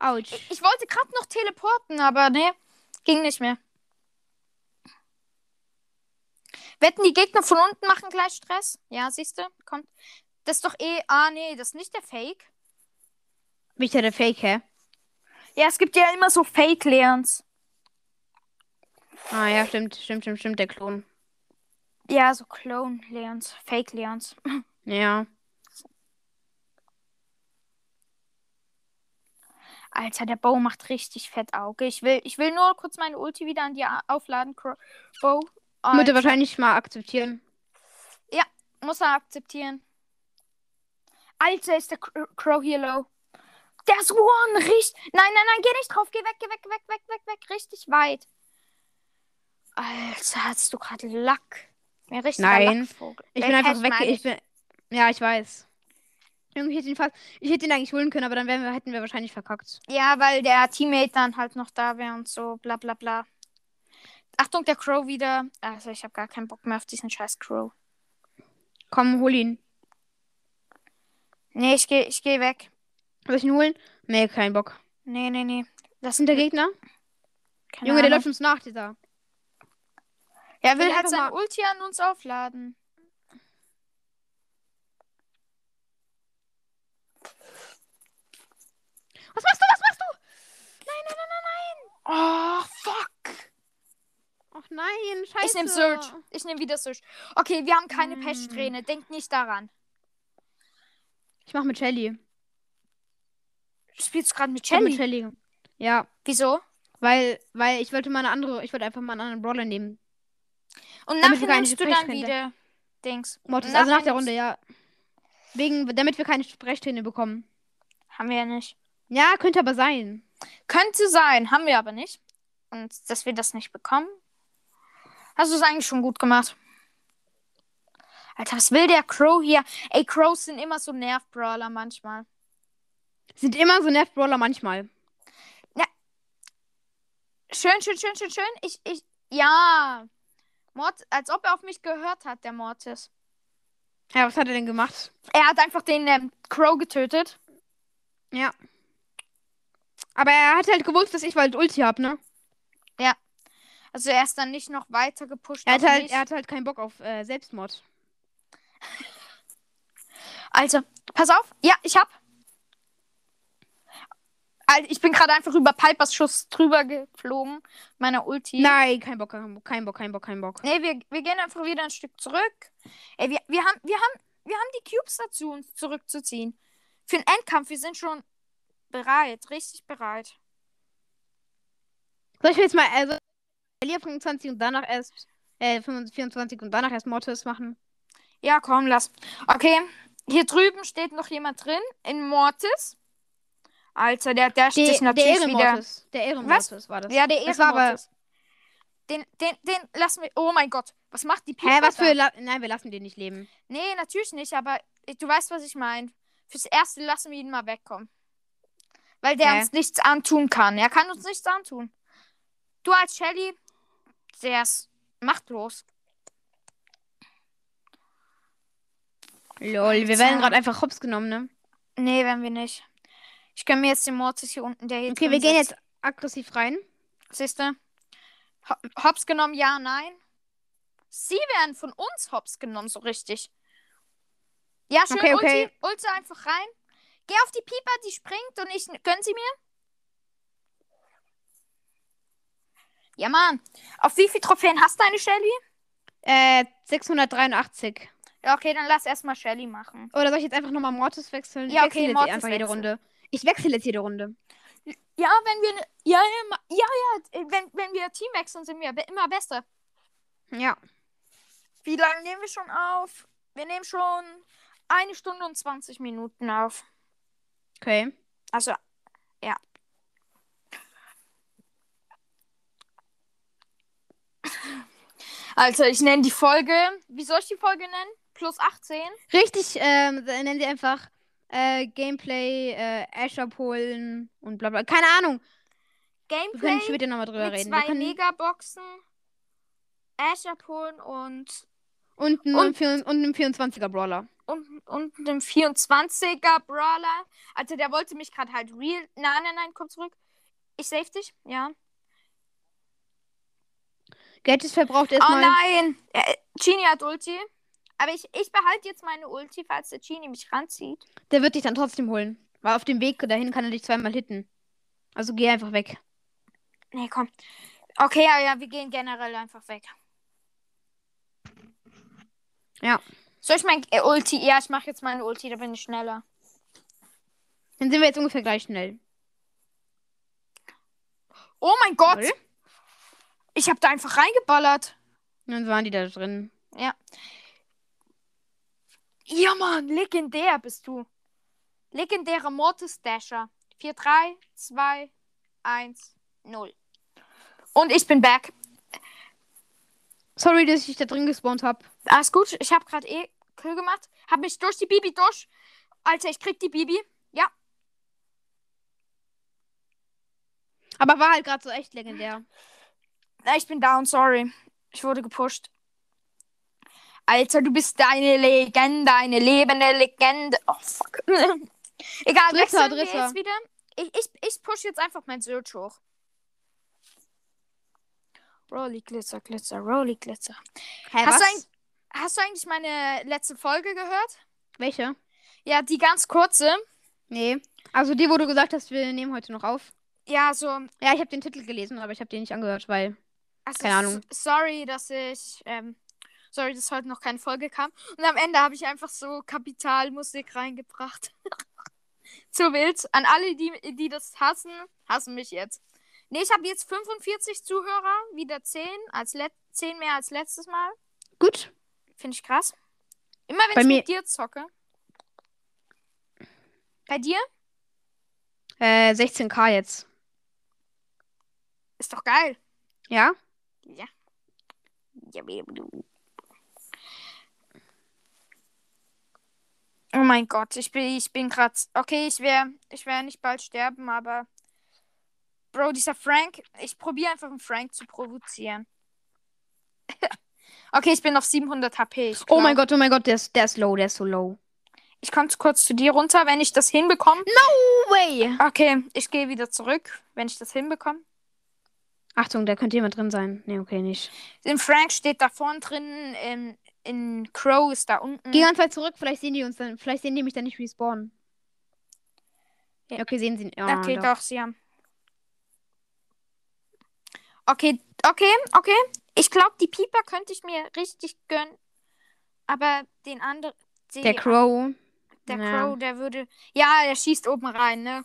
Speaker 1: Ah. Autsch.
Speaker 2: Ich wollte gerade noch teleporten, aber nee, ging nicht mehr. Wetten, die Gegner von unten machen gleich Stress? Ja, siehst du? Kommt. Das ist doch eh. Ah, nee, das ist nicht der Fake.
Speaker 1: Bin ich ja der Fake, hä?
Speaker 2: Ja, es gibt ja immer so Fake-Leons.
Speaker 1: Ah ja, stimmt, stimmt, stimmt, stimmt, der Klon.
Speaker 2: Ja, so Clone-Leons. Fake-Leons.
Speaker 1: Ja.
Speaker 2: Alter, der Bow macht richtig fett Auge. Ich will, ich will nur kurz meine Ulti wieder an dir aufladen, Cro- Bow.
Speaker 1: Wird er
Speaker 2: Alter,
Speaker 1: wahrscheinlich mal akzeptieren.
Speaker 2: muss er akzeptieren. Alter, ist der Cro- Crow hier low. Der Swan riecht. Nein, nein, nein, geh nicht drauf. Geh weg, geh weg, weg, weg, weg, weg. Richtig weit. Alter, hast du gerade Lack? Mir richtig
Speaker 1: Nein.
Speaker 2: Lackvogel.
Speaker 1: Ich
Speaker 2: Äh,
Speaker 1: bin einfach
Speaker 2: ich
Speaker 1: weg.
Speaker 2: meine-
Speaker 1: Ich bin. Ja, ich weiß. Irgendwie hätte ich ihn fast. Ich hätte ihn eigentlich holen können, aber dann wären wir, hätten wir wahrscheinlich verkackt.
Speaker 2: Ja, weil der Teammate dann halt noch da wäre und so, bla bla bla. Achtung, der Crow wieder. Also, ich habe gar keinen Bock mehr auf diesen scheiß Crow.
Speaker 1: Komm, hol ihn.
Speaker 2: Nee, ich gehe ich geh weg.
Speaker 1: Soll ich ihn holen? Nee, kein Bock.
Speaker 2: Nee, nee, nee. Das
Speaker 1: Sind der Gegner?
Speaker 2: keine
Speaker 1: Junge, der
Speaker 2: Ahnung.
Speaker 1: läuft uns nach, dieser.
Speaker 2: Er
Speaker 1: will
Speaker 2: will halt
Speaker 1: einfach
Speaker 2: sein
Speaker 1: mal-
Speaker 2: Ulti an uns aufladen.
Speaker 1: Was machst du? Was machst du?
Speaker 2: Oh, fuck.
Speaker 1: Ach nein, scheiße.
Speaker 2: Ich nehme Surge. Ich nehme wieder Surge. Okay, wir haben keine
Speaker 1: Mm.
Speaker 2: Pechsträhne. Denkt nicht daran.
Speaker 1: Ich mach mit Shelly.
Speaker 2: Spielst du gerade mit
Speaker 1: Ich hab
Speaker 2: Shelly?
Speaker 1: Mit Shelly. Ja,
Speaker 2: Wieso?
Speaker 1: weil, weil ich wollte mal eine andere, ich wollte einfach mal einen anderen Brawler nehmen.
Speaker 2: Und
Speaker 1: Damit wir
Speaker 2: nachher
Speaker 1: keine
Speaker 2: nimmst du dann
Speaker 1: Pechsträhne-
Speaker 2: wieder Dings.
Speaker 1: Mortis,
Speaker 2: Und
Speaker 1: also nach
Speaker 2: nachher
Speaker 1: der
Speaker 2: nimmst-
Speaker 1: Runde, ja. Wegen, damit wir keine Sprechtöne bekommen.
Speaker 2: Haben wir ja nicht.
Speaker 1: Ja, könnte aber sein.
Speaker 2: Könnte sein, haben wir aber nicht. Und dass wir das nicht bekommen. Hast du es eigentlich schon gut gemacht. Alter, was will der Crow hier? Ey, Crows sind immer so Nerv-Brawler manchmal.
Speaker 1: Sind immer so Nerf-Brawler manchmal.
Speaker 2: Schön, schön, schön, schön, schön. Ich, ich, ja. Mort, als ob er auf mich gehört hat, der Mortis.
Speaker 1: Ja, was hat er denn gemacht?
Speaker 2: Er hat einfach den ähm, Crow getötet.
Speaker 1: Aber er hat halt gewusst, dass ich bald Ulti hab, ne?
Speaker 2: Also er ist dann nicht noch weiter gepusht.
Speaker 1: Er
Speaker 2: auf
Speaker 1: hat halt,
Speaker 2: mich.
Speaker 1: er hat halt keinen Bock auf äh, Selbstmord.
Speaker 2: Alter, Also, pass auf. Ja, ich hab. Alter, ich bin gerade einfach über Pipers Schuss drüber geflogen. Meiner Ulti.
Speaker 1: Nein, kein Bock, kein Bock, kein Bock, kein Bock, kein Bock.
Speaker 2: Nee, wir, wir gehen einfach wieder ein Stück zurück. Ey, wir, wir, haben, wir, haben, wir haben die Cubes dazu, uns zurückzuziehen. Für den Endkampf, wir sind schon bereit, richtig bereit.
Speaker 1: Soll ich mir jetzt mal, also, Elia 25 und danach erst, äh, 25 24 und danach erst Mortis machen?
Speaker 2: Ja, komm, lass. Okay, hier drüben steht noch jemand drin, in Mortis. Alter, der, der
Speaker 1: Der-
Speaker 2: sticht natürlich
Speaker 1: der
Speaker 2: wieder.
Speaker 1: Ehrenmortis. Der Ehrenmortis war das.
Speaker 2: Ja, der
Speaker 1: Das war aber-
Speaker 2: Ehrenmortis. Den, den, den lassen wir. Oh mein Gott, was macht die
Speaker 1: Hä,
Speaker 2: Piper
Speaker 1: was
Speaker 2: da?
Speaker 1: für. La Nein, wir lassen den nicht leben.
Speaker 2: Nee, natürlich nicht, aber du weißt, was ich meine. Fürs Erste lassen wir ihn mal wegkommen. Weil der
Speaker 1: Hä?
Speaker 2: uns nichts antun kann. Er kann uns nichts antun. Du als Shelly, der ist machtlos.
Speaker 1: Lol, wir werden gerade einfach hops genommen, ne?
Speaker 2: Nee, werden wir nicht. Ich gönn mir jetzt den Mortis hier unten, der hier
Speaker 1: Okay,
Speaker 2: drin
Speaker 1: wir gehen
Speaker 2: sitzt.
Speaker 1: jetzt aggressiv rein.
Speaker 2: Siehste? Ho- Hops genommen, ja, nein. Sie werden von uns hops genommen, so richtig. Ja, schön,
Speaker 1: Okay, okay.
Speaker 2: Ulti, Ulti einfach rein. Geh auf die Pieper, die springt und ich gönn sie mir. Ja, Mann. Auf wie viel Trophäen hast du eine Shelly?
Speaker 1: Äh, 683.
Speaker 2: Ja, okay, dann lass erstmal Shelly machen.
Speaker 1: Oder soll ich jetzt einfach nochmal Mortis wechseln? Ich
Speaker 2: Ja,
Speaker 1: wechsle
Speaker 2: okay,
Speaker 1: jetzt
Speaker 2: Mortis
Speaker 1: einfach jede
Speaker 2: wechseln.
Speaker 1: Runde. Ich wechsle jetzt jede Runde.
Speaker 2: Ja, wenn wir. ne- Ja, ja, ma- ja, ja. Wenn, wenn wir Team wechseln, sind wir be- immer besser.
Speaker 1: Ja.
Speaker 2: Wie lange nehmen wir schon auf? Wir nehmen schon eine Stunde und 20 Minuten auf.
Speaker 1: Okay.
Speaker 2: Also, ja. Also, ich nenne die Folge. Wie soll ich die Folge nennen? Plus 18?
Speaker 1: Richtig, ähm, dann nennen sie einfach äh, Gameplay, äh, Ash abholen und bla bla. Keine Ahnung. Wir
Speaker 2: Gameplay
Speaker 1: können später nochmal drüber
Speaker 2: mit
Speaker 1: reden. Wir
Speaker 2: zwei
Speaker 1: können
Speaker 2: Megaboxen, Ash abholen und,
Speaker 1: und einen
Speaker 2: und-
Speaker 1: vier- und einen 24er Brawler.
Speaker 2: und, und einem 24er Brawler. Also, der wollte mich gerade halt real. Nein, nein, nein, komm zurück. Ich save dich, ja.
Speaker 1: Gadgets verbraucht
Speaker 2: Oh
Speaker 1: erstmal.
Speaker 2: nein! Äh, Genie hat Ulti. Aber ich, ich behalte jetzt meine Ulti, falls der Genie mich ranzieht.
Speaker 1: Der wird dich dann trotzdem holen. Weil auf dem Weg dahin kann er dich zweimal hitten. Also geh einfach weg.
Speaker 2: Nee, komm. Okay, ja, ja, wir gehen generell einfach weg.
Speaker 1: Ja.
Speaker 2: Soll ich mein äh, Ulti? Ja, ich mache jetzt meine Ulti, da bin ich schneller.
Speaker 1: Dann sind wir jetzt ungefähr gleich schnell.
Speaker 2: Oh mein Gott!
Speaker 1: Lol.
Speaker 2: Ich habe da einfach reingeballert.
Speaker 1: Und dann waren die da drin.
Speaker 2: Ja, Mann, legendär bist du. Legendärer Mortis Dasher. 4, 3, 2, 1, 0. Und ich bin back.
Speaker 1: Sorry, dass ich da drin gespawnt habe.
Speaker 2: Alles gut, ich habe gerade eh Kill gemacht. Hab mich durch die Bibi durch. Alter, ich krieg die Bibi.
Speaker 1: Aber war halt gerade so echt legendär.
Speaker 2: Na, Äh, Ich bin down, sorry. Ich wurde gepusht. Alter, du bist eine Legende, eine lebende Legende. Oh, fuck. Egal,
Speaker 1: Dritter,
Speaker 2: wechseln wir
Speaker 1: dritter.
Speaker 2: jetzt wieder. Ich, ich, ich push jetzt einfach mein Search hoch. Rolly Glitzer, Glitzer, Rolly Glitzer.
Speaker 1: Hä,
Speaker 2: Hast du
Speaker 1: was?
Speaker 2: Hast du eigentlich meine letzte Folge gehört?
Speaker 1: Welche?
Speaker 2: Ja, die ganz kurze.
Speaker 1: Nee. Also die, wo du gesagt hast, wir nehmen heute noch auf.
Speaker 2: Ja, so.
Speaker 1: Ja, ich habe den Titel gelesen, aber ich habe den nicht angehört, weil.
Speaker 2: Also,
Speaker 1: Keine Ahnung.
Speaker 2: s- Sorry, dass ich. Ähm, sorry, dass heute noch keine Folge kam. Und am Ende habe ich einfach so Kapitalmusik reingebracht. Zu wild. An alle, die, die das hassen, hassen mich jetzt. Nee, ich habe jetzt 45 Zuhörer, wieder 10, als let 10 mehr als letztes Mal.
Speaker 1: Gut.
Speaker 2: Finde ich krass. Immer wenn
Speaker 1: Bei
Speaker 2: ich
Speaker 1: mir-
Speaker 2: mit dir zocke. Bei dir?
Speaker 1: Äh, 16k jetzt.
Speaker 2: Ist doch geil.
Speaker 1: Ja?
Speaker 2: Oh Oh mein Gott, ich bin, ich bin gerade. Okay, ich werde ich wär nicht bald sterben, aber. Bro, dieser Frank. Ich probiere einfach, einen Frank zu provozieren. okay, ich bin auf 700 HP. Ich
Speaker 1: Oh mein
Speaker 2: glaub,
Speaker 1: Gott, oh mein Gott, der ist, der ist low, der ist so low.
Speaker 2: Ich komme kurz zu dir runter, wenn ich das hinbekomme.
Speaker 1: Way!
Speaker 2: Okay, ich gehe wieder zurück, wenn ich das hinbekomme.
Speaker 1: Achtung, da könnte jemand drin sein. Nee, okay, nicht.
Speaker 2: In Frank steht da vorne drin. In, in Crow ist da unten.
Speaker 1: Geh ganz weit zurück, vielleicht sehen die uns dann, vielleicht sehen die mich dann nicht respawnen.
Speaker 2: Ja.
Speaker 1: Okay, sehen sie. Oh,
Speaker 2: Okay, doch, sie haben. Okay, okay, okay. Ich glaube, die Pieper könnte ich mir richtig gönnen. Aber den anderen.
Speaker 1: Der Crow.
Speaker 2: Der
Speaker 1: ja.
Speaker 2: Crow, der würde. Ja, der schießt oben rein, ne?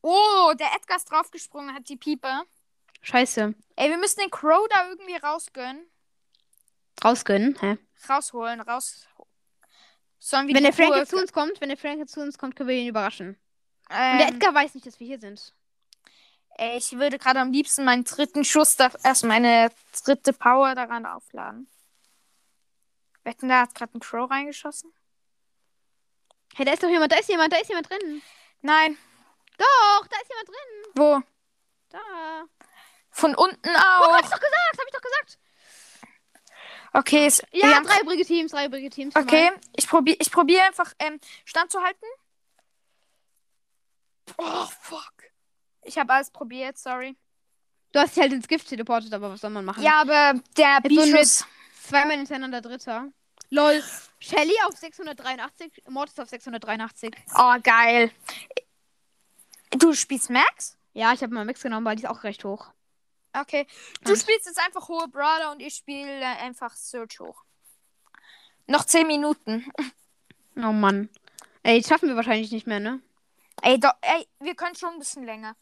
Speaker 2: Oh, der Edgar ist draufgesprungen, hat die Pieper.
Speaker 1: Scheiße.
Speaker 2: Ey, wir müssen den Crow da irgendwie rausgönnen.
Speaker 1: Rausgönnen, hä?
Speaker 2: Rausholen, raus. Sollen wir
Speaker 1: Wenn
Speaker 2: die
Speaker 1: der Frank
Speaker 2: Ruhe-
Speaker 1: jetzt zu uns kommt, wenn der Frank jetzt zu uns kommt, können wir ihn überraschen. Und der
Speaker 2: Ähm,
Speaker 1: Edgar weiß nicht, dass wir hier sind.
Speaker 2: Ey, ich würde gerade am liebsten meinen dritten Schuss, da, erst meine dritte Power daran aufladen. Wetten, da hat gerade ein Crow reingeschossen?
Speaker 1: Hey, da ist doch jemand, da ist jemand, da ist jemand drin.
Speaker 2: Nein.
Speaker 1: Doch, da ist jemand drin.
Speaker 2: Wo?
Speaker 1: Da.
Speaker 2: Von unten
Speaker 1: Oh, hab
Speaker 2: auch.
Speaker 1: ich doch gesagt, hab ich doch gesagt.
Speaker 2: Okay, es,
Speaker 1: Ja,
Speaker 2: wir haben-
Speaker 1: drei Brigitteams, drei Brigitteams.
Speaker 2: Okay, ich probiere ich probier einfach ähm, standzuhalten. Oh, fuck. Ich habe alles probiert, sorry.
Speaker 1: Du hast dich halt ins Gift teleportet, aber was soll man machen?
Speaker 2: Ja, aber der
Speaker 1: Ah. Jetzt so ein
Speaker 2: Bischuss.
Speaker 1: Zweimal hintereinander Dritter. Lol. Shelly auf 683, Mortis auf 683.
Speaker 2: Oh, geil. Du spielst Max?
Speaker 1: Ja, ich habe mal Mix genommen, weil die ist auch recht hoch.
Speaker 2: Okay. Du
Speaker 1: Und-
Speaker 2: spielst jetzt einfach hohe Brawler und ich spiele äh, einfach Search hoch. Noch 10 Minuten.
Speaker 1: Oh Mann. Ey, das schaffen wir wahrscheinlich nicht mehr, ne?
Speaker 2: Ey, do, ey wir können schon ein bisschen länger.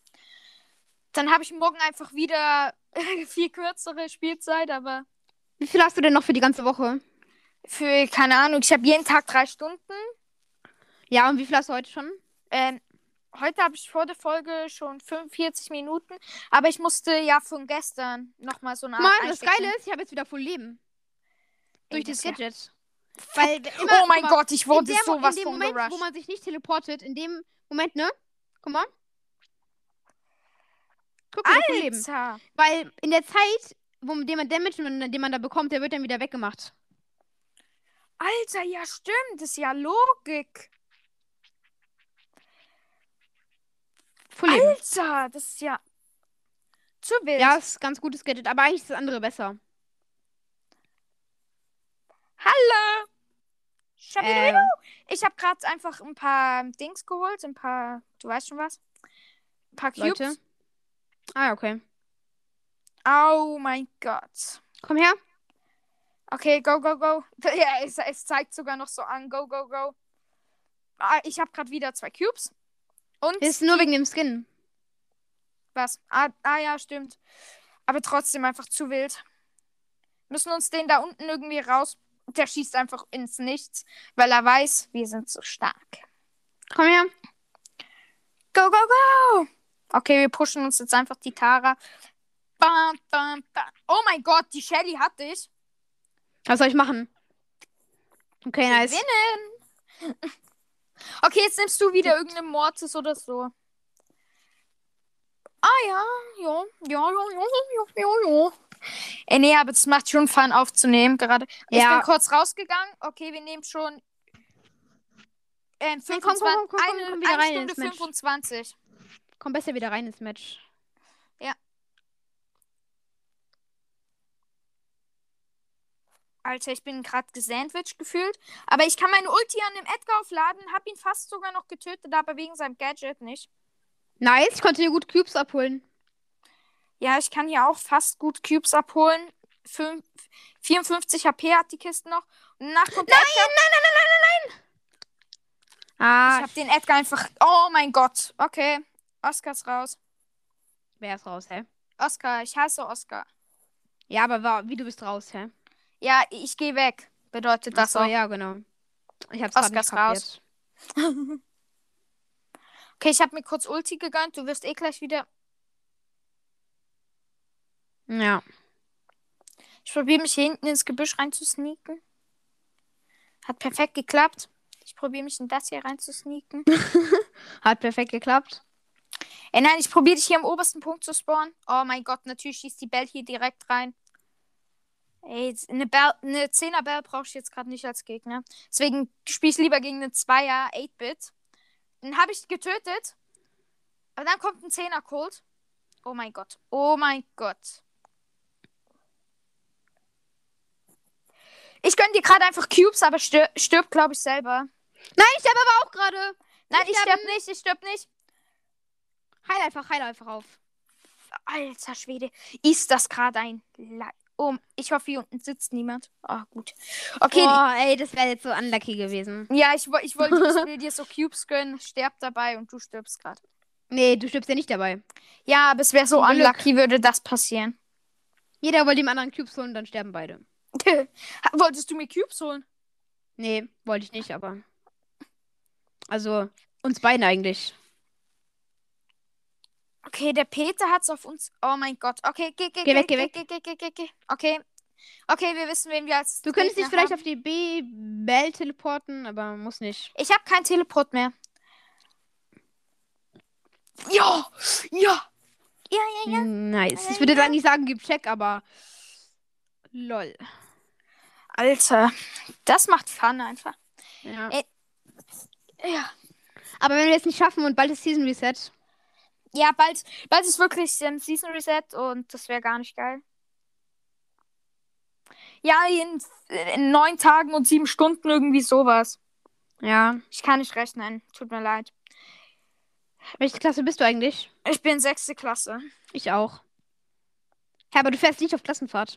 Speaker 2: Dann habe ich morgen einfach wieder viel kürzere Spielzeit, aber
Speaker 1: Wie viel hast du denn noch für die ganze Woche?
Speaker 2: für, keine Ahnung, ich habe jeden Tag drei Stunden.
Speaker 1: Ja, und wie viel hast du heute schon?
Speaker 2: Ähm, heute habe ich vor der Folge schon 45 Minuten, aber ich musste ja von gestern nochmal so eine Art
Speaker 1: Mann, das
Speaker 2: Einstecken-
Speaker 1: Geile ist, ich habe jetzt wieder voll Leben.
Speaker 2: Ey,
Speaker 1: Durch das
Speaker 2: wär-
Speaker 1: Gadget. Weil
Speaker 2: Oh
Speaker 1: guck mal,
Speaker 2: mein Gott, ich wurde
Speaker 1: in der, Mo-
Speaker 2: sowas
Speaker 1: in dem
Speaker 2: von
Speaker 1: Moment,
Speaker 2: gerusht.
Speaker 1: wo man sich nicht teleportet, in dem Moment, ne? Guck mal. Guck mal, voll Leben.
Speaker 2: Alter.
Speaker 1: Weil in der Zeit, wo man- den man Damage, den man da bekommt, der wird dann wieder weggemacht.
Speaker 2: Alter, ja stimmt, ist ja Logik.
Speaker 1: Voll Leben.
Speaker 2: Alter, das ist ja zu wild.
Speaker 1: Ja, ist ganz gutes Gadget, aber eigentlich ist das andere besser.
Speaker 2: Hallo. Schabidu.
Speaker 1: Ähm,
Speaker 2: Ich habe gerade einfach ein paar Dings geholt, ein paar, du weißt schon was? Ein paar Cubes.
Speaker 1: Leute. Ah, okay.
Speaker 2: Oh mein Gott.
Speaker 1: Komm her.
Speaker 2: Okay, go, go, go. Ja, es, es zeigt sogar noch so an. Go, go, go. Ah, ich habe gerade wieder zwei Cubes. Und
Speaker 1: Ist nur wegen dem Skin.
Speaker 2: Was? Ah, ah ja, stimmt. Aber trotzdem einfach zu wild. Müssen uns den da unten irgendwie raus. Der schießt einfach ins Nichts, weil er weiß, wir sind so stark.
Speaker 1: Komm her.
Speaker 2: Go, go, go! Okay, wir pushen uns jetzt einfach die Tara. Bam, bam, bam. Oh mein Gott, die Shelly hat dich.
Speaker 1: Was soll ich machen? Okay, nice.
Speaker 2: Gewinnen! Okay, jetzt nimmst du wieder irgendeinen Mortis oder so. Ah ja, ja, ja, ja, ja, ja, ja, ja. Ey, nee, aber es macht schon Fun aufzunehmen gerade. Ich
Speaker 1: Ja.
Speaker 2: bin kurz rausgegangen. Okay, wir nehmen schon ähm,
Speaker 1: Nein, komm, komm,
Speaker 2: 25,
Speaker 1: komm, komm, komm,
Speaker 2: eine,
Speaker 1: komm wieder
Speaker 2: eine
Speaker 1: rein
Speaker 2: Stunde
Speaker 1: ins Match.
Speaker 2: 25.
Speaker 1: Komm besser wieder rein ins Match.
Speaker 2: Alter, ich bin gerade gesandwiched gefühlt. Aber ich kann meine Ulti an dem Edgar aufladen, hab ihn fast sogar noch getötet, aber wegen seinem Gadget nicht.
Speaker 1: Nice, ich konnte dir gut Cubes abholen.
Speaker 2: Ja, ich kann hier auch fast gut Cubes abholen. Fünf, 54 HP hat die Kiste noch. Und danach kommt nein, Edgar.
Speaker 1: Ah,
Speaker 2: ich hab den Edgar einfach. Oh mein Gott. Okay. Oscar ist raus.
Speaker 1: wer ist raus, hä?
Speaker 2: Oscar, ich hasse Oscar.
Speaker 1: Ja, aber wa- wie du bist raus, hä?
Speaker 2: Ja, ich gehe weg. Bedeutet das
Speaker 1: Ach so,
Speaker 2: auch.
Speaker 1: ja, genau. Ich hab's grad
Speaker 2: Oscar's
Speaker 1: nicht kapiert.
Speaker 2: raus. Okay, ich hab mir kurz Ulti gegönnt. Du wirst eh gleich wieder.
Speaker 1: Ja.
Speaker 2: Ich probiere mich hier hinten ins Gebüsch reinzusneaken. Hat perfekt geklappt. Ich probiere mich in das hier reinzusneaken.
Speaker 1: Hat perfekt geklappt.
Speaker 2: Ey, Äh, nein, ich probiere dich hier am obersten Punkt zu spawnen. Oh mein Gott, natürlich schießt die Bell hier direkt rein. Ey, jetzt- eine, Bell, eine 10er Bell brauche ich jetzt gerade nicht als Gegner. Deswegen spiele ich lieber gegen eine 2er 8-Bit. Den habe ich getötet. Aber dann kommt ein 10er Cold. Oh mein Gott. Oh mein Gott. Ich gönn dir gerade einfach Cubes, aber stör, stirb, glaube ich, selber.
Speaker 1: Nein, ich sterbe aber auch gerade.
Speaker 2: Nein,
Speaker 1: Nicht
Speaker 2: ich stirb nicht, ich stirb nicht.
Speaker 1: Heil einfach, heil einfach auf.
Speaker 2: Alter Schwede, ist das gerade ein Le Oh, ich hoffe, hier unten sitzt niemand. Ah, gut. Okay,
Speaker 1: Boah, ey, das wäre jetzt so unlucky gewesen.
Speaker 2: ja, ich, wo- ich wollte ich will dir so Cubes gönnen, sterb dabei und du stirbst gerade.
Speaker 1: Nee, du stirbst ja nicht dabei.
Speaker 2: Ja, aber es wäre so
Speaker 1: Zum Glück.
Speaker 2: unlucky, würde das passieren.
Speaker 1: Jeder wollte dem anderen Cubes holen, dann sterben beide.
Speaker 2: Ha- Wolltest du mir Cubes holen?
Speaker 1: Nee, wollte ich nicht, aber. Also, uns beiden eigentlich.
Speaker 2: Okay, der Peter hat's auf uns. Oh mein Gott. Okay, geh, geh,
Speaker 1: Geh weg, geh weg.
Speaker 2: geh, geh, geh, geh, geh. Okay. Okay, wir wissen, wen wir als.
Speaker 1: Du könntest dich
Speaker 2: Gegner
Speaker 1: vielleicht auf die B-Bell teleporten, aber muss nicht.
Speaker 2: Ich habe keinen Teleport mehr. Ja! Ja! Ja, ja, ja.
Speaker 1: Nice. Ich würde jetzt eigentlich sagen, gib Check, aber. Lol.
Speaker 2: Alter, das macht Fun einfach.
Speaker 1: Ja.
Speaker 2: Ja,
Speaker 1: Aber wenn wir es nicht schaffen und bald ist Season Reset.
Speaker 2: ja bald, bald ist wirklich ähm, Season Reset und das wäre gar nicht geil. Ja, in, in neun Tagen und sieben Stunden irgendwie sowas.
Speaker 1: Ja.
Speaker 2: Ich kann nicht rechnen, tut mir leid.
Speaker 1: Welche Klasse bist du eigentlich?
Speaker 2: Ich bin sechste Klasse.
Speaker 1: Ich auch. Ja, aber du fährst nicht auf Klassenfahrt.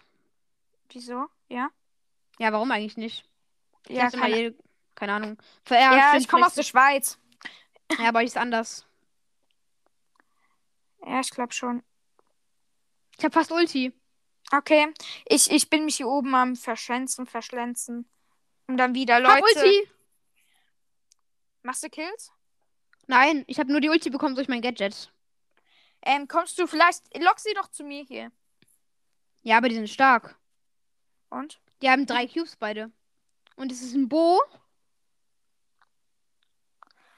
Speaker 2: Wieso? Ja?
Speaker 1: Ja, warum eigentlich nicht? Ich
Speaker 2: Ja,
Speaker 1: dachte mal,
Speaker 2: keine,
Speaker 1: ihr- keine Ahnung.
Speaker 2: ja,
Speaker 1: stimmt,
Speaker 2: ich komme aus
Speaker 1: vielleicht-
Speaker 2: der Schweiz.
Speaker 1: Ja, bei euch ist anders.
Speaker 2: Ja, ich glaube schon.
Speaker 1: Ich habe fast Ulti.
Speaker 2: Okay, ich, ich bin mich hier oben am Verschlänzen, Verschlänzen. Und dann wieder,
Speaker 1: Hab
Speaker 2: Leute.
Speaker 1: Ulti.
Speaker 2: Machst du Kills?
Speaker 1: Nein, ich habe nur die Ulti bekommen durch mein Gadget.
Speaker 2: Ähm, kommst du vielleicht. Lock sie doch zu mir hier.
Speaker 1: Ja, aber die sind stark.
Speaker 2: Und?
Speaker 1: Die haben drei Cubes beide. Und es ist ein Bo.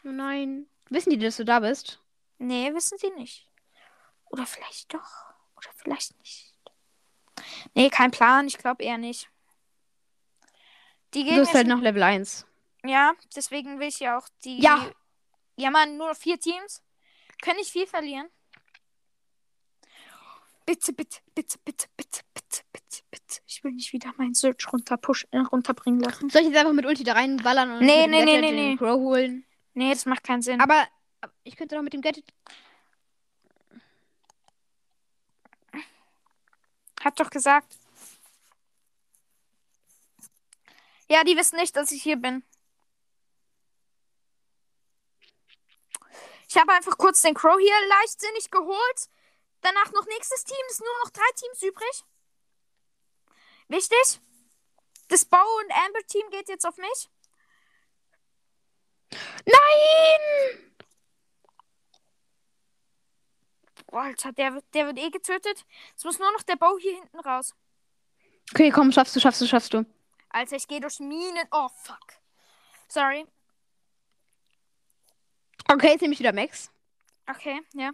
Speaker 1: Oh nein. Wissen die, dass du da bist?
Speaker 2: Nee, wissen sie nicht. Oder vielleicht doch. Oder vielleicht nicht. Nee, kein Plan. Ich glaube eher nicht. Die
Speaker 1: Du
Speaker 2: Gegner
Speaker 1: bist halt
Speaker 2: sind,
Speaker 1: noch Level 1.
Speaker 2: Ja, deswegen will ich ja auch die.
Speaker 1: Ja.
Speaker 2: Ja, Mann, nur noch vier Teams. Können nicht viel verlieren. Bitte, bitte, bitte, bitte, bitte, bitte, bitte, bitte. Ich will nicht wieder meinen Search runter push, äh, runterbringen lassen.
Speaker 1: Soll ich jetzt einfach mit Ulti da reinballern und
Speaker 2: Nee,
Speaker 1: mit dem
Speaker 2: nee, nee,
Speaker 1: Gadget
Speaker 2: nee,
Speaker 1: den
Speaker 2: nee.
Speaker 1: Crow holen?
Speaker 2: Nee, das macht keinen Sinn.
Speaker 1: Aber aber ich könnte doch mit dem Gadget.
Speaker 2: Hab doch gesagt. Ja, die wissen nicht, dass ich hier bin. Ich habe einfach kurz den Crow hier leichtsinnig geholt. Danach noch nächstes Team. Es sind nur noch drei Teams übrig. Wichtig. Das Bow und Amber Team geht jetzt auf mich.
Speaker 1: Nein!
Speaker 2: Oh, Alter, der wird, der wird eh getötet. Es muss nur noch der Bow hier hinten raus.
Speaker 1: Okay, komm, schaffst du, schaffst du, schaffst du.
Speaker 2: Alter, ich gehe durch Minen. Oh, fuck. Sorry.
Speaker 1: Okay, jetzt nehme ich wieder Max.
Speaker 2: Okay, ja.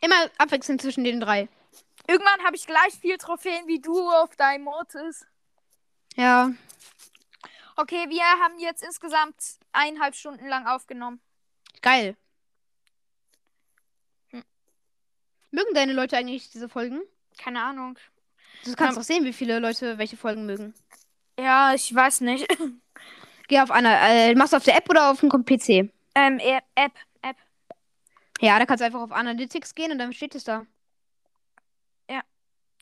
Speaker 1: Immer abwechselnd zwischen den drei.
Speaker 2: Irgendwann habe ich gleich viel Trophäen wie du auf deinem Mortis.
Speaker 1: Ja.
Speaker 2: Okay, wir haben jetzt insgesamt eineinhalb Stunden lang aufgenommen.
Speaker 1: Geil.
Speaker 2: Hm.
Speaker 1: Mögen deine Leute eigentlich diese Folgen?
Speaker 2: Keine Ahnung.
Speaker 1: Du kannst auch sehen, wie viele Leute welche Folgen mögen.
Speaker 2: Ja, ich weiß nicht.
Speaker 1: Geh auf einer. Äh, machst du auf der App oder auf dem Kom- PC?
Speaker 2: Ähm, App, App, App.
Speaker 1: Ja, da kannst du einfach auf Analytics gehen und dann steht es da.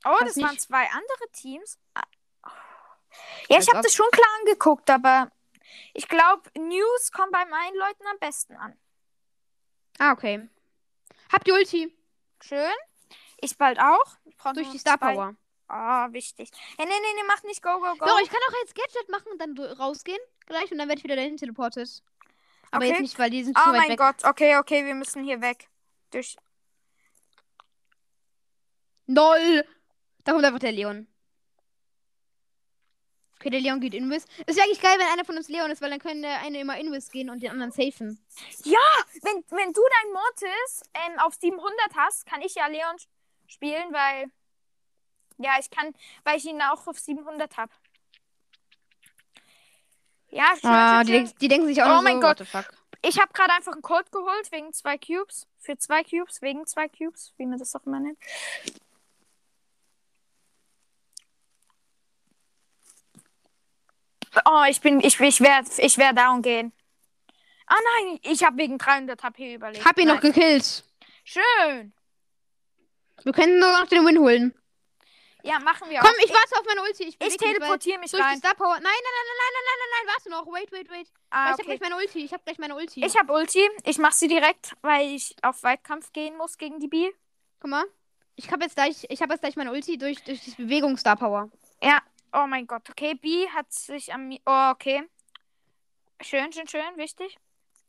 Speaker 2: Oh,
Speaker 1: Weiß
Speaker 2: das waren
Speaker 1: nicht.
Speaker 2: zwei andere Teams. Ah. Ja,
Speaker 1: Als
Speaker 2: ich habe
Speaker 1: ob.
Speaker 2: das schon klar angeguckt, aber ich glaube, News kommen bei meinen Leuten am besten an.
Speaker 1: Ah, okay. Hab die Ulti
Speaker 2: Schön. Ich bald auch. Ich brauch
Speaker 1: durch
Speaker 2: nur
Speaker 1: die
Speaker 2: noch
Speaker 1: Star
Speaker 2: zwei.
Speaker 1: Power.
Speaker 2: Ah, wichtig. Hey, nee, nee, nee, mach nicht go, go, go.
Speaker 1: So, ich kann auch jetzt Gadget machen und dann du- rausgehen gleich und dann werde ich wieder dahin teleportet. Aber
Speaker 2: Okay.
Speaker 1: jetzt nicht, weil die sind zu
Speaker 2: oh
Speaker 1: weit
Speaker 2: mein
Speaker 1: weg.
Speaker 2: Gott. Okay, okay, wir müssen hier weg. Durch.
Speaker 1: Null. Da kommt einfach der Leon. Okay, der Leon geht Invis. Ist ja eigentlich geil, wenn einer von uns Leon ist, weil dann können der eine immer Invis gehen und den anderen safen.
Speaker 2: Wenn, wenn du dein Mortis ähm, auf 700 hast, kann ich ja Leon sch- spielen, weil. Ja, ich kann, weil ich ihn auch auf 700 habe. Ja, schön,
Speaker 1: Ah,
Speaker 2: schön,
Speaker 1: die,
Speaker 2: schön.
Speaker 1: denk- die denken sich auch
Speaker 2: Oh
Speaker 1: nur
Speaker 2: mein
Speaker 1: so,
Speaker 2: Gott.
Speaker 1: What the fuck.
Speaker 2: Ich habe gerade einfach einen Code geholt wegen zwei Cubes. Für zwei Cubes, wegen zwei Cubes, wie man das auch immer nennt. Oh, ich bin, ich, ich werde ich werd down gehen. Ah nein, ich habe wegen 300 HP überlebt.
Speaker 1: Hab ihn noch
Speaker 2: nein.
Speaker 1: gekillt.
Speaker 2: Schön.
Speaker 1: Wir können nur noch den Win holen.
Speaker 2: Ja, machen wir
Speaker 1: Komm,
Speaker 2: auch.
Speaker 1: ich warte auf meine Ulti. Ich,
Speaker 2: Ich
Speaker 1: beweg mich, weil
Speaker 2: teleportiere mich
Speaker 1: Durch die
Speaker 2: rein.
Speaker 1: Star Power. Nein, nein, nein, nein, nein, nein, nein, nein, warte noch. Wait, wait, wait. Weil
Speaker 2: Ah,
Speaker 1: Ich hab
Speaker 2: okay.
Speaker 1: gleich meine Ulti. Ich hab gleich meine Ulti.
Speaker 2: Ich habe Ulti. Ich mache sie direkt, weil ich auf Weitkampf gehen muss gegen die Bee.
Speaker 1: Guck mal. Ich hab jetzt gleich, ich hab jetzt gleich meine Ulti durch, durch die Bewegung Star Power.
Speaker 2: Ja, oh mein Gott. Okay, B hat sich am. Mi- Oh, okay. Schön, schön, schön, wichtig.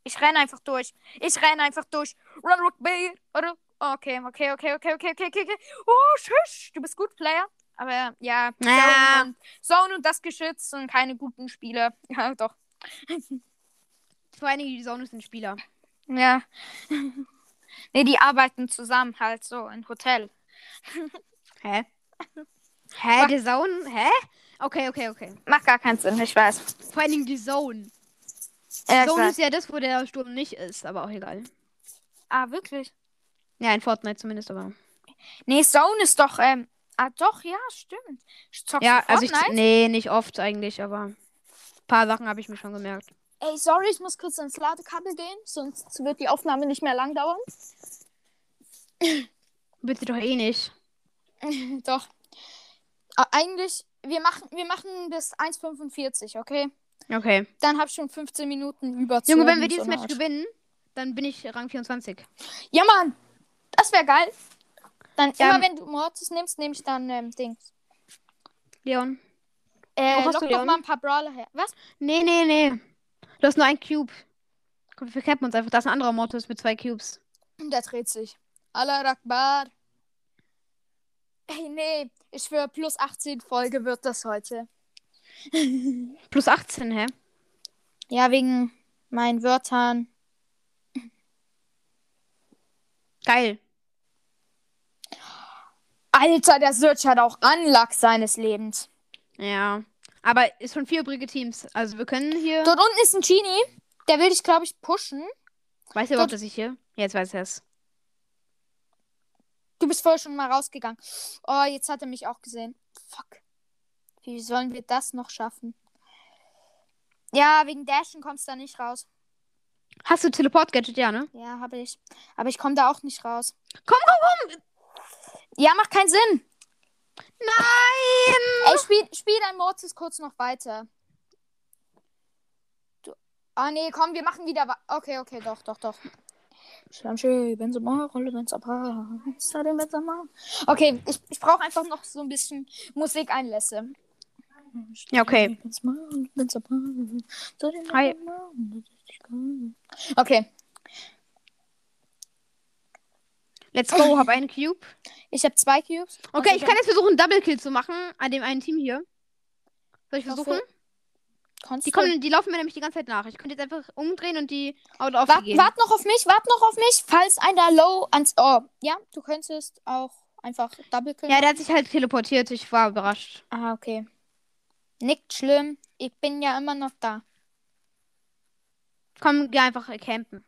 Speaker 2: Ich renn einfach durch. Ich renn einfach durch. Run, Rock, B. Oder? Oh, Okay, okay, okay, okay, okay, okay, okay, okay. Oh, tschüss. Du bist gut, Player. Aber ja, Zone,
Speaker 1: Ja.
Speaker 2: Und, Zone und das Geschütz sind keine guten Spieler. Ja, doch.
Speaker 1: Vor allen Dingen die Sonne sind Spieler.
Speaker 2: Ja. nee, die arbeiten zusammen halt so im Hotel.
Speaker 1: Hä? Hä, die Zone? Hä? Okay, okay, okay.
Speaker 2: Macht gar keinen Sinn, ich weiß.
Speaker 1: Vor allen Dingen die Zone.
Speaker 2: Ja, ich
Speaker 1: Zone
Speaker 2: weiß.
Speaker 1: ist ja das, wo der Sturm nicht ist, aber auch egal.
Speaker 2: Ah, wirklich?
Speaker 1: Ja, in Fortnite zumindest, aber.
Speaker 2: Nee, Zone ist doch, ähm, ah doch, ja, stimmt. Zockst
Speaker 1: Ja,
Speaker 2: du
Speaker 1: also ich.
Speaker 2: Fortnite?
Speaker 1: Nee, nicht oft eigentlich, aber. Ein paar Sachen habe ich mir schon gemerkt.
Speaker 2: Ey, sorry, ich muss kurz ans Ladekabel gehen, sonst wird die Aufnahme nicht mehr lang dauern.
Speaker 1: Bitte doch eh nicht.
Speaker 2: Mhm, doch. Ah, eigentlich, wir machen, wir machen bis 1,45, okay?
Speaker 1: Okay.
Speaker 2: Dann hab ich schon 15 Minuten überzogen.
Speaker 1: Junge, wenn wir dieses
Speaker 2: so eine
Speaker 1: Match
Speaker 2: Art.
Speaker 1: gewinnen, dann bin ich Rang 24.
Speaker 2: Ja, Mann! Das wäre geil. Dann
Speaker 1: Ja,
Speaker 2: immer,
Speaker 1: m-
Speaker 2: wenn du Mortis nimmst, nehme ich dann, ähm, Dings.
Speaker 1: Leon.
Speaker 2: Äh,
Speaker 1: Wo hast
Speaker 2: lock
Speaker 1: du
Speaker 2: doch
Speaker 1: Leon?
Speaker 2: mal ein paar Brawler her. Was?
Speaker 1: Nee, nee, nee. Du hast nur ein Cube. Komm, wir cappen uns einfach. Da ist ein anderer Mortis mit zwei Cubes.
Speaker 2: Der dreht sich. Allah Akbar. Ey, nee. Ich schwöre, plus 18 Folge wird das heute.
Speaker 1: Plus 18, hä?
Speaker 2: Ja, wegen meinen Wörtern.
Speaker 1: Geil.
Speaker 2: Alter, der Search hat auch Anlack seines Lebens.
Speaker 1: Ja. Aber ist schon vier übrige Teams. Also wir können hier.
Speaker 2: Dort unten ist ein Genie. Der will dich, glaube ich, pushen.
Speaker 1: Weißt du überhaupt, dass ich hier? Jetzt weiß er es.
Speaker 2: Du bist vorher schon mal rausgegangen. Oh, jetzt hat er mich auch gesehen. Fuck. Wie sollen wir das noch schaffen? Ja, wegen Dashen kommst du da nicht raus.
Speaker 1: Hast du Teleport-Gadget, ja, ne?
Speaker 2: Ja, habe ich. Aber ich komme da auch nicht raus.
Speaker 1: Komm,
Speaker 2: komm, komm! Ja, macht keinen Sinn.
Speaker 1: Nein!
Speaker 2: Ey, spiel, spiel dein Mortis kurz noch weiter. Du, ah, nee, komm, wir machen wieder. wa- Okay, okay, doch, doch, doch. Schlammschön, Benzema, Rolle, Benzema. Stadion, Benzema. Okay, ich, ich brauche einfach noch so ein bisschen Musikeinlässe.
Speaker 1: Ja, okay.
Speaker 2: Benzema, Benzema, Stadion,
Speaker 1: Hi.
Speaker 2: Benzema. Okay,
Speaker 1: Let's go, hab einen Cube.
Speaker 2: ich habe zwei Cubes.
Speaker 1: Okay,
Speaker 2: Also
Speaker 1: ich kann jetzt versuchen, Double Kill zu machen an dem einen Team hier. Soll ich
Speaker 2: Auf
Speaker 1: versuchen?
Speaker 2: Konntest
Speaker 1: Die,
Speaker 2: du-
Speaker 1: kommen, die laufen mir nämlich die ganze Zeit nach. Ich könnte jetzt einfach umdrehen und die Auto
Speaker 2: Wart,
Speaker 1: aufgehen.
Speaker 2: wart noch auf mich, wart noch auf mich, falls einer low ans Ohr. Ja, du könntest auch einfach Double Kill.
Speaker 1: Ja, der hat sich halt teleportiert. Ich war überrascht.
Speaker 2: Ah, okay. Nicht schlimm. Ich bin ja immer noch da.
Speaker 1: Komm, geh einfach äh, campen.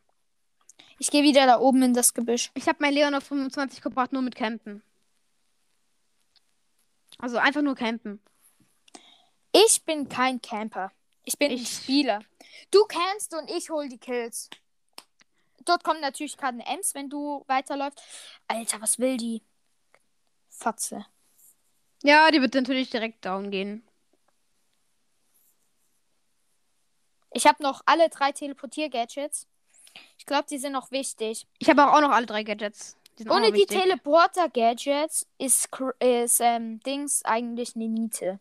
Speaker 2: Ich gehe wieder da oben in das Gebüsch.
Speaker 1: Ich habe mein Leon auf 25 gebracht, nur mit campen. Also einfach nur campen.
Speaker 2: Ich bin kein Camper. Ich bin ein
Speaker 1: Ich-
Speaker 2: Spieler. Du campst und ich hol die Kills. Dort kommen natürlich gerade eine Ems, wenn du weiterläufst. Alter, was will die? Fatze.
Speaker 1: Ja, die wird natürlich direkt down gehen.
Speaker 2: Ich habe noch alle drei Teleportier-Gadgets. Ich glaube, die sind noch wichtig.
Speaker 1: Ich habe auch noch alle drei Gadgets. Die sind auch
Speaker 2: Ohne
Speaker 1: noch
Speaker 2: die
Speaker 1: wichtig.
Speaker 2: Teleporter-Gadgets ist, Kr- ist ähm, Dings eigentlich eine Niete.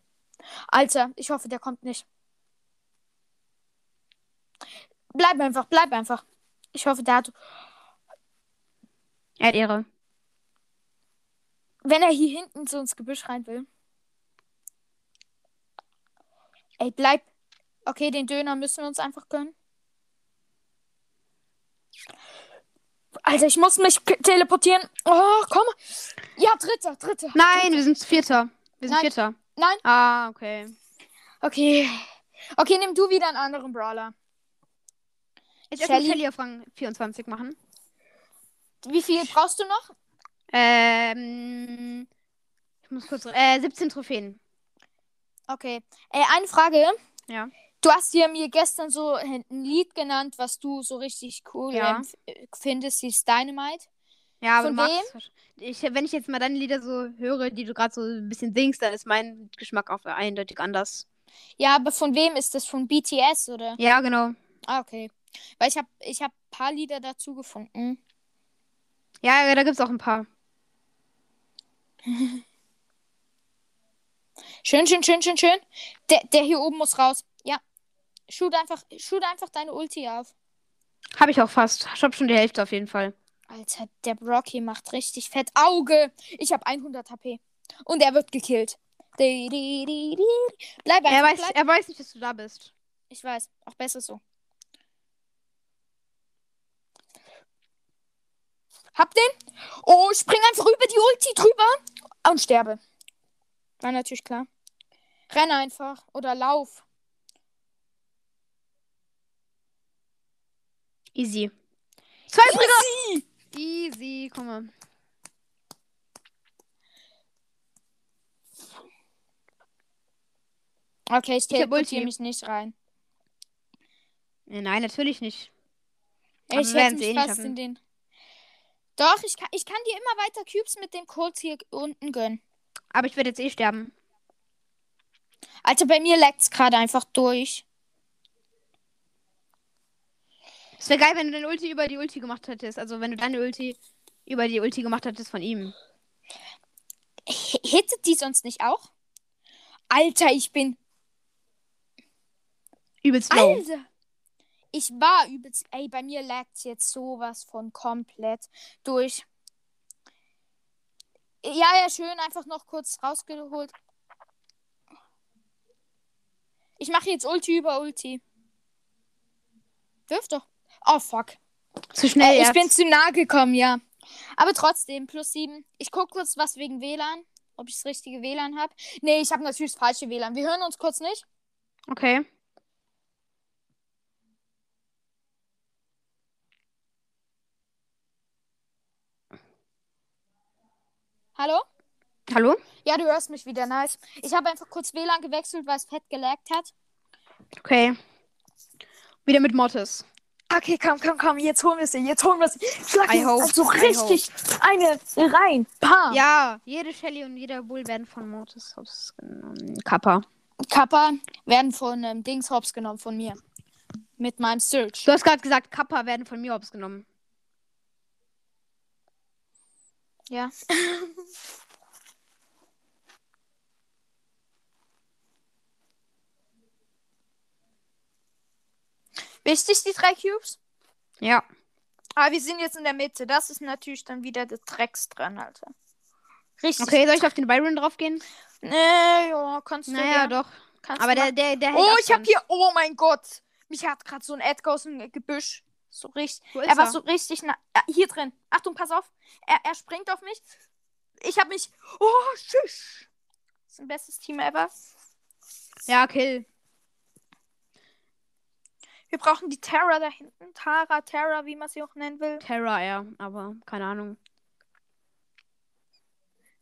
Speaker 2: Alter, ich hoffe, der kommt nicht. Bleib einfach, bleib einfach. Ich hoffe, der hat
Speaker 1: Er hat Ehre.
Speaker 2: Wenn er hier hinten so ins Gebüsch rein will. Ey, bleib. Okay, den Döner müssen wir uns einfach gönnen. Alter, Also, ich muss mich k- teleportieren. Oh, komm. Ja, dritter, dritter.
Speaker 1: Nein, wir sind Vierter. Wir sind
Speaker 2: Nein.
Speaker 1: Vierter.
Speaker 2: Nein.
Speaker 1: Ah, okay.
Speaker 2: Okay. Okay, nimm du wieder einen anderen Brawler.
Speaker 1: Jetzt erstmal
Speaker 2: Shelly.
Speaker 1: Shelly auf Rang 24 machen.
Speaker 2: Wie viel brauchst du noch?
Speaker 1: Ähm. Ich muss kurz. Äh, 17 Trophäen.
Speaker 2: Okay. Ey, eine Frage.
Speaker 1: Ja.
Speaker 2: Du hast ja mir gestern so ein Lied genannt, was du so richtig cool
Speaker 1: Ja.
Speaker 2: empf- findest, hieß Dynamite.
Speaker 1: Ja, aber
Speaker 2: Von
Speaker 1: du magst. Ich, wenn ich jetzt mal deine Lieder so höre, die du gerade so ein bisschen singst, dann ist mein Geschmack auch eindeutig anders.
Speaker 2: Ja, aber von wem ist das? Von BTS oder?
Speaker 1: Ja, genau.
Speaker 2: Ah, okay. Weil ich hab ich hab paar Lieder dazu gefunden.
Speaker 1: Ja, ja, da gibt's auch ein paar.
Speaker 2: Schön, schön, schön, schön, schön. Der, der hier oben muss raus. Ja. Shoot einfach, shoot einfach deine Ulti auf.
Speaker 1: Habe ich auch fast. Ich hab schon die Hälfte auf jeden Fall.
Speaker 2: Alter, der Brock hier macht richtig fett Auge. Ich hab 100 HP. Und er wird gekillt. Di, di, di, di. Bleib
Speaker 1: Er
Speaker 2: einfach,
Speaker 1: weiß,
Speaker 2: bleib.
Speaker 1: er weiß nicht, dass du da bist.
Speaker 2: Ich weiß, auch besser so. Hab den. Oh, ich spring einfach über die Ulti drüber und sterbe. War natürlich klar. Renn einfach oder lauf.
Speaker 1: Easy. Zwei Springer! Easy, komm mal.
Speaker 2: Okay,
Speaker 1: Ich hab
Speaker 2: ich
Speaker 1: Ulti.
Speaker 2: teleportiere mich nicht rein.
Speaker 1: Äh, Nein, natürlich nicht.
Speaker 2: Ey,
Speaker 1: Aber wir
Speaker 2: ich hätte
Speaker 1: werden's eh
Speaker 2: mich
Speaker 1: nicht
Speaker 2: fast
Speaker 1: schaffen.
Speaker 2: in den. Doch, ich kann, ich kann dir immer weiter Cubes mit dem Colt hier unten gönnen.
Speaker 1: Aber ich werde jetzt eh sterben.
Speaker 2: Alter, Also bei mir laggt es gerade einfach durch.
Speaker 1: Es wäre geil, wenn du deine Ulti über die Ulti gemacht hättest. Also wenn du deine Ulti über die Ulti gemacht hättest von ihm.
Speaker 2: H- Hittet die sonst nicht auch? Alter, ich bin
Speaker 1: Übelst low.
Speaker 2: Alter! Also, Ich war übelst. Ey, bei mir laggt jetzt sowas von komplett durch. Ja, ja, schön. Einfach noch kurz rausgeholt. Ich mache jetzt Ulti über Ulti. Dürft doch. Oh, fuck.
Speaker 1: Zu schnell.
Speaker 2: Äh, ich
Speaker 1: erst.
Speaker 2: bin zu nah gekommen, ja. Aber trotzdem, plus sieben. Ich guck kurz was wegen WLAN. Ob ich das richtige WLAN habe. Nee, ich habe natürlich das falsche WLAN. Wir hören uns kurz nicht.
Speaker 1: Okay.
Speaker 2: Hallo?
Speaker 1: Hallo?
Speaker 2: Ja, du hörst mich wieder, nice. Ich habe einfach kurz WLAN gewechselt, weil es fett gelaggt hat.
Speaker 1: Okay. Wieder mit Mortis.
Speaker 2: Okay, komm, komm, komm, jetzt holen wir sie, jetzt holen wir sie. Schlag
Speaker 1: I
Speaker 2: ihn
Speaker 1: hope,
Speaker 2: also
Speaker 1: I
Speaker 2: richtig eine rein. Pam.
Speaker 1: Ja, Ah. jede Shelly und jeder Bull werden von Mortis ausgenommen. Kappa.
Speaker 2: Kappa werden von ähm, Dings Hops genommen, von mir. Mit meinem Search.
Speaker 1: Du hast gerade gesagt, Kappa werden von mir ausgenommen.
Speaker 2: Ja. Wichtig, die drei Cubes?
Speaker 1: Ja.
Speaker 2: Aber Ah, wir sind jetzt in der Mitte. Das ist natürlich dann wieder der Drecks dran, Alter. Richtig.
Speaker 1: Okay, soll ich auf den Byron draufgehen?
Speaker 2: Nee, ja, kannst du
Speaker 1: Naja,
Speaker 2: ja.
Speaker 1: doch.
Speaker 2: Kannst
Speaker 1: Aber
Speaker 2: du
Speaker 1: der, der, der hält
Speaker 2: Oh, ich hab
Speaker 1: Abstand.
Speaker 2: hier. Oh mein Gott. Mich hat gerade so ein Edgar aus dem Gebüsch. So richtig.
Speaker 1: Wo ist
Speaker 2: Er war
Speaker 1: er?
Speaker 2: so richtig nah. Ah, hier drin. Achtung, pass auf. Er, er springt auf mich. Ich hab mich. Oh, tschüss. Das ist ein bestes Team ever.
Speaker 1: Ja, Kill.
Speaker 2: Wir brauchen die Terra da hinten. Tara, Terra, wie man sie auch nennen will.
Speaker 1: Terra, ja. Aber keine Ahnung.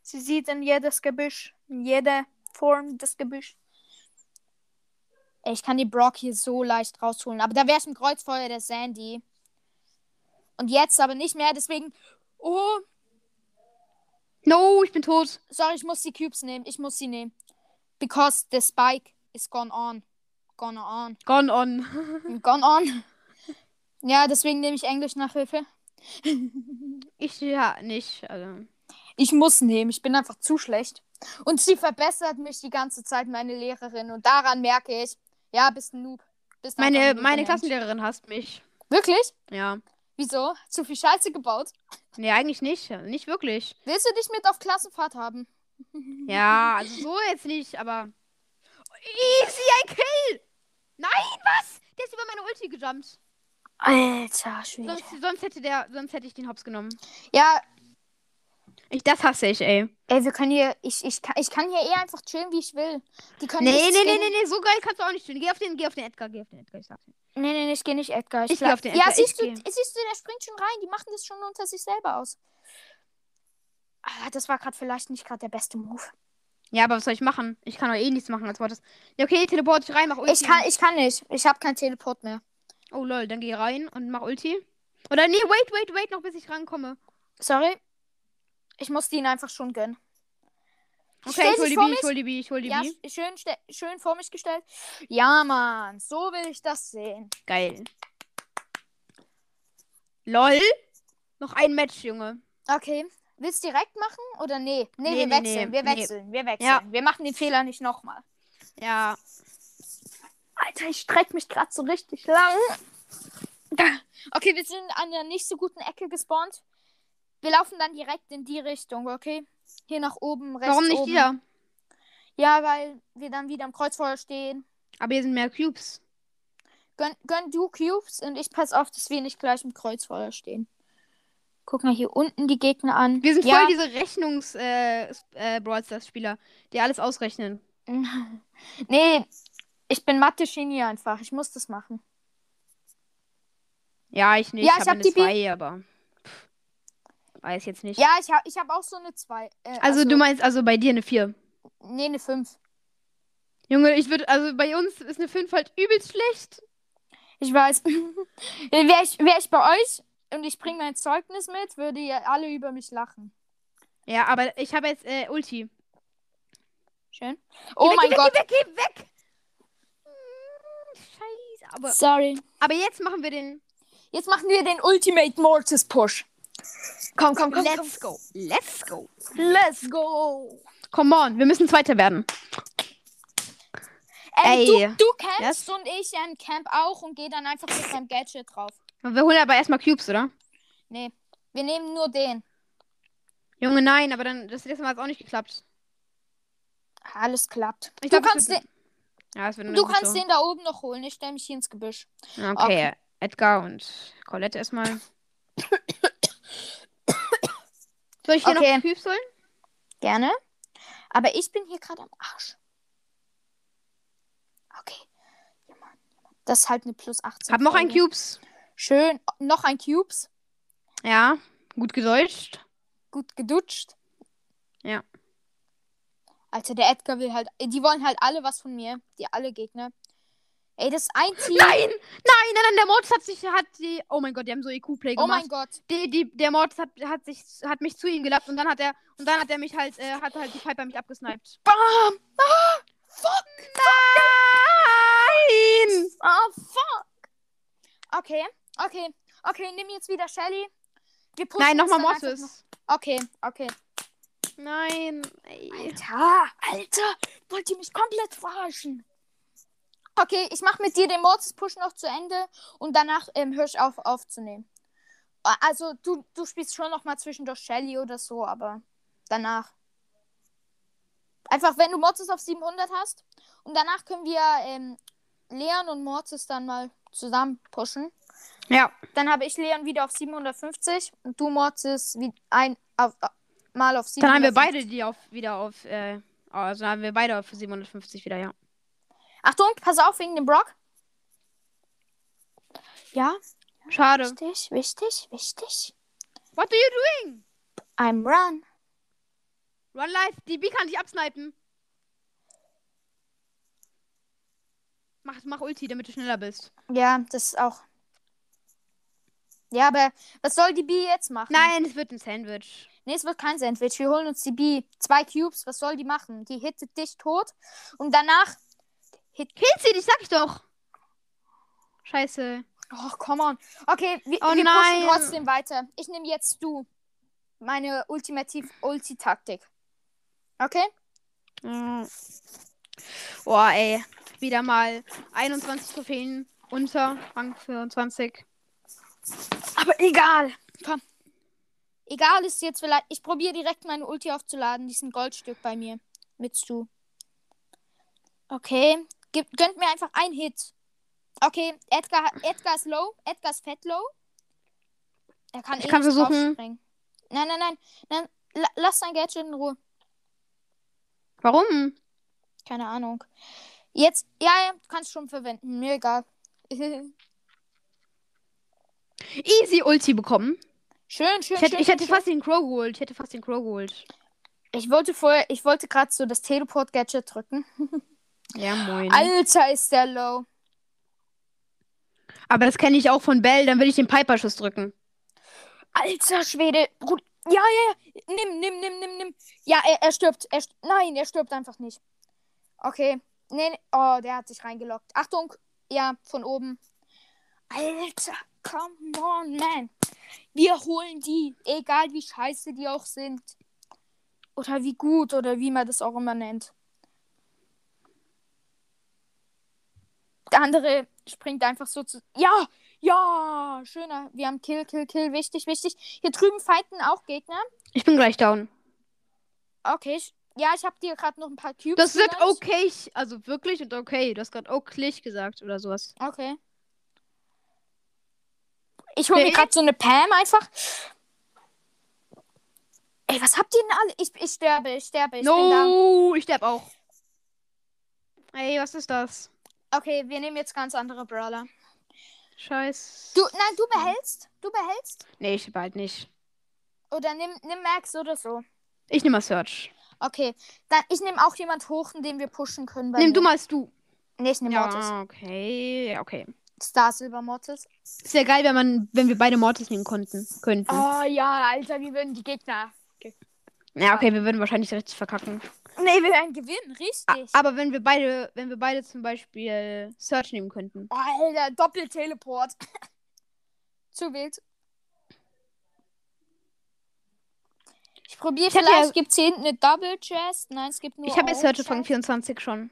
Speaker 2: Sie sieht in jedes Gebüsch. In jede Form des Gebüsch. Ey, ich kann die Brock hier so leicht rausholen. Aber da wäre es im Kreuzfeuer der Sandy. Und jetzt aber nicht mehr. Deswegen. Oh,
Speaker 1: No, ich bin tot.
Speaker 2: Sorry, ich muss die Cubes nehmen. Ich muss sie nehmen. Because the spike is gone on. Gone on.
Speaker 1: Gone on. Mhm.
Speaker 2: Gone on. Ja, deswegen nehme ich Englisch Nachhilfe.
Speaker 1: Ich ja nicht. Also.
Speaker 2: Ich muss nehmen. Ich bin einfach zu schlecht. Und sie verbessert mich die ganze Zeit, meine Lehrerin. Und daran merke ich, ja, bist ein Noob. Bist einfach ein
Speaker 1: Meine,
Speaker 2: Noob
Speaker 1: meine
Speaker 2: in Englisch.
Speaker 1: Klassenlehrerin hasst mich.
Speaker 2: Wirklich?
Speaker 1: Ja.
Speaker 2: Wieso? Zu viel Scheiße gebaut?
Speaker 1: Nee, eigentlich nicht. Nicht wirklich.
Speaker 2: Willst du dich mit auf Klassenfahrt haben?
Speaker 1: Ja, also so jetzt nicht, aber. Easy, ein Kill! Nein, was? Der ist über meine Ulti gejumpt.
Speaker 2: Alter Schwede.
Speaker 1: Sonst, sonst hätte der, sonst hätte ich den Hops genommen.
Speaker 2: Ja,
Speaker 1: Ich, das hasse ich, ey.
Speaker 2: ey, wir können hier. Ich, ich, kann, ich kann hier eh einfach chillen, wie ich will. Die können
Speaker 1: Nee, nee,
Speaker 2: nichts
Speaker 1: nee,
Speaker 2: gegen-
Speaker 1: nee, nee, so geil kannst du auch nicht tun. Geh auf den, geh auf den Edgar, geh auf den Edgar, ich sag's dir.
Speaker 2: Nee, nee, nee, ich gehe nicht Edgar.
Speaker 1: Ich geh
Speaker 2: bleib-
Speaker 1: auf den
Speaker 2: Ja,
Speaker 1: Edgar, ich
Speaker 2: siehst du,
Speaker 1: geh.
Speaker 2: siehst du, der springt schon rein. Die machen das schon unter sich selber aus. Ah, das war gerade vielleicht nicht gerade der beste Move.
Speaker 1: Ja, aber was soll ich machen? Ich kann doch eh nichts machen als Wortes. Ja, okay, teleport dich rein, mach Ulti.
Speaker 2: Ich kann, ich kann nicht. Ich habe keinen Teleport mehr.
Speaker 1: Oh lol, dann geh rein und mach Ulti. Oder nee, wait, wait, wait, noch bis ich rankomme.
Speaker 2: Sorry. Ich muss die ihn einfach schon gönnen.
Speaker 1: Okay,
Speaker 2: Stell
Speaker 1: ich hol
Speaker 2: dich
Speaker 1: die B,
Speaker 2: vor mich.
Speaker 1: ich hol die B, ich hol die
Speaker 2: Ja,
Speaker 1: B.
Speaker 2: sch- schön, ste- schön vor mich gestellt. Ja, Mann. So will ich das sehen.
Speaker 1: Geil. Lol. Noch ein Match, Junge.
Speaker 2: Okay. Willst du direkt machen oder nee? Nee,
Speaker 1: Nee,
Speaker 2: wir,
Speaker 1: nee,
Speaker 2: wechseln,
Speaker 1: nee,
Speaker 2: wir
Speaker 1: nee.
Speaker 2: wechseln. Wir wechseln.
Speaker 1: Ja.
Speaker 2: Wir machen den Fehler nicht nochmal.
Speaker 1: Ja.
Speaker 2: Alter, ich strecke mich gerade so richtig lang. Okay, wir sind an der nicht so guten Ecke gespawnt. Wir laufen dann direkt in die Richtung, okay? Hier nach oben, rechts
Speaker 1: Warum nicht
Speaker 2: oben.
Speaker 1: wieder?
Speaker 2: Ja, weil wir dann wieder im Kreuzfeuer stehen.
Speaker 1: Aber hier sind mehr Cubes.
Speaker 2: Gönn, gönn du Cubes und ich pass auf, dass wir nicht gleich im Kreuzfeuer stehen. Guck mal hier unten die Gegner an.
Speaker 1: Wir sind
Speaker 2: ja.
Speaker 1: voll diese Rechnungs äh, S- äh, Brawl Stars Spieler, die alles ausrechnen.
Speaker 2: Nee, ich bin Mathe-Genie einfach. Ich muss das machen.
Speaker 1: Ja, ich nicht.
Speaker 2: Ja,
Speaker 1: ich
Speaker 2: ich
Speaker 1: habe
Speaker 2: hab
Speaker 1: eine
Speaker 2: die B.
Speaker 1: 2, aber pff, weiß jetzt nicht.
Speaker 2: Ja, ich habe ich hab auch so eine 2. Äh,
Speaker 1: also, du meinst also bei dir eine 4.
Speaker 2: Nee, eine 5.
Speaker 1: Junge, ich würde also bei uns ist eine 5 halt übelst schlecht.
Speaker 2: Ich weiß. Wäre ich, wär ich bei euch und ich bringe mein Zeugnis mit, würde ihr alle über mich lachen.
Speaker 1: Ja, aber ich habe jetzt äh, Ulti.
Speaker 2: Schön. Oh
Speaker 1: geh weg,
Speaker 2: mein
Speaker 1: geh
Speaker 2: Gott.
Speaker 1: Weg, geh weg, geh weg. Mm, Scheiße, aber
Speaker 2: Sorry.
Speaker 1: aber jetzt machen wir den
Speaker 2: Jetzt machen wir den Ultimate Mortis Push. Komm, komm, komm.
Speaker 1: Let's go. Let's go.
Speaker 2: komm. Let's go.
Speaker 1: Come on, wir müssen zweiter werden.
Speaker 2: Ey,
Speaker 1: Ey.
Speaker 2: Du, du campst
Speaker 1: Yes.
Speaker 2: und ich ähm, camp auch und gehe dann einfach mit meinem Gadget drauf.
Speaker 1: Wir holen aber erstmal Cubes, oder?
Speaker 2: Nee, wir nehmen nur den.
Speaker 1: Junge, nein, aber dann das letzte Mal hat es auch nicht geklappt.
Speaker 2: Alles klappt.
Speaker 1: Ich
Speaker 2: du
Speaker 1: glaub, ich
Speaker 2: kannst,
Speaker 1: würd-
Speaker 2: den,
Speaker 1: Ja, es wird dann
Speaker 2: du
Speaker 1: gut
Speaker 2: kannst
Speaker 1: so.
Speaker 2: den da oben noch holen. Ich stelle mich hier ins Gebüsch.
Speaker 1: Okay,
Speaker 2: Okay.
Speaker 1: Edgar und Colette erstmal. Soll ich dir
Speaker 2: Okay.
Speaker 1: noch Cubes holen?
Speaker 2: Gerne. Aber ich bin hier gerade am Arsch. Okay. Ja, Mann, ja, Mann. Das ist halt eine plus 18.
Speaker 1: Hab noch ein
Speaker 2: Folge.
Speaker 1: Cubes.
Speaker 2: Schön. Noch ein Cubes.
Speaker 1: Ja, gut gedeutscht.
Speaker 2: Gut gedutscht.
Speaker 1: Ja.
Speaker 2: Alter, der Edgar will halt. Die wollen halt alle was von mir. Die alle Gegner. Ey, das ist ein Team.
Speaker 1: Nein! Nein, nein, nein, der Mords hat sich, hat die, oh mein Gott, die haben so EQ-Play
Speaker 2: oh
Speaker 1: gemacht.
Speaker 2: mein Gott.
Speaker 1: die, die, der Mords hat, hat sich, hat mich zu ihm gelappt und dann hat er, und dann hat er mich halt, äh, hat halt die Piper mich abgesniped.
Speaker 2: Bam! Ah, fuck!
Speaker 1: Nein!
Speaker 2: Ah, fuck! Okay, okay, okay. Nimm jetzt wieder Shelly. Wir pushen
Speaker 1: Nein,
Speaker 2: das
Speaker 1: nochmal
Speaker 2: dann einfach noch-
Speaker 1: Mortis.
Speaker 2: Okay, okay.
Speaker 1: Nein. ey.
Speaker 2: Alter, Alter, wollt ihr mich komplett verarschen? Okay, ich mache mit dir den Mortis-Push noch zu Ende und danach ähm, höre ich auf aufzunehmen. A- Also, du, du spielst schon noch mal zwischendurch Shelly oder so, aber danach. Einfach, wenn du Mortis auf 700 hast. Und danach können wir ähm, Leon und Mortis dann mal zusammen pushen.
Speaker 1: Ja.
Speaker 2: Dann habe ich Leon wieder auf 750 und du Mortis wie ein auf, auf- mal auf 750.
Speaker 1: Dann haben wir beide die auf wieder auf, äh, also haben wir beide auf 750 wieder, ja.
Speaker 2: Achtung, pass auf wegen dem Brock. Ja,
Speaker 1: Schade.
Speaker 2: wichtig, wichtig, wichtig.
Speaker 1: What do you doing?
Speaker 2: I'm run.
Speaker 1: Run live, die B kann dich absnipen. Mach, mach Ulti, damit du schneller bist.
Speaker 2: Ja, das ist auch. Ja, aber was soll die B jetzt machen?
Speaker 1: Nein, es wird ein Sandwich.
Speaker 2: Nee, es wird kein Sandwich. Wir holen uns die B. Zwei Cubes, was soll die machen? Die hittet dich tot. Und danach. Hit.
Speaker 1: Hit sie dich, sag ich doch. Scheiße.
Speaker 2: Oh, come on. Okay, wir,
Speaker 1: Oh
Speaker 2: wir
Speaker 1: nein.
Speaker 2: pushen trotzdem weiter. Ich nehme jetzt du. Meine Ultimativ-Ulti-Taktik. Okay?
Speaker 1: Mm. Boah, ey. Wieder mal 21 Trophäen unter Rang 24.
Speaker 2: Aber egal. Komm. Egal ist jetzt vielleicht. Ich probiere direkt meine Ulti aufzuladen. Die ist ein Goldstück bei mir. Mit Stu. Okay. Gib, gönnt mir einfach einen Hit. Okay, Edgar, hat- Edgar ist low. Edgar ist fett low. Er kann
Speaker 1: Ich
Speaker 2: eh
Speaker 1: kann
Speaker 2: nicht
Speaker 1: versuchen.
Speaker 2: draufspringen. Nein, nein, nein. nein la, lass sein Gadget in Ruhe.
Speaker 1: Warum?
Speaker 2: Keine Ahnung. Jetzt, ja, ja, du kannst schon verwenden. Mir egal.
Speaker 1: Easy Ulti bekommen.
Speaker 2: schön, schön,
Speaker 1: Ich hätte,
Speaker 2: schön.
Speaker 1: ich hätte
Speaker 2: schön.
Speaker 1: fast den Crow geholt. Ich hätte fast den Crow geholt.
Speaker 2: ich wollte vorher, ich wollte gerade so das Teleport-Gadget drücken.
Speaker 1: Ja, moin.
Speaker 2: Alter, ist der low.
Speaker 1: Aber das kenne ich auch von Bell. Dann will ich den Piper-Schuss drücken.
Speaker 2: Alter Schwede. Brut ja, ja, ja. Nimm, nimm, nimm, nimm, nimm. Ja, er, er stirbt. Er st Nein, er stirbt einfach nicht. Okay. Nee, nee. Oh, der hat sich reingelockt. Achtung. Ja, von oben. Alter, come on, man. Wir holen die. Egal wie scheiße die auch sind. Oder wie gut oder wie man das auch immer nennt. Der andere springt einfach so zu. Ja! Ja, schöner. Wir haben Kill, Kill, Kill. Wichtig, wichtig. Hier drüben fighten auch Gegner.
Speaker 1: Ich bin gleich down.
Speaker 2: Okay. Ich, ja, ich habe dir gerade noch ein paar Cubes.
Speaker 1: Das wird
Speaker 2: gegönnt.
Speaker 1: okay. Also wirklich und okay. Du hast gerade okay gesagt oder sowas.
Speaker 2: Okay. Ich hole mir
Speaker 1: Nee.
Speaker 2: gerade so eine Pam einfach. Ey, was habt ihr denn alle? Ich, ich sterbe, ich sterbe, ich bin
Speaker 1: no, ich sterb auch. Ey, was ist das?
Speaker 2: da. Okay, wir nehmen jetzt ganz andere Brawler.
Speaker 1: Scheiß.
Speaker 2: Du, nein, du behältst? Du behältst?
Speaker 1: Nee, ich bald nicht.
Speaker 2: Oder nimm, nimm Max oder so.
Speaker 1: Ich nehme mal Search.
Speaker 2: Okay. Dann, ich nehme auch jemand hoch, den wir pushen können. Bei
Speaker 1: Nimm
Speaker 2: mir.
Speaker 1: du mal du.
Speaker 2: Nee, ich nehme
Speaker 1: Ja,
Speaker 2: Mortis.
Speaker 1: okay. Ja, okay.
Speaker 2: Star Silver Mortis.
Speaker 1: Ist ja geil, wenn man, wenn wir beide Mortis nehmen konnten, könnten.
Speaker 2: Oh ja, Alter, wir würden die Gegner.
Speaker 1: Ja, okay, wir würden wahrscheinlich richtig verkacken.
Speaker 2: Nee, wir werden gewinnen,
Speaker 1: A
Speaker 2: richtig.
Speaker 1: aber wenn wir beide, wenn wir beide zum Beispiel Search nehmen könnten.
Speaker 2: Oh, Alter, Doppelteleport. Zu wild. Ich probiere
Speaker 1: Ich hab
Speaker 2: vielleicht,
Speaker 1: ja-
Speaker 2: gibt es hier hinten eine Double Chest? Nein, es gibt nur.
Speaker 1: Ich habe ja
Speaker 2: Orange
Speaker 1: Search von
Speaker 2: Chest.
Speaker 1: 24 schon.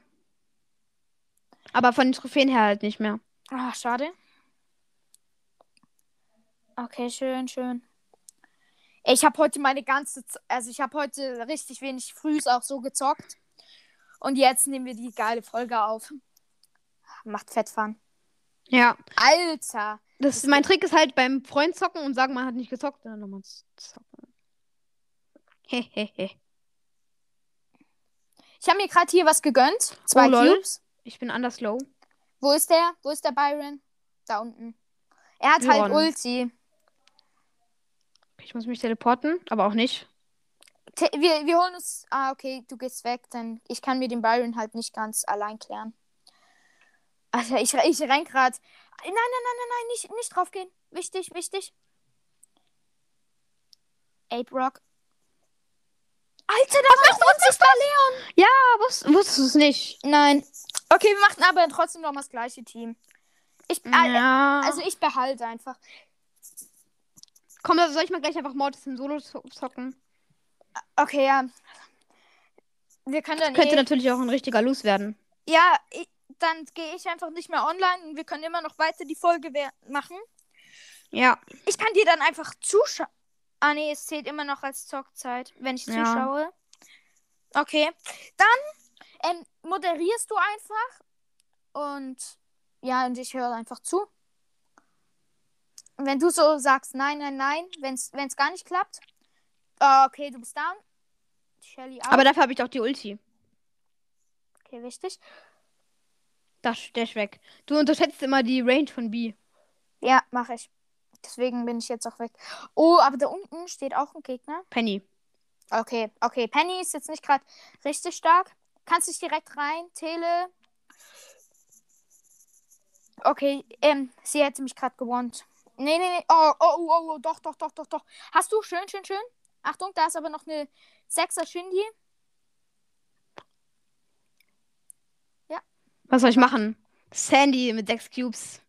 Speaker 1: Aber von den Trophäen her halt nicht mehr.
Speaker 2: Ah, schade. Okay, schön, schön. Ey, Ich habe heute meine ganze, Z also ich habe heute richtig wenig Frühs auch so gezockt. Und jetzt nehmen wir die geile Folge auf. Macht fett Fun.
Speaker 1: Ja.
Speaker 2: Alter.
Speaker 1: Das ist, mein Trick ist halt beim Freund zocken und sagen, man hat nicht gezockt. Und dann nochmal z- zocken. Hehehe.
Speaker 2: Ich habe mir gerade hier was gegönnt. Zwei
Speaker 1: lol.
Speaker 2: Cubes.
Speaker 1: ich bin anders low.
Speaker 2: Wo ist der? Wo ist der Byron? Da unten. Er hat halt
Speaker 1: Byron.
Speaker 2: Ulti.
Speaker 1: Ich muss mich teleporten, aber auch nicht.
Speaker 2: Te wir, wir holen uns. Ah, okay, du gehst weg, denn ich kann mir den Byron halt nicht ganz allein klären. Also ich, ich renn gerade. Nein, nein, nein, nein, nein, nicht, nicht drauf gehen. Wichtig, wichtig. Ey, Brock. Alter, da war ein unsichtbar Leon.
Speaker 1: Ah, wusst, wusstest du es nicht?
Speaker 2: Nein. Okay, wir machen aber trotzdem noch mal das gleiche Team. Ich,
Speaker 1: Ja.
Speaker 2: Also
Speaker 1: Also,
Speaker 2: ich behalte einfach.
Speaker 1: komm, also soll ich mal gleich einfach Mortis im Solo zo- zocken?
Speaker 2: Okay, ja. Wir können dann.
Speaker 1: Könnte
Speaker 2: eh,
Speaker 1: natürlich auch ein richtiger Los werden.
Speaker 2: ja, ich, dann gehe ich einfach nicht mehr online und wir können immer noch weiter die Folge wer- machen.
Speaker 1: Ja.
Speaker 2: Ich kann dir dann einfach zuschauen. Ah, nee, es zählt immer noch als Zockzeit, wenn ich
Speaker 1: Ja.
Speaker 2: zuschaue. Okay. Dann ähm, moderierst du einfach und ja, und ich höre einfach zu. Und wenn du so sagst, nein, nein, nein, wenn es gar nicht klappt, äh, okay, du bist down. Shelly auch.
Speaker 1: Aber dafür habe ich auch die Ulti.
Speaker 2: okay, wichtig.
Speaker 1: Das, der ist weg. Du unterschätzt immer die Range von B.
Speaker 2: Ja, mache ich. Deswegen bin ich jetzt auch weg. Oh, aber da unten steht auch ein Gegner.
Speaker 1: Penny.
Speaker 2: Okay, okay. Penny ist jetzt nicht gerade richtig stark. Kannst dich direkt rein, Tele. Okay, ähm, sie hätte mich gerade gewonnen. Nee, nee, nee. Oh, oh, oh, oh, oh, doch, doch, doch, doch, doch. Hast du? Schön, schön, schön. Achtung, da ist aber noch eine 6er Shindy.
Speaker 1: Was soll ich machen? Sandy mit sechs Cubes.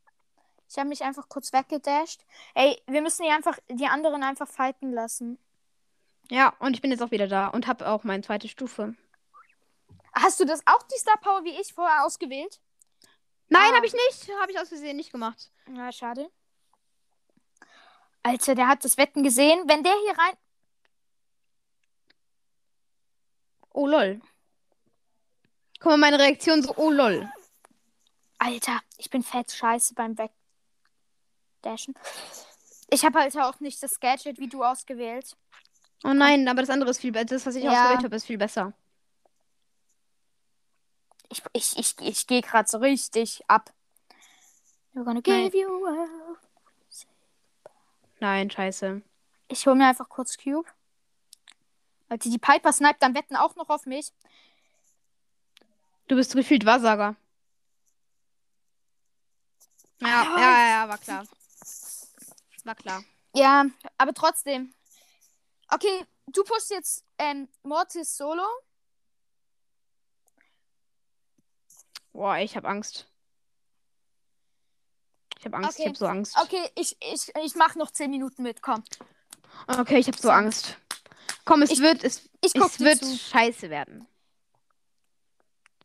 Speaker 2: Ich habe mich einfach kurz weggedasht. Ey, wir müssen die einfach, die anderen einfach fighten lassen.
Speaker 1: Ja, und ich bin jetzt auch wieder da und habe auch meine zweite Stufe.
Speaker 2: Hast du das auch, die Star Power, wie ich vorher ausgewählt?
Speaker 1: Nein,
Speaker 2: Ah.
Speaker 1: habe ich nicht. Habe ich aus Versehen nicht gemacht.
Speaker 2: Na, schade. Alter, der hat das Wetten gesehen. Wenn der hier rein.
Speaker 1: Oh lol. Guck mal, meine Reaktion so, oh lol.
Speaker 2: Alter, ich bin fett scheiße beim Backdashen. Ich habe halt auch nicht das Gadget wie du ausgewählt.
Speaker 1: Oh nein, aber das andere ist viel besser. Das, was ich
Speaker 2: Ja.
Speaker 1: ausgewählt habe, ist viel besser.
Speaker 2: Ich, ich, ich, ich gehe gerade so richtig ab. We're gonna give
Speaker 1: Nein.
Speaker 2: you up.
Speaker 1: Nein, scheiße.
Speaker 2: Ich hole mir einfach kurz Cube. Alter, die Piper sniped dann Wetten auch noch auf mich.
Speaker 1: Du bist gefühlt Wahrsager. Ja,
Speaker 2: Ah.
Speaker 1: ja, ja, ja, war klar. War klar.
Speaker 2: Ja, aber trotzdem. Okay, du pushst jetzt ähm, Mortis solo.
Speaker 1: Boah, ich habe Angst. Ich habe Angst, ich
Speaker 2: Okay.
Speaker 1: habe so Angst.
Speaker 2: Okay, ich, ich, ich mach noch 10 Minuten mit, komm.
Speaker 1: Okay, ich habe so Angst. Komm, es
Speaker 2: Ich-
Speaker 1: wird, es,
Speaker 2: Ich guck
Speaker 1: es
Speaker 2: dir
Speaker 1: wird
Speaker 2: zu.
Speaker 1: scheiße werden.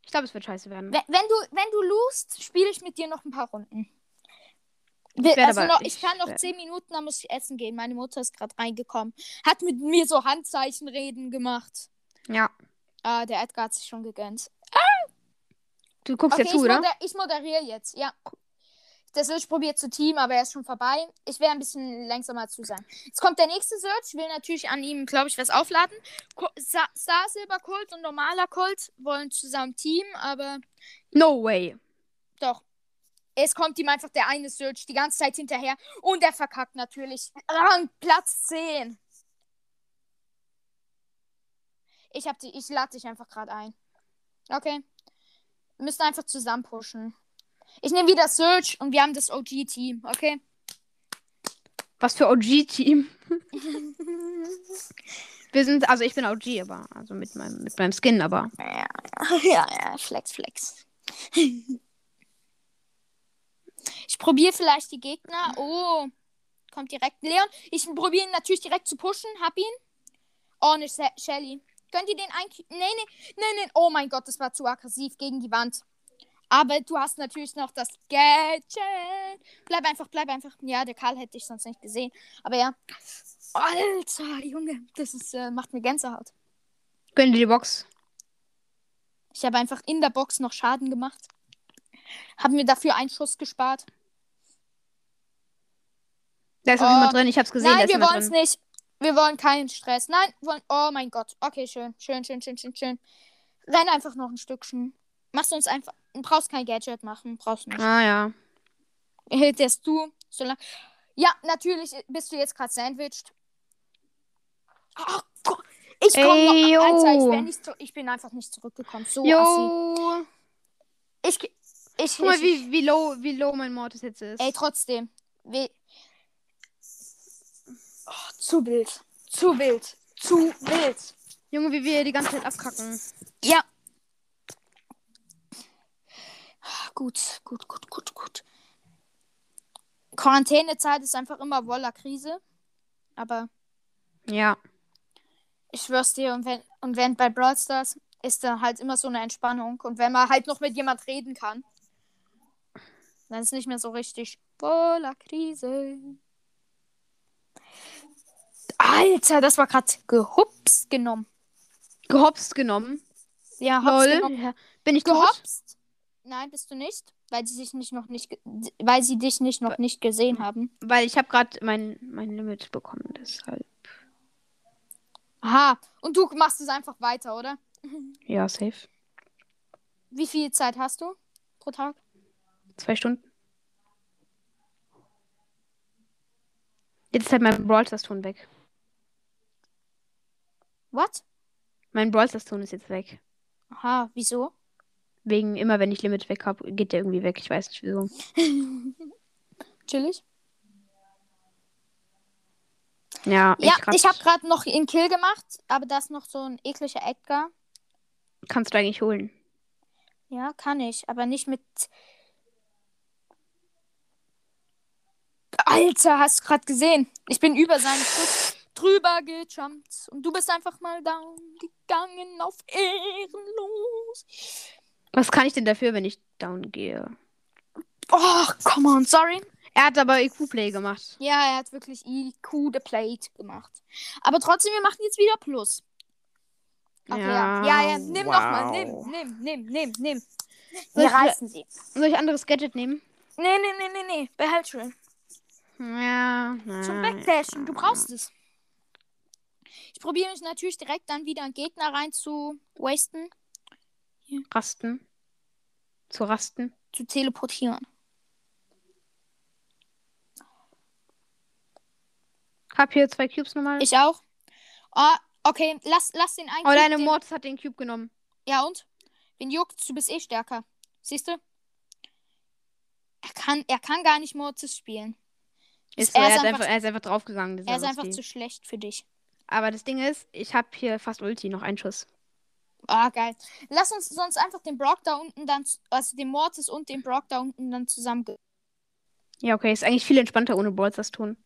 Speaker 1: Ich glaube, es wird scheiße werden.
Speaker 2: Wenn, wenn du, wenn du lust, spiele ich mit dir noch ein paar Runden.
Speaker 1: werd
Speaker 2: also
Speaker 1: aber-
Speaker 2: noch, ich
Speaker 1: ich
Speaker 2: kann noch
Speaker 1: werd-
Speaker 2: 10 Minuten, dann muss ich essen gehen. Meine Mutter ist gerade reingekommen. Hat mit mir so Handzeichenreden gemacht.
Speaker 1: Ja.
Speaker 2: Ah, der Edgar hat sich schon gegönnt.
Speaker 1: Du guckst ja
Speaker 2: ich,
Speaker 1: zu, oder?
Speaker 2: moder ich moderiere jetzt, ja. Der Search probiert zu Team, aber er ist schon vorbei. Ich werde ein bisschen langsamer als du sein. Jetzt kommt der nächste Search, will natürlich an ihm, glaube ich, was aufladen. Ko- Sa- Star Silver Colt und normaler Colt wollen zusammen Team, aber
Speaker 1: No way.
Speaker 2: doch. Es kommt ihm einfach der eine Search die ganze Zeit hinterher und er verkackt natürlich. Rang Platz 10. Ich hab die, ich lade dich einfach gerade ein. Okay. Wir müssen einfach zusammen pushen. Ich nehme wieder Search und wir haben das OG-Team, okay?
Speaker 1: Was für OG-Team. Wir sind, also ich bin OG, aber, also mit meinem, mit meinem Skin, aber.
Speaker 2: Ja, ja, ja, flex, flex. Ich probiere vielleicht die Gegner. Oh, kommt direkt Leon. Ich probiere ihn natürlich direkt zu pushen. Hab ihn. Oh, nicht Se- Shelly. Könnt ihr den ein... Nee, nee, nee, nee. Oh mein Gott, das war zu aggressiv gegen die Wand. Aber du hast natürlich noch das Gadget. Bleib einfach, bleib einfach. Ja, der Karl hätte ich sonst nicht gesehen. Aber ja. Alter, Junge, das ist, äh, macht mir Gänsehaut.
Speaker 1: Gönn dir die Box.
Speaker 2: Ich habe einfach in der Box noch Schaden gemacht. Haben mir dafür einen Schuss gespart.
Speaker 1: Da ist
Speaker 2: Oh.
Speaker 1: noch jemand drin, ich hab's gesehen, da
Speaker 2: Nein,
Speaker 1: ist
Speaker 2: wir
Speaker 1: jemand
Speaker 2: wollen
Speaker 1: drin.
Speaker 2: es nicht. Wir wollen keinen Stress. Nein, wollen. Oh mein Gott. Okay, schön. Schön, schön, schön, schön, schön. Renn einfach noch ein Stückchen. Machst du uns einfach. Du brauchst kein Gadget machen. Brauchst nicht.
Speaker 1: Ah ja.
Speaker 2: Hittest du. Solange. Ja, natürlich bist du jetzt gerade sandwiched. Oh Gott. Ich komme noch.
Speaker 1: Ey,
Speaker 2: Alter, ich,
Speaker 1: yo.
Speaker 2: wär nicht zu, ich bin einfach nicht zurückgekommen. So assi.
Speaker 1: Jo.
Speaker 2: Ich, ich, ich,
Speaker 1: Guck mal, wie, wie low, wie low mein Mortis jetzt ist.
Speaker 2: Ey, trotzdem. We oh, zu wild. Zu wild. Zu wild.
Speaker 1: Junge, wie wir die ganze Zeit abkacken.
Speaker 2: Ja. Gut, gut, gut, gut, gut. Quarantänezeit ist einfach immer Woller-Krise. Aber
Speaker 1: Ja.
Speaker 2: ich schwör's dir, und wenn, und wenn bei Brawl Stars ist dann halt immer so eine Entspannung. Und wenn man halt noch mit jemand reden kann, dann ist nicht mehr so richtig Woller-Krise. Alter, das war gerade gehups genommen.
Speaker 1: gehopst genommen.
Speaker 2: Ja,
Speaker 1: Lol.
Speaker 2: hops. genommen.
Speaker 1: Bin ich tot?
Speaker 2: Gehopst? Nein, bist du nicht, weil sie sich nicht noch nicht, ge- weil sie dich nicht noch nicht gesehen haben.
Speaker 1: Weil ich habe gerade mein, mein Limit bekommen, halt, deshalb.
Speaker 2: Aha. Und du machst es einfach weiter, oder?
Speaker 1: Ja, safe.
Speaker 2: Wie viel Zeit hast du pro Tag?
Speaker 1: Zwei Stunden. Jetzt ist halt mein Brawl Stars Ton weg.
Speaker 2: What?
Speaker 1: Mein Brawl Stars Ton ist jetzt weg.
Speaker 2: Aha, wieso?
Speaker 1: Wegen immer, wenn ich Limit weg habe, geht der irgendwie weg. Ich weiß nicht wieso.
Speaker 2: Chillig.
Speaker 1: Ja,
Speaker 2: Ja,
Speaker 1: grad-
Speaker 2: ich habe gerade noch einen Kill gemacht, aber da ist noch so ein ekliger Edgar.
Speaker 1: Kannst du eigentlich holen.
Speaker 2: Ja, kann ich, aber nicht mit. Alter, hast du gerade gesehen? Ich bin über seinen Schuss drüber gejumpt und du bist einfach mal down gegangen auf ehrenlos.
Speaker 1: Was kann ich denn dafür, wenn ich down gehe?
Speaker 2: Oh, come on, sorry.
Speaker 1: Er hat aber IQ-Play gemacht.
Speaker 2: Ja, er hat wirklich IQ the Plate gemacht. Aber trotzdem, wir machen jetzt wieder Plus. Ach ja. Ja, ja, nimm nochmal. Nimm, nimm, nimm, nimm, nimm.
Speaker 1: Soll
Speaker 2: Wir
Speaker 1: ich-
Speaker 2: reißen sie.
Speaker 1: Soll ich anderes Gadget nehmen?
Speaker 2: Nee, nee, nee, nee, nee. Behalt schön.
Speaker 1: Ja.
Speaker 2: Zum
Speaker 1: nein.
Speaker 2: Backdashen. Du brauchst es. Ich probiere mich natürlich direkt dann wieder einen Gegner rein zu wasten,
Speaker 1: Rasten. Zu rasten.
Speaker 2: zu teleportieren.
Speaker 1: Hab hier zwei Cubes nochmal.
Speaker 2: Ich auch. Ah, okay, lass, lass den einen.
Speaker 1: oh,
Speaker 2: Cube,
Speaker 1: deine
Speaker 2: den-
Speaker 1: Mortis hat den Cube genommen.
Speaker 2: Ja, und? Wen juckt's? Du bist eh stärker. Siehst du? Er kann, er kann gar nicht Mortis spielen.
Speaker 1: Ist so,
Speaker 2: er
Speaker 1: er,
Speaker 2: ist
Speaker 1: hat
Speaker 2: einfach-
Speaker 1: einfach, er ist einfach draufgegangen. dieser
Speaker 2: Er ist einfach
Speaker 1: Rusty.
Speaker 2: zu schlecht für dich.
Speaker 1: Aber das Ding ist, ich hab hier fast Ulti, noch einen Schuss.
Speaker 2: Ah, geil. Lass uns sonst einfach den Brock da unten dann, z- also den Mortis und den Brock da unten dann zusammen.
Speaker 1: Ja, okay, ist eigentlich viel entspannter ohne Brawl Stars tun.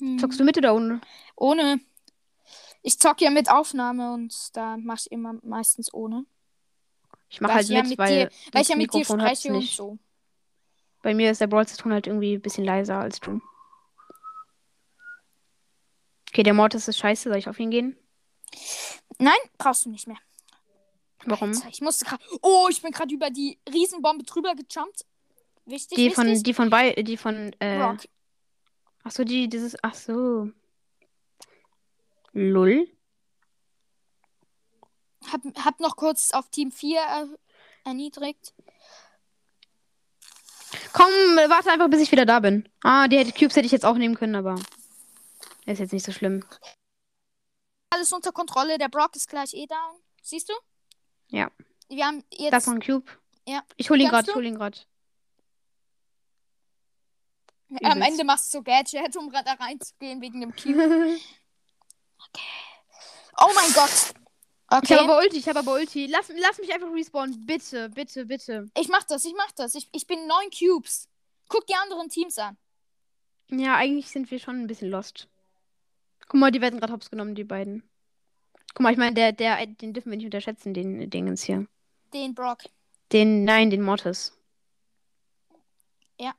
Speaker 2: Hm. Mhm.
Speaker 1: Zockst du mit oder ohne?
Speaker 2: Ohne. Ich zock ja mit Aufnahme und da mach ich immer meistens ohne.
Speaker 1: Ich mach
Speaker 2: Weil
Speaker 1: halt
Speaker 2: ich ja
Speaker 1: mit,
Speaker 2: mit
Speaker 1: weil,
Speaker 2: dir- Weil
Speaker 1: das
Speaker 2: ich ja mit dir
Speaker 1: Mikrofon hat's
Speaker 2: spreche und
Speaker 1: nicht.
Speaker 2: so.
Speaker 1: Bei mir ist der Brawl Stars Ton halt irgendwie ein bisschen leiser als du. Okay, der Mortis ist scheiße, soll ich auf ihn gehen?
Speaker 2: Nein, brauchst du nicht mehr.
Speaker 1: Warum?
Speaker 2: Alter, ich musste gerade. Oh, ich bin gerade über die Riesenbombe drüber gejumpt. Wichtig,
Speaker 1: Die
Speaker 2: wichtig.
Speaker 1: von, die von bei, die von, äh,
Speaker 2: Rock.
Speaker 1: ach so, die, dieses, ach so. Lull?
Speaker 2: Hab, hab noch kurz auf Team 4 äh, erniedrigt.
Speaker 1: Komm, warte einfach, bis ich wieder da bin. Ah, die hätte Cubes hätte ich jetzt auch nehmen können, aber ist jetzt nicht so schlimm.
Speaker 2: Alles unter Kontrolle. Der Brock ist gleich eh down. Siehst du?
Speaker 1: Ja.
Speaker 2: Wir haben jetzt.
Speaker 1: Da ist noch ein Cube.
Speaker 2: Ja.
Speaker 1: Ich hol ihn gerade,
Speaker 2: Kannst
Speaker 1: ich
Speaker 2: du?
Speaker 1: hol ihn gerade.
Speaker 2: am
Speaker 1: übelst.
Speaker 2: Ende machst du so Gadget, um da reinzugehen wegen dem Cube. Oh mein Gott.
Speaker 1: Ich habe
Speaker 2: Okay.
Speaker 1: aber Ulti, ich habe aber Ulti. Lass, lass mich einfach respawnen, bitte, bitte, bitte.
Speaker 2: Ich mach das, ich mach das. Ich, ich bin neun Cubes. Guck die anderen Teams an.
Speaker 1: Ja, eigentlich sind wir schon ein bisschen lost. Guck mal, die werden gerade hops genommen, die beiden. Guck mal, ich meine, der, der, den dürfen wir nicht unterschätzen, den Dingens hier.
Speaker 2: Den Brock.
Speaker 1: Den, nein, den Mortis.
Speaker 2: Ja.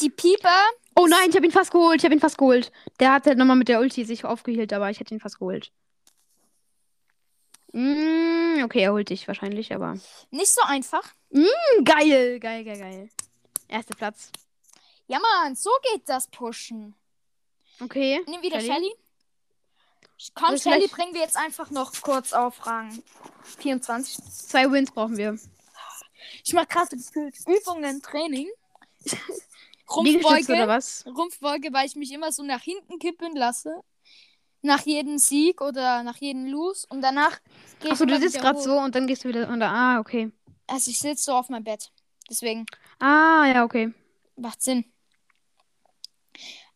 Speaker 2: Die Pieper.
Speaker 1: Oh nein, ich habe ihn fast geholt, ich habe ihn fast geholt. Der hat halt nochmal mit der Ulti sich aufgehielt, aber ich hätte ihn fast geholt. Mm, okay, er holt dich wahrscheinlich, aber.
Speaker 2: Nicht so einfach.
Speaker 1: Mm, geil, geil, geil, geil. Erster Platz.
Speaker 2: Ja, Mann, so geht das Pushen.
Speaker 1: Okay.
Speaker 2: Nimm wieder
Speaker 1: Shelly?
Speaker 2: Shelly. Komm,
Speaker 1: Das
Speaker 2: Shelly
Speaker 1: gleich-
Speaker 2: bringen wir jetzt einfach noch kurz auf Rang 24.
Speaker 1: Zwei Wins brauchen wir.
Speaker 2: Ich mach gerade gefühlt Übungen, Training.
Speaker 1: Liegestütze oder
Speaker 2: Rumpfbeuge.
Speaker 1: was?
Speaker 2: Rumpfbeuge, weil ich mich immer so nach hinten kippen lasse. Nach jedem Sieg oder nach jedem Lose. Und danach gehe ich.
Speaker 1: Achso, du
Speaker 2: immer
Speaker 1: sitzt
Speaker 2: wieder
Speaker 1: gerade
Speaker 2: hoch.
Speaker 1: so und dann gehst du wieder unter. Ah, okay.
Speaker 2: Also ich sitze so auf meinem Bett. Deswegen
Speaker 1: Ah, ja, okay.
Speaker 2: macht Sinn.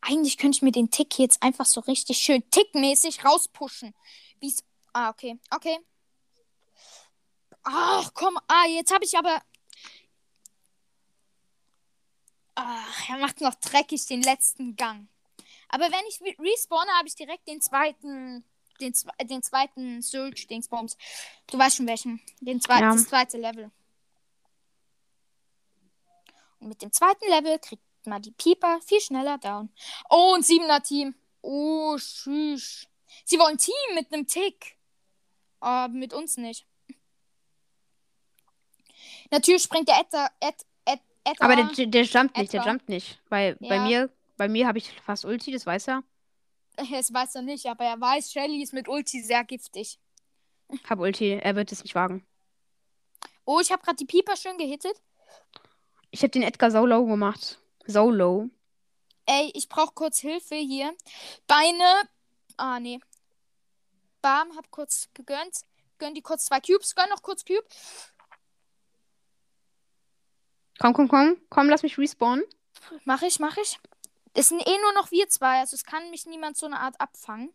Speaker 2: Eigentlich könnte ich mir den Tick jetzt einfach so richtig schön tickmäßig rauspushen. Wie's. Ah, okay. Okay. Ach, komm. Ah, jetzt habe ich aber. Ach, er macht noch dreckig den letzten Gang. Aber wenn ich re- respawne, habe ich direkt den zweiten. Den, zwe den zweiten Surge-Dingsbums. Du weißt schon welchen. Den zweiten,
Speaker 1: Ja.
Speaker 2: Das zweite Level. Und mit dem zweiten Level kriegt schickt mal die Pieper viel schneller down. Oh, und siebener Team. Oh, tschüss. Sie wollen Team mit einem Tick. Aber mit uns nicht. Natürlich springt der Edda. Ed, Ed, Edda.
Speaker 1: Aber der, der jumpt nicht, der
Speaker 2: Ah, etwa.
Speaker 1: jumpt nicht. Bei, bei
Speaker 2: Ja.
Speaker 1: mir, bei mir habe ich fast Ulti, das weiß er.
Speaker 2: Das weiß er nicht, aber er weiß, Shelly ist mit Ulti sehr giftig.
Speaker 1: Hab Ulti, er wird es nicht wagen.
Speaker 2: Oh, ich habe gerade die Pieper schön gehittet.
Speaker 1: Ich habe den Edgar so low gemacht. So low.
Speaker 2: Ey, ich brauche kurz Hilfe hier. Beine. Ah, nee. Bam, hab kurz gegönnt. Gönn die kurz zwei Cubes. Gönn noch kurz Cube.
Speaker 1: Komm, komm, komm. Komm, lass mich respawnen.
Speaker 2: Mach ich, mach ich. Es sind eh nur noch wir zwei, also es kann mich niemand so eine Art abfangen.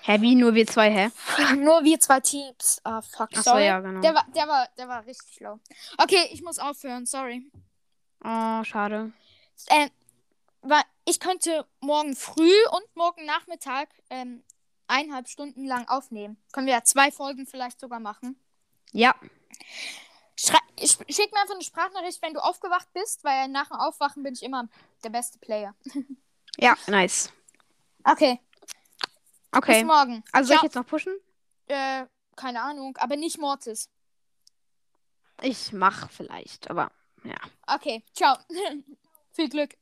Speaker 1: Hä, wie nur wir zwei, hä?
Speaker 2: Nur wir zwei Teams. Ah, fuck,
Speaker 1: Achso,
Speaker 2: sorry.
Speaker 1: ja, genau.
Speaker 2: Der war, der war, der war richtig low. Okay, ich muss aufhören, sorry.
Speaker 1: Oh, schade.
Speaker 2: Ähm, wa- ich könnte morgen früh und morgen Nachmittag ähm, eineinhalb Stunden lang aufnehmen. Können wir ja zwei Folgen vielleicht sogar machen.
Speaker 1: Ja,
Speaker 2: Schrei sch schick mir einfach eine Sprachnachricht, wenn du aufgewacht bist, weil nach dem Aufwachen bin ich immer der beste Player.
Speaker 1: ja, nice.
Speaker 2: Okay, bis
Speaker 1: Okay.
Speaker 2: morgen.
Speaker 1: Also soll ich
Speaker 2: Ciao.
Speaker 1: jetzt noch pushen?
Speaker 2: äh, keine Ahnung, aber nicht Mortis.
Speaker 1: Ich mach vielleicht, aber ja.
Speaker 2: Okay, ciao. Viel Glück.